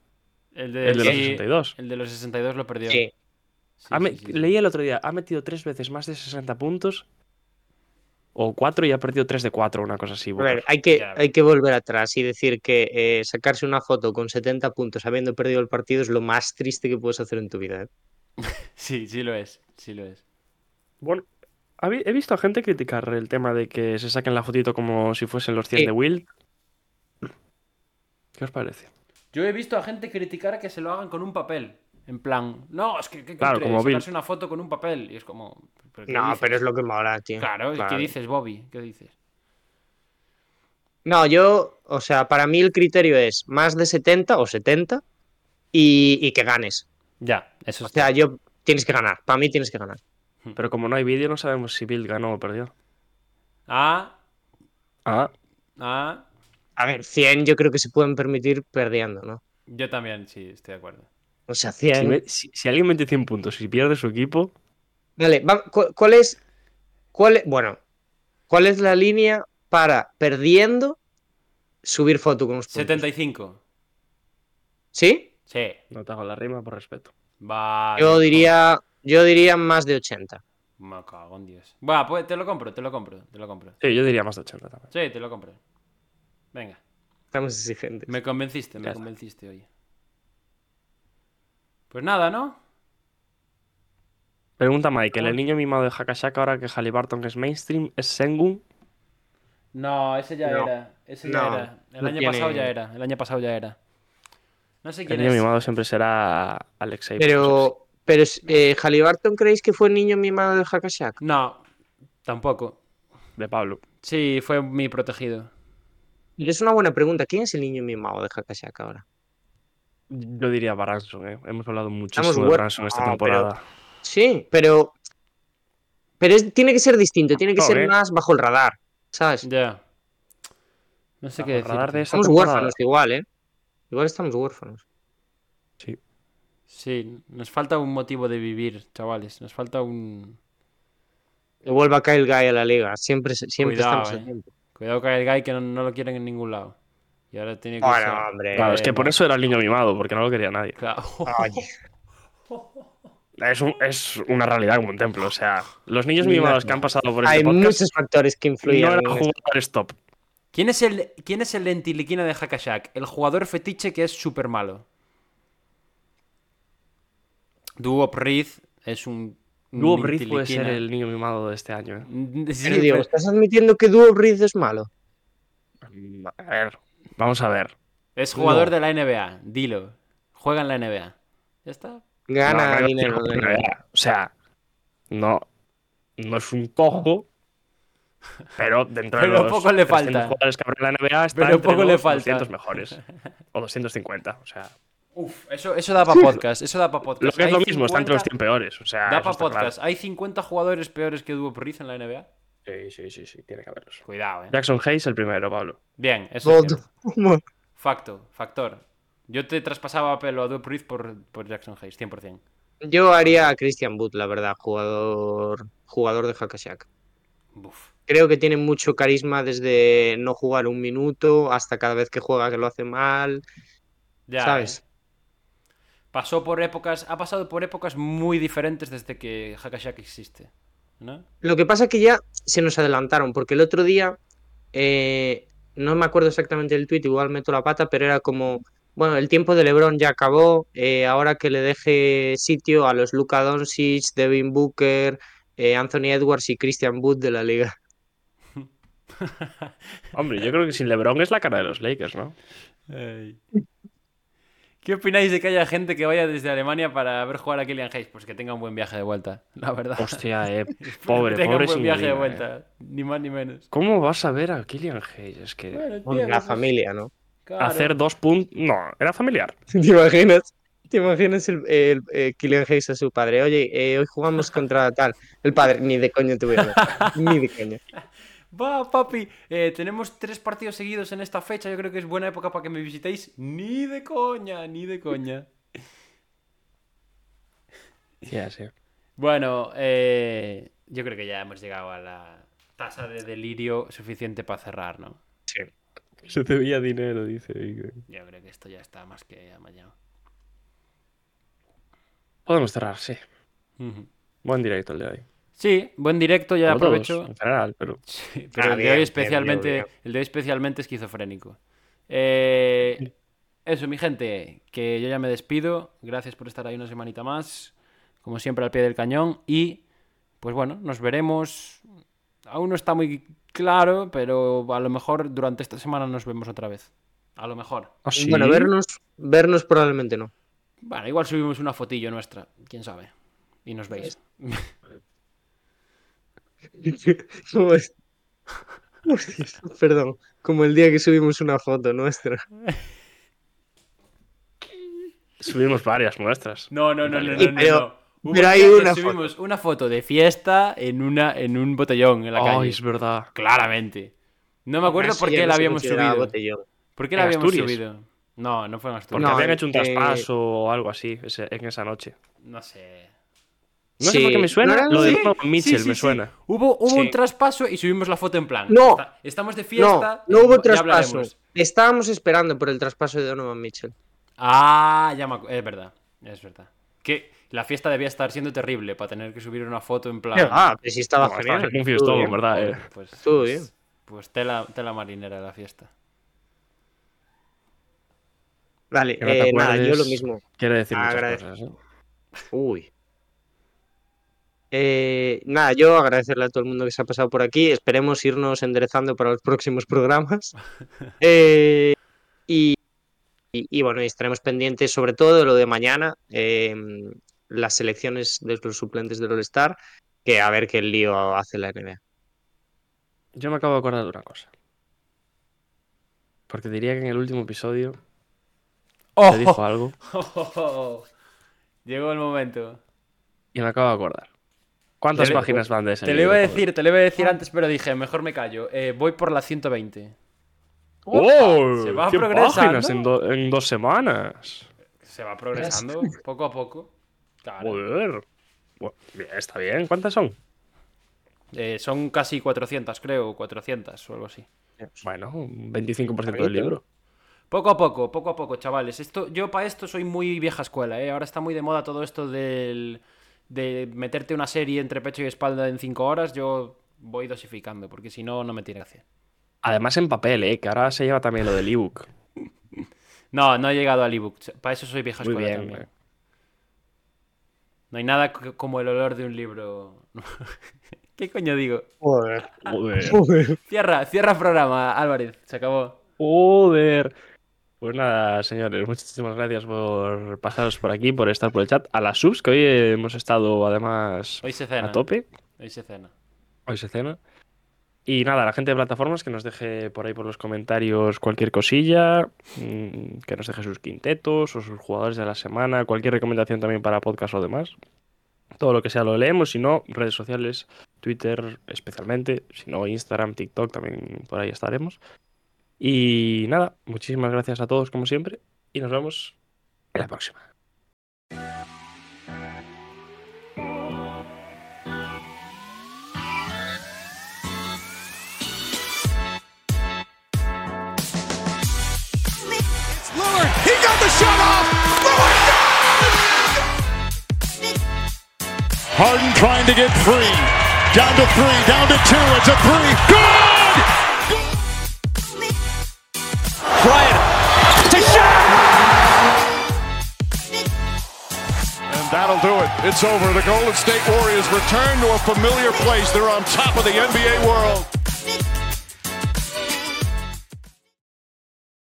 C: El de,
A: el de los
C: Eh, sí,
A: 62.
C: El de los 62 lo perdió.
B: Sí.
C: Sí,
A: Ha Ah, me-
C: sí, sí, sí.
A: Leí el otro día, ha metido tres veces más de 60 puntos. O cuatro y ha perdido tres de cuatro, una cosa así.
B: A ver,
A: Booker.
B: hay que,
C: Ya.
B: hay que volver atrás y decir que eh, sacarse una foto con 70 puntos habiendo perdido el partido es lo más triste que puedes hacer en tu vida. ¿eh?
C: Sí, sí lo es. Sí lo es.
A: Bueno, habí- he visto a gente criticar el tema de que se saquen la fotito como si fuesen los 100
B: Sí.
A: de Will. ¿Qué os parece?
C: Yo he visto a gente criticar que se lo hagan con un papel. En plan, no, es que, que
A: Claro,
C: cutre,
A: como Bill.
C: sacarse una foto con un papel. Y es como. ¿pero qué
B: No,
C: dices?
B: pero es lo que mola, tío.
C: Pues Claro, es ¿qué
B: Claro.
C: dices, Bobby? ¿Qué dices?
B: No, yo, o sea, para mí el criterio es más de 70 o 70 y, y que ganes.
C: Ya, eso
B: O
C: es.
B: sea, yo tienes que ganar. Para mí tienes que ganar.
A: Pero como no hay vídeo, no sabemos si Bill ganó o perdió.
C: Ah,
A: Ah,
C: ah.
B: A ver, 100 yo creo que se pueden permitir perdiendo, ¿no?
C: Yo también, sí, estoy de
A: Pues,
C: acuerdo.
B: O sea,
A: si,
B: 100.
A: me- si- si alguien mete 100 puntos y pierde su equipo,
B: Vale, va- cu- ¿cuál es, cuál, es- bueno, cuál es la línea para perdiendo subir foto con los
A: pues.
B: puntos?
C: 75.
B: ¿Sí?
C: Sí.
A: no te hago la rima por respeto.
C: Vale.
B: Yo diría, yo diría más de 80.
C: Me cago en Dios. Va, pues te lo compro, te lo compro, te lo compro.
A: Sí, yo diría más de 80 también.
C: Sí, te lo compro. Venga.
B: Estamos exigentes.
C: Me convenciste, me
A: Ya está.
C: convenciste hoy. Pues nada, ¿no?
A: Pregunta Michael, ¿el niño mimado de Hakashaka ahora que Halliburton es mainstream es Sengun?
C: No, ese ya
B: No.
C: era. Ese
B: No,
C: ya era. El
B: no
C: año
B: tiene-
C: pasado ya era. El año pasado ya era. No sé
A: El
C: quién
A: niño
C: es.
A: mimado siempre será Alexei.
B: Pero, pero eh, Halliburton, ¿creéis que fue niño mimado de Hakashak?
C: No, tampoco.
A: Petrushev, De Pablo.
C: Sí, fue mi protegido.
B: Es una buena pregunta. ¿Quién es el niño mimado de Hakashak ahora?
A: Yo diría Baranson, ¿eh? Hemos hablado muchísimo
B: Estamos Ah,
A: de
B: huer-
A: Baranson esta
B: No,
A: temporada.
B: Sí, pero, pero es- tiene que ser distinto. Tiene que
A: Joder.
B: ser más bajo el radar, ¿sabes?
C: Ya. No sé
A: Bajo
C: qué
A: Ah, pues el radar
C: decirte.
A: de esta
B: Estamos
A: temporada.
B: huérfanos igual, ¿eh? Igual estamos huérfanos.
C: Sí, nos falta un motivo de vivir, chavales. Nos falta un.
B: Que vuelva Kyle Guy a la liga. Siempre, se- siempre
C: Cuidado,
B: estamos
C: eh.
B: a tiempo.
C: Cuidado con el guy que no, no lo quieren en ningún lado. Y ahora tiene que.
B: Bueno,
C: ser-
B: hombre.
A: Claro, es que
C: Eh,
A: por eso era el niño mimado, porque no lo quería nadie.
C: Claro.
B: Oye,
A: Es, un- es una realidad como un templo. O sea, los niños mimados que han pasado por este
B: hay
A: podcast
B: muchos factores que
A: no
B: influyen.
A: eran
B: en esto.
A: jugadores top.
C: ¿Quién es el, quién es el lentiliquina de Hakashak? El jugador fetiche que es súper malo. Duop Riz es un. un
A: Luego Briz puede ser
C: lentiliquina.
A: el niño mimado de este año. ¿eh?
C: Mm, sí,
B: Pero, Diego,
C: pero-
B: ¿estás admitiendo que Duo Breeze es malo?
A: Mm, A ver, vamos a ver.
C: es jugador de la NBA. Dilo. Juega en la NBA. ¿Ya está?
A: No,
B: Gana
A: no, no,
B: dinero.
A: no,
B: de-
A: no, no. O sea, no, no es un cojo, pero dentro
C: Pero
A: de los
C: poco le
A: 300
C: falta.
A: jugadores que habrá en la NBA está
C: Pero
A: entre
C: poco
A: los
C: le falta.
A: 200 mejores o 250. O sea,
C: Uf, eso, eso da para podcast. Eso da para podcast.
A: lo que es
C: Hay
A: lo mismo, está entre los 100
C: 50
A: peores. O sea,
C: Da
A: eso
C: para
A: está
C: podcast. ¿Hay 50 jugadores peores que Duop Riz en la NBA?
A: claro. Sí, sí, sí, sí, tiene que haberlos.
C: Cuidado, eh.
A: Jackson Hayes el primero, Pablo.
C: Bien, eso es
B: Gold.
C: cierto. Facto, factor. Yo te traspasaba pelo a Duop Riz por, por Jackson Hayes, 100%.
B: Yo haría a Christian Wood, la verdad, jugador, jugador de Hakashak.
C: Buf.
B: Creo que tiene mucho carisma desde no jugar un minuto hasta cada vez que juega que lo hace mal.
C: Ya,
B: ¿Sabes?
C: eh. Pasó por épocas, ha pasado por épocas muy diferentes desde que Hakashak existe. ¿No?
B: Lo que pasa es que ya se nos adelantaron, porque el otro día, eh, no me acuerdo exactamente del tuit, igual meto la pata, pero era como, bueno, el tiempo de LeBron ya acabó, eh, ahora que le deje sitio a los Luka Doncic, Devin Booker, eh, Anthony Edwards y Christian Wood de la liga.
A: Hombre, yo creo que sin LeBron es la cara de los Lakers, ¿no?
C: ¿Qué opináis de que haya gente que vaya desde Alemania para ver jugar a Kylian Hayes? Pues que tenga un buen viaje de vuelta, la verdad.
A: Hostia, eh,
C: que
A: pobre,
C: tenga
A: pobre
C: un buen
A: sin
C: viaje de
A: Molina, eh.
C: vuelta, ni más ni menos.
A: ¿Cómo vas a ver a Killian Hayes? Es que
B: La
C: pues,
B: familia, ¿no?
A: hacer dos puntos. No, era familiar.
B: ¿Te imaginas? ¿Te imaginas el, el, eh, Kylian Hayes a su padre? Oye, eh, hoy jugamos contra tal. El padre, ni de coño te voy a ver. Ni de coño.
C: Va, papi, eh, tenemos tres partidos seguidos en esta fecha. Yo creo que es buena época para que me visitéis. Ni de coña, ni de coña.
A: Ya, sí.
C: Bueno, eh, yo creo que ya hemos llegado a la tasa de delirio suficiente para cerrar, ¿no?
A: Se debía dinero, dice.
C: Yo creo que esto ya está más que amañado.
A: Podemos cerrar, sí.
C: Ujú.
A: Buen directo el de hoy.
C: Sí, buen directo, ya
A: Como todos,
C: aprovecho.
A: en general, pero.
C: Sí, pero
B: Ah,
C: el, de
B: bien,
C: hoy
B: bien,
C: especialmente,
B: bien, bien.
C: el de hoy especialmente esquizofrénico. Eh, eso, mi gente, que yo ya me despido. Gracias por estar ahí una semanita más. Como siempre, al pie del cañón. Y, pues bueno, nos veremos. Aún no está muy claro, pero a lo mejor durante esta semana nos vemos otra vez. A lo mejor.
A: ¿Ah, sí?
B: Bueno, vernos, vernos probablemente no.
C: Bueno, igual subimos una fotillo nuestra, quién sabe. Y nos veis.
B: Como es- Perdón, como el día que subimos una foto nuestra.
A: Subimos varias muestras.
C: No, no, no, no, no,
B: Y-
C: no,
B: pero-
C: no. Hubo
B: pero
C: un
B: hay
C: día que
B: una
C: subimos una foto de fiesta en una en un botellón en la
A: Ay,
C: calle.
A: es verdad.
C: Claramente. No me acuerdo
B: Eso
C: por
B: ya
C: qué
B: no
C: la
B: se
C: habíamos
B: consideraba
C: subido.
B: botellón.
C: ¿Por qué la
A: En
C: habíamos
A: Asturias.
C: subido? No, no fue en Asturias.
A: Porque
B: No,
A: habían hecho un
B: eh,
A: traspaso o algo así ese- en esa noche.
C: No sé.
A: No sé por qué
B: Sí.
A: me suena.
B: No era-
A: lo de
B: sí,
A: Donovan Mitchell
C: Sí, sí,
A: me
C: sí.
A: suena.
C: Hubo, hubo
B: Sí.
C: un traspaso y subimos la foto en plan.
B: No.
C: "Esta- estamos de fiesta.
B: no, no hubo
C: ya
B: traspaso.
C: hablaremos".
B: Estábamos esperando por el traspaso de Donovan Mitchell.
C: Ah, ya me acuerdo. Es verdad. Es verdad. Que la fiesta debía estar siendo terrible para tener que subir una foto en plan.
B: Ah, pero sí estaba
A: No,
B: genial.
A: estaba en un
B: Estuvo
A: fiestón,
B: bien.
A: ¿verdad? Eh,
C: Joder, Pues,
B: Estuvo
C: pues-
B: bien.
C: Pues tela, tela marinera la fiesta.
B: Vale,
A: Que no te
B: eh, nada, yo
A: acuerdes.
B: lo mismo.
A: Quiere decir muchas
B: Agradezco.
A: cosas. ¿eh?
B: Uy. Eh, nada, yo agradecerle a todo el mundo que se ha pasado por aquí. Esperemos irnos enderezando para los próximos programas. Eh, y, y- y bueno, y estaremos pendientes sobre todo de lo de mañana, eh, las selecciones de los suplentes del All-Star, que a ver qué lío hace la NBA.
A: Yo me acabo de acordar de una cosa. Porque diría que en el último episodio te dijo algo
C: Oh, Llegó el momento.
A: y me acabo de acordar. ¿Cuántas
C: Te-
A: páginas van de ese
C: Te lo iba a
A: libro, Pablo?
C: decir, te lo iba a decir antes, pero dije, mejor me callo. Eh, voy por la 120.
A: ¡Oh!
C: Se va
A: 100
C: progresando.
A: páginas en, do- en dos semanas.
C: Se va progresando poco a poco. Claro.
A: Joder. Bueno, bien, está bien. ¿Cuántas son?
C: Eh, son casi 400, creo, 400 o algo así.
A: Bueno, un 25% del libro.
C: Poco a poco, poco a poco, chavales. Esto, yo para esto soy muy vieja escuela, ¿eh? Ahora está muy de moda todo esto del, de meterte una serie entre pecho y espalda en 5 horas. Yo voy dosificando, porque si no, no me tiene gracia.
A: Además en papel, ¿eh? que ahora se lleva también lo del ebook.
C: No, no he llegado al ebook. Para eso soy vieja
A: Muy
C: escuela
A: bien.
C: también.
A: eh.
C: No hay nada c- como el olor de un libro. ¿Qué coño digo?
A: Joder.
C: Cierra, cierra programa, Álvarez. Se acabó.
A: Joder. Pues nada, señores, muchísimas gracias por pasaros por aquí, por estar por el chat. A las subs, que hoy hemos estado además
C: Hoy se cena.
A: a tope.
C: Hoy se cena.
A: Hoy se cena. Y nada, la gente de plataformas que nos deje por ahí por los comentarios cualquier cosilla, mm, que nos deje sus quintetos o sus jugadores de la semana, cualquier recomendación también para podcast o demás. Todo lo que sea lo leemos, si no, redes sociales, Twitter especialmente, si no, Instagram, TikTok, también por ahí estaremos. Y nada, muchísimas gracias a todos como siempre y nos vemos en la próxima.
E: Lillard. He got the shot off.
F: Harden trying to get free. Down to three, down to two. It's a three. Good!
E: Bryant. It's a shot.
F: And that'll do it. It's over. The Golden State Warriors return to a familiar place. They're on top of the NBA world.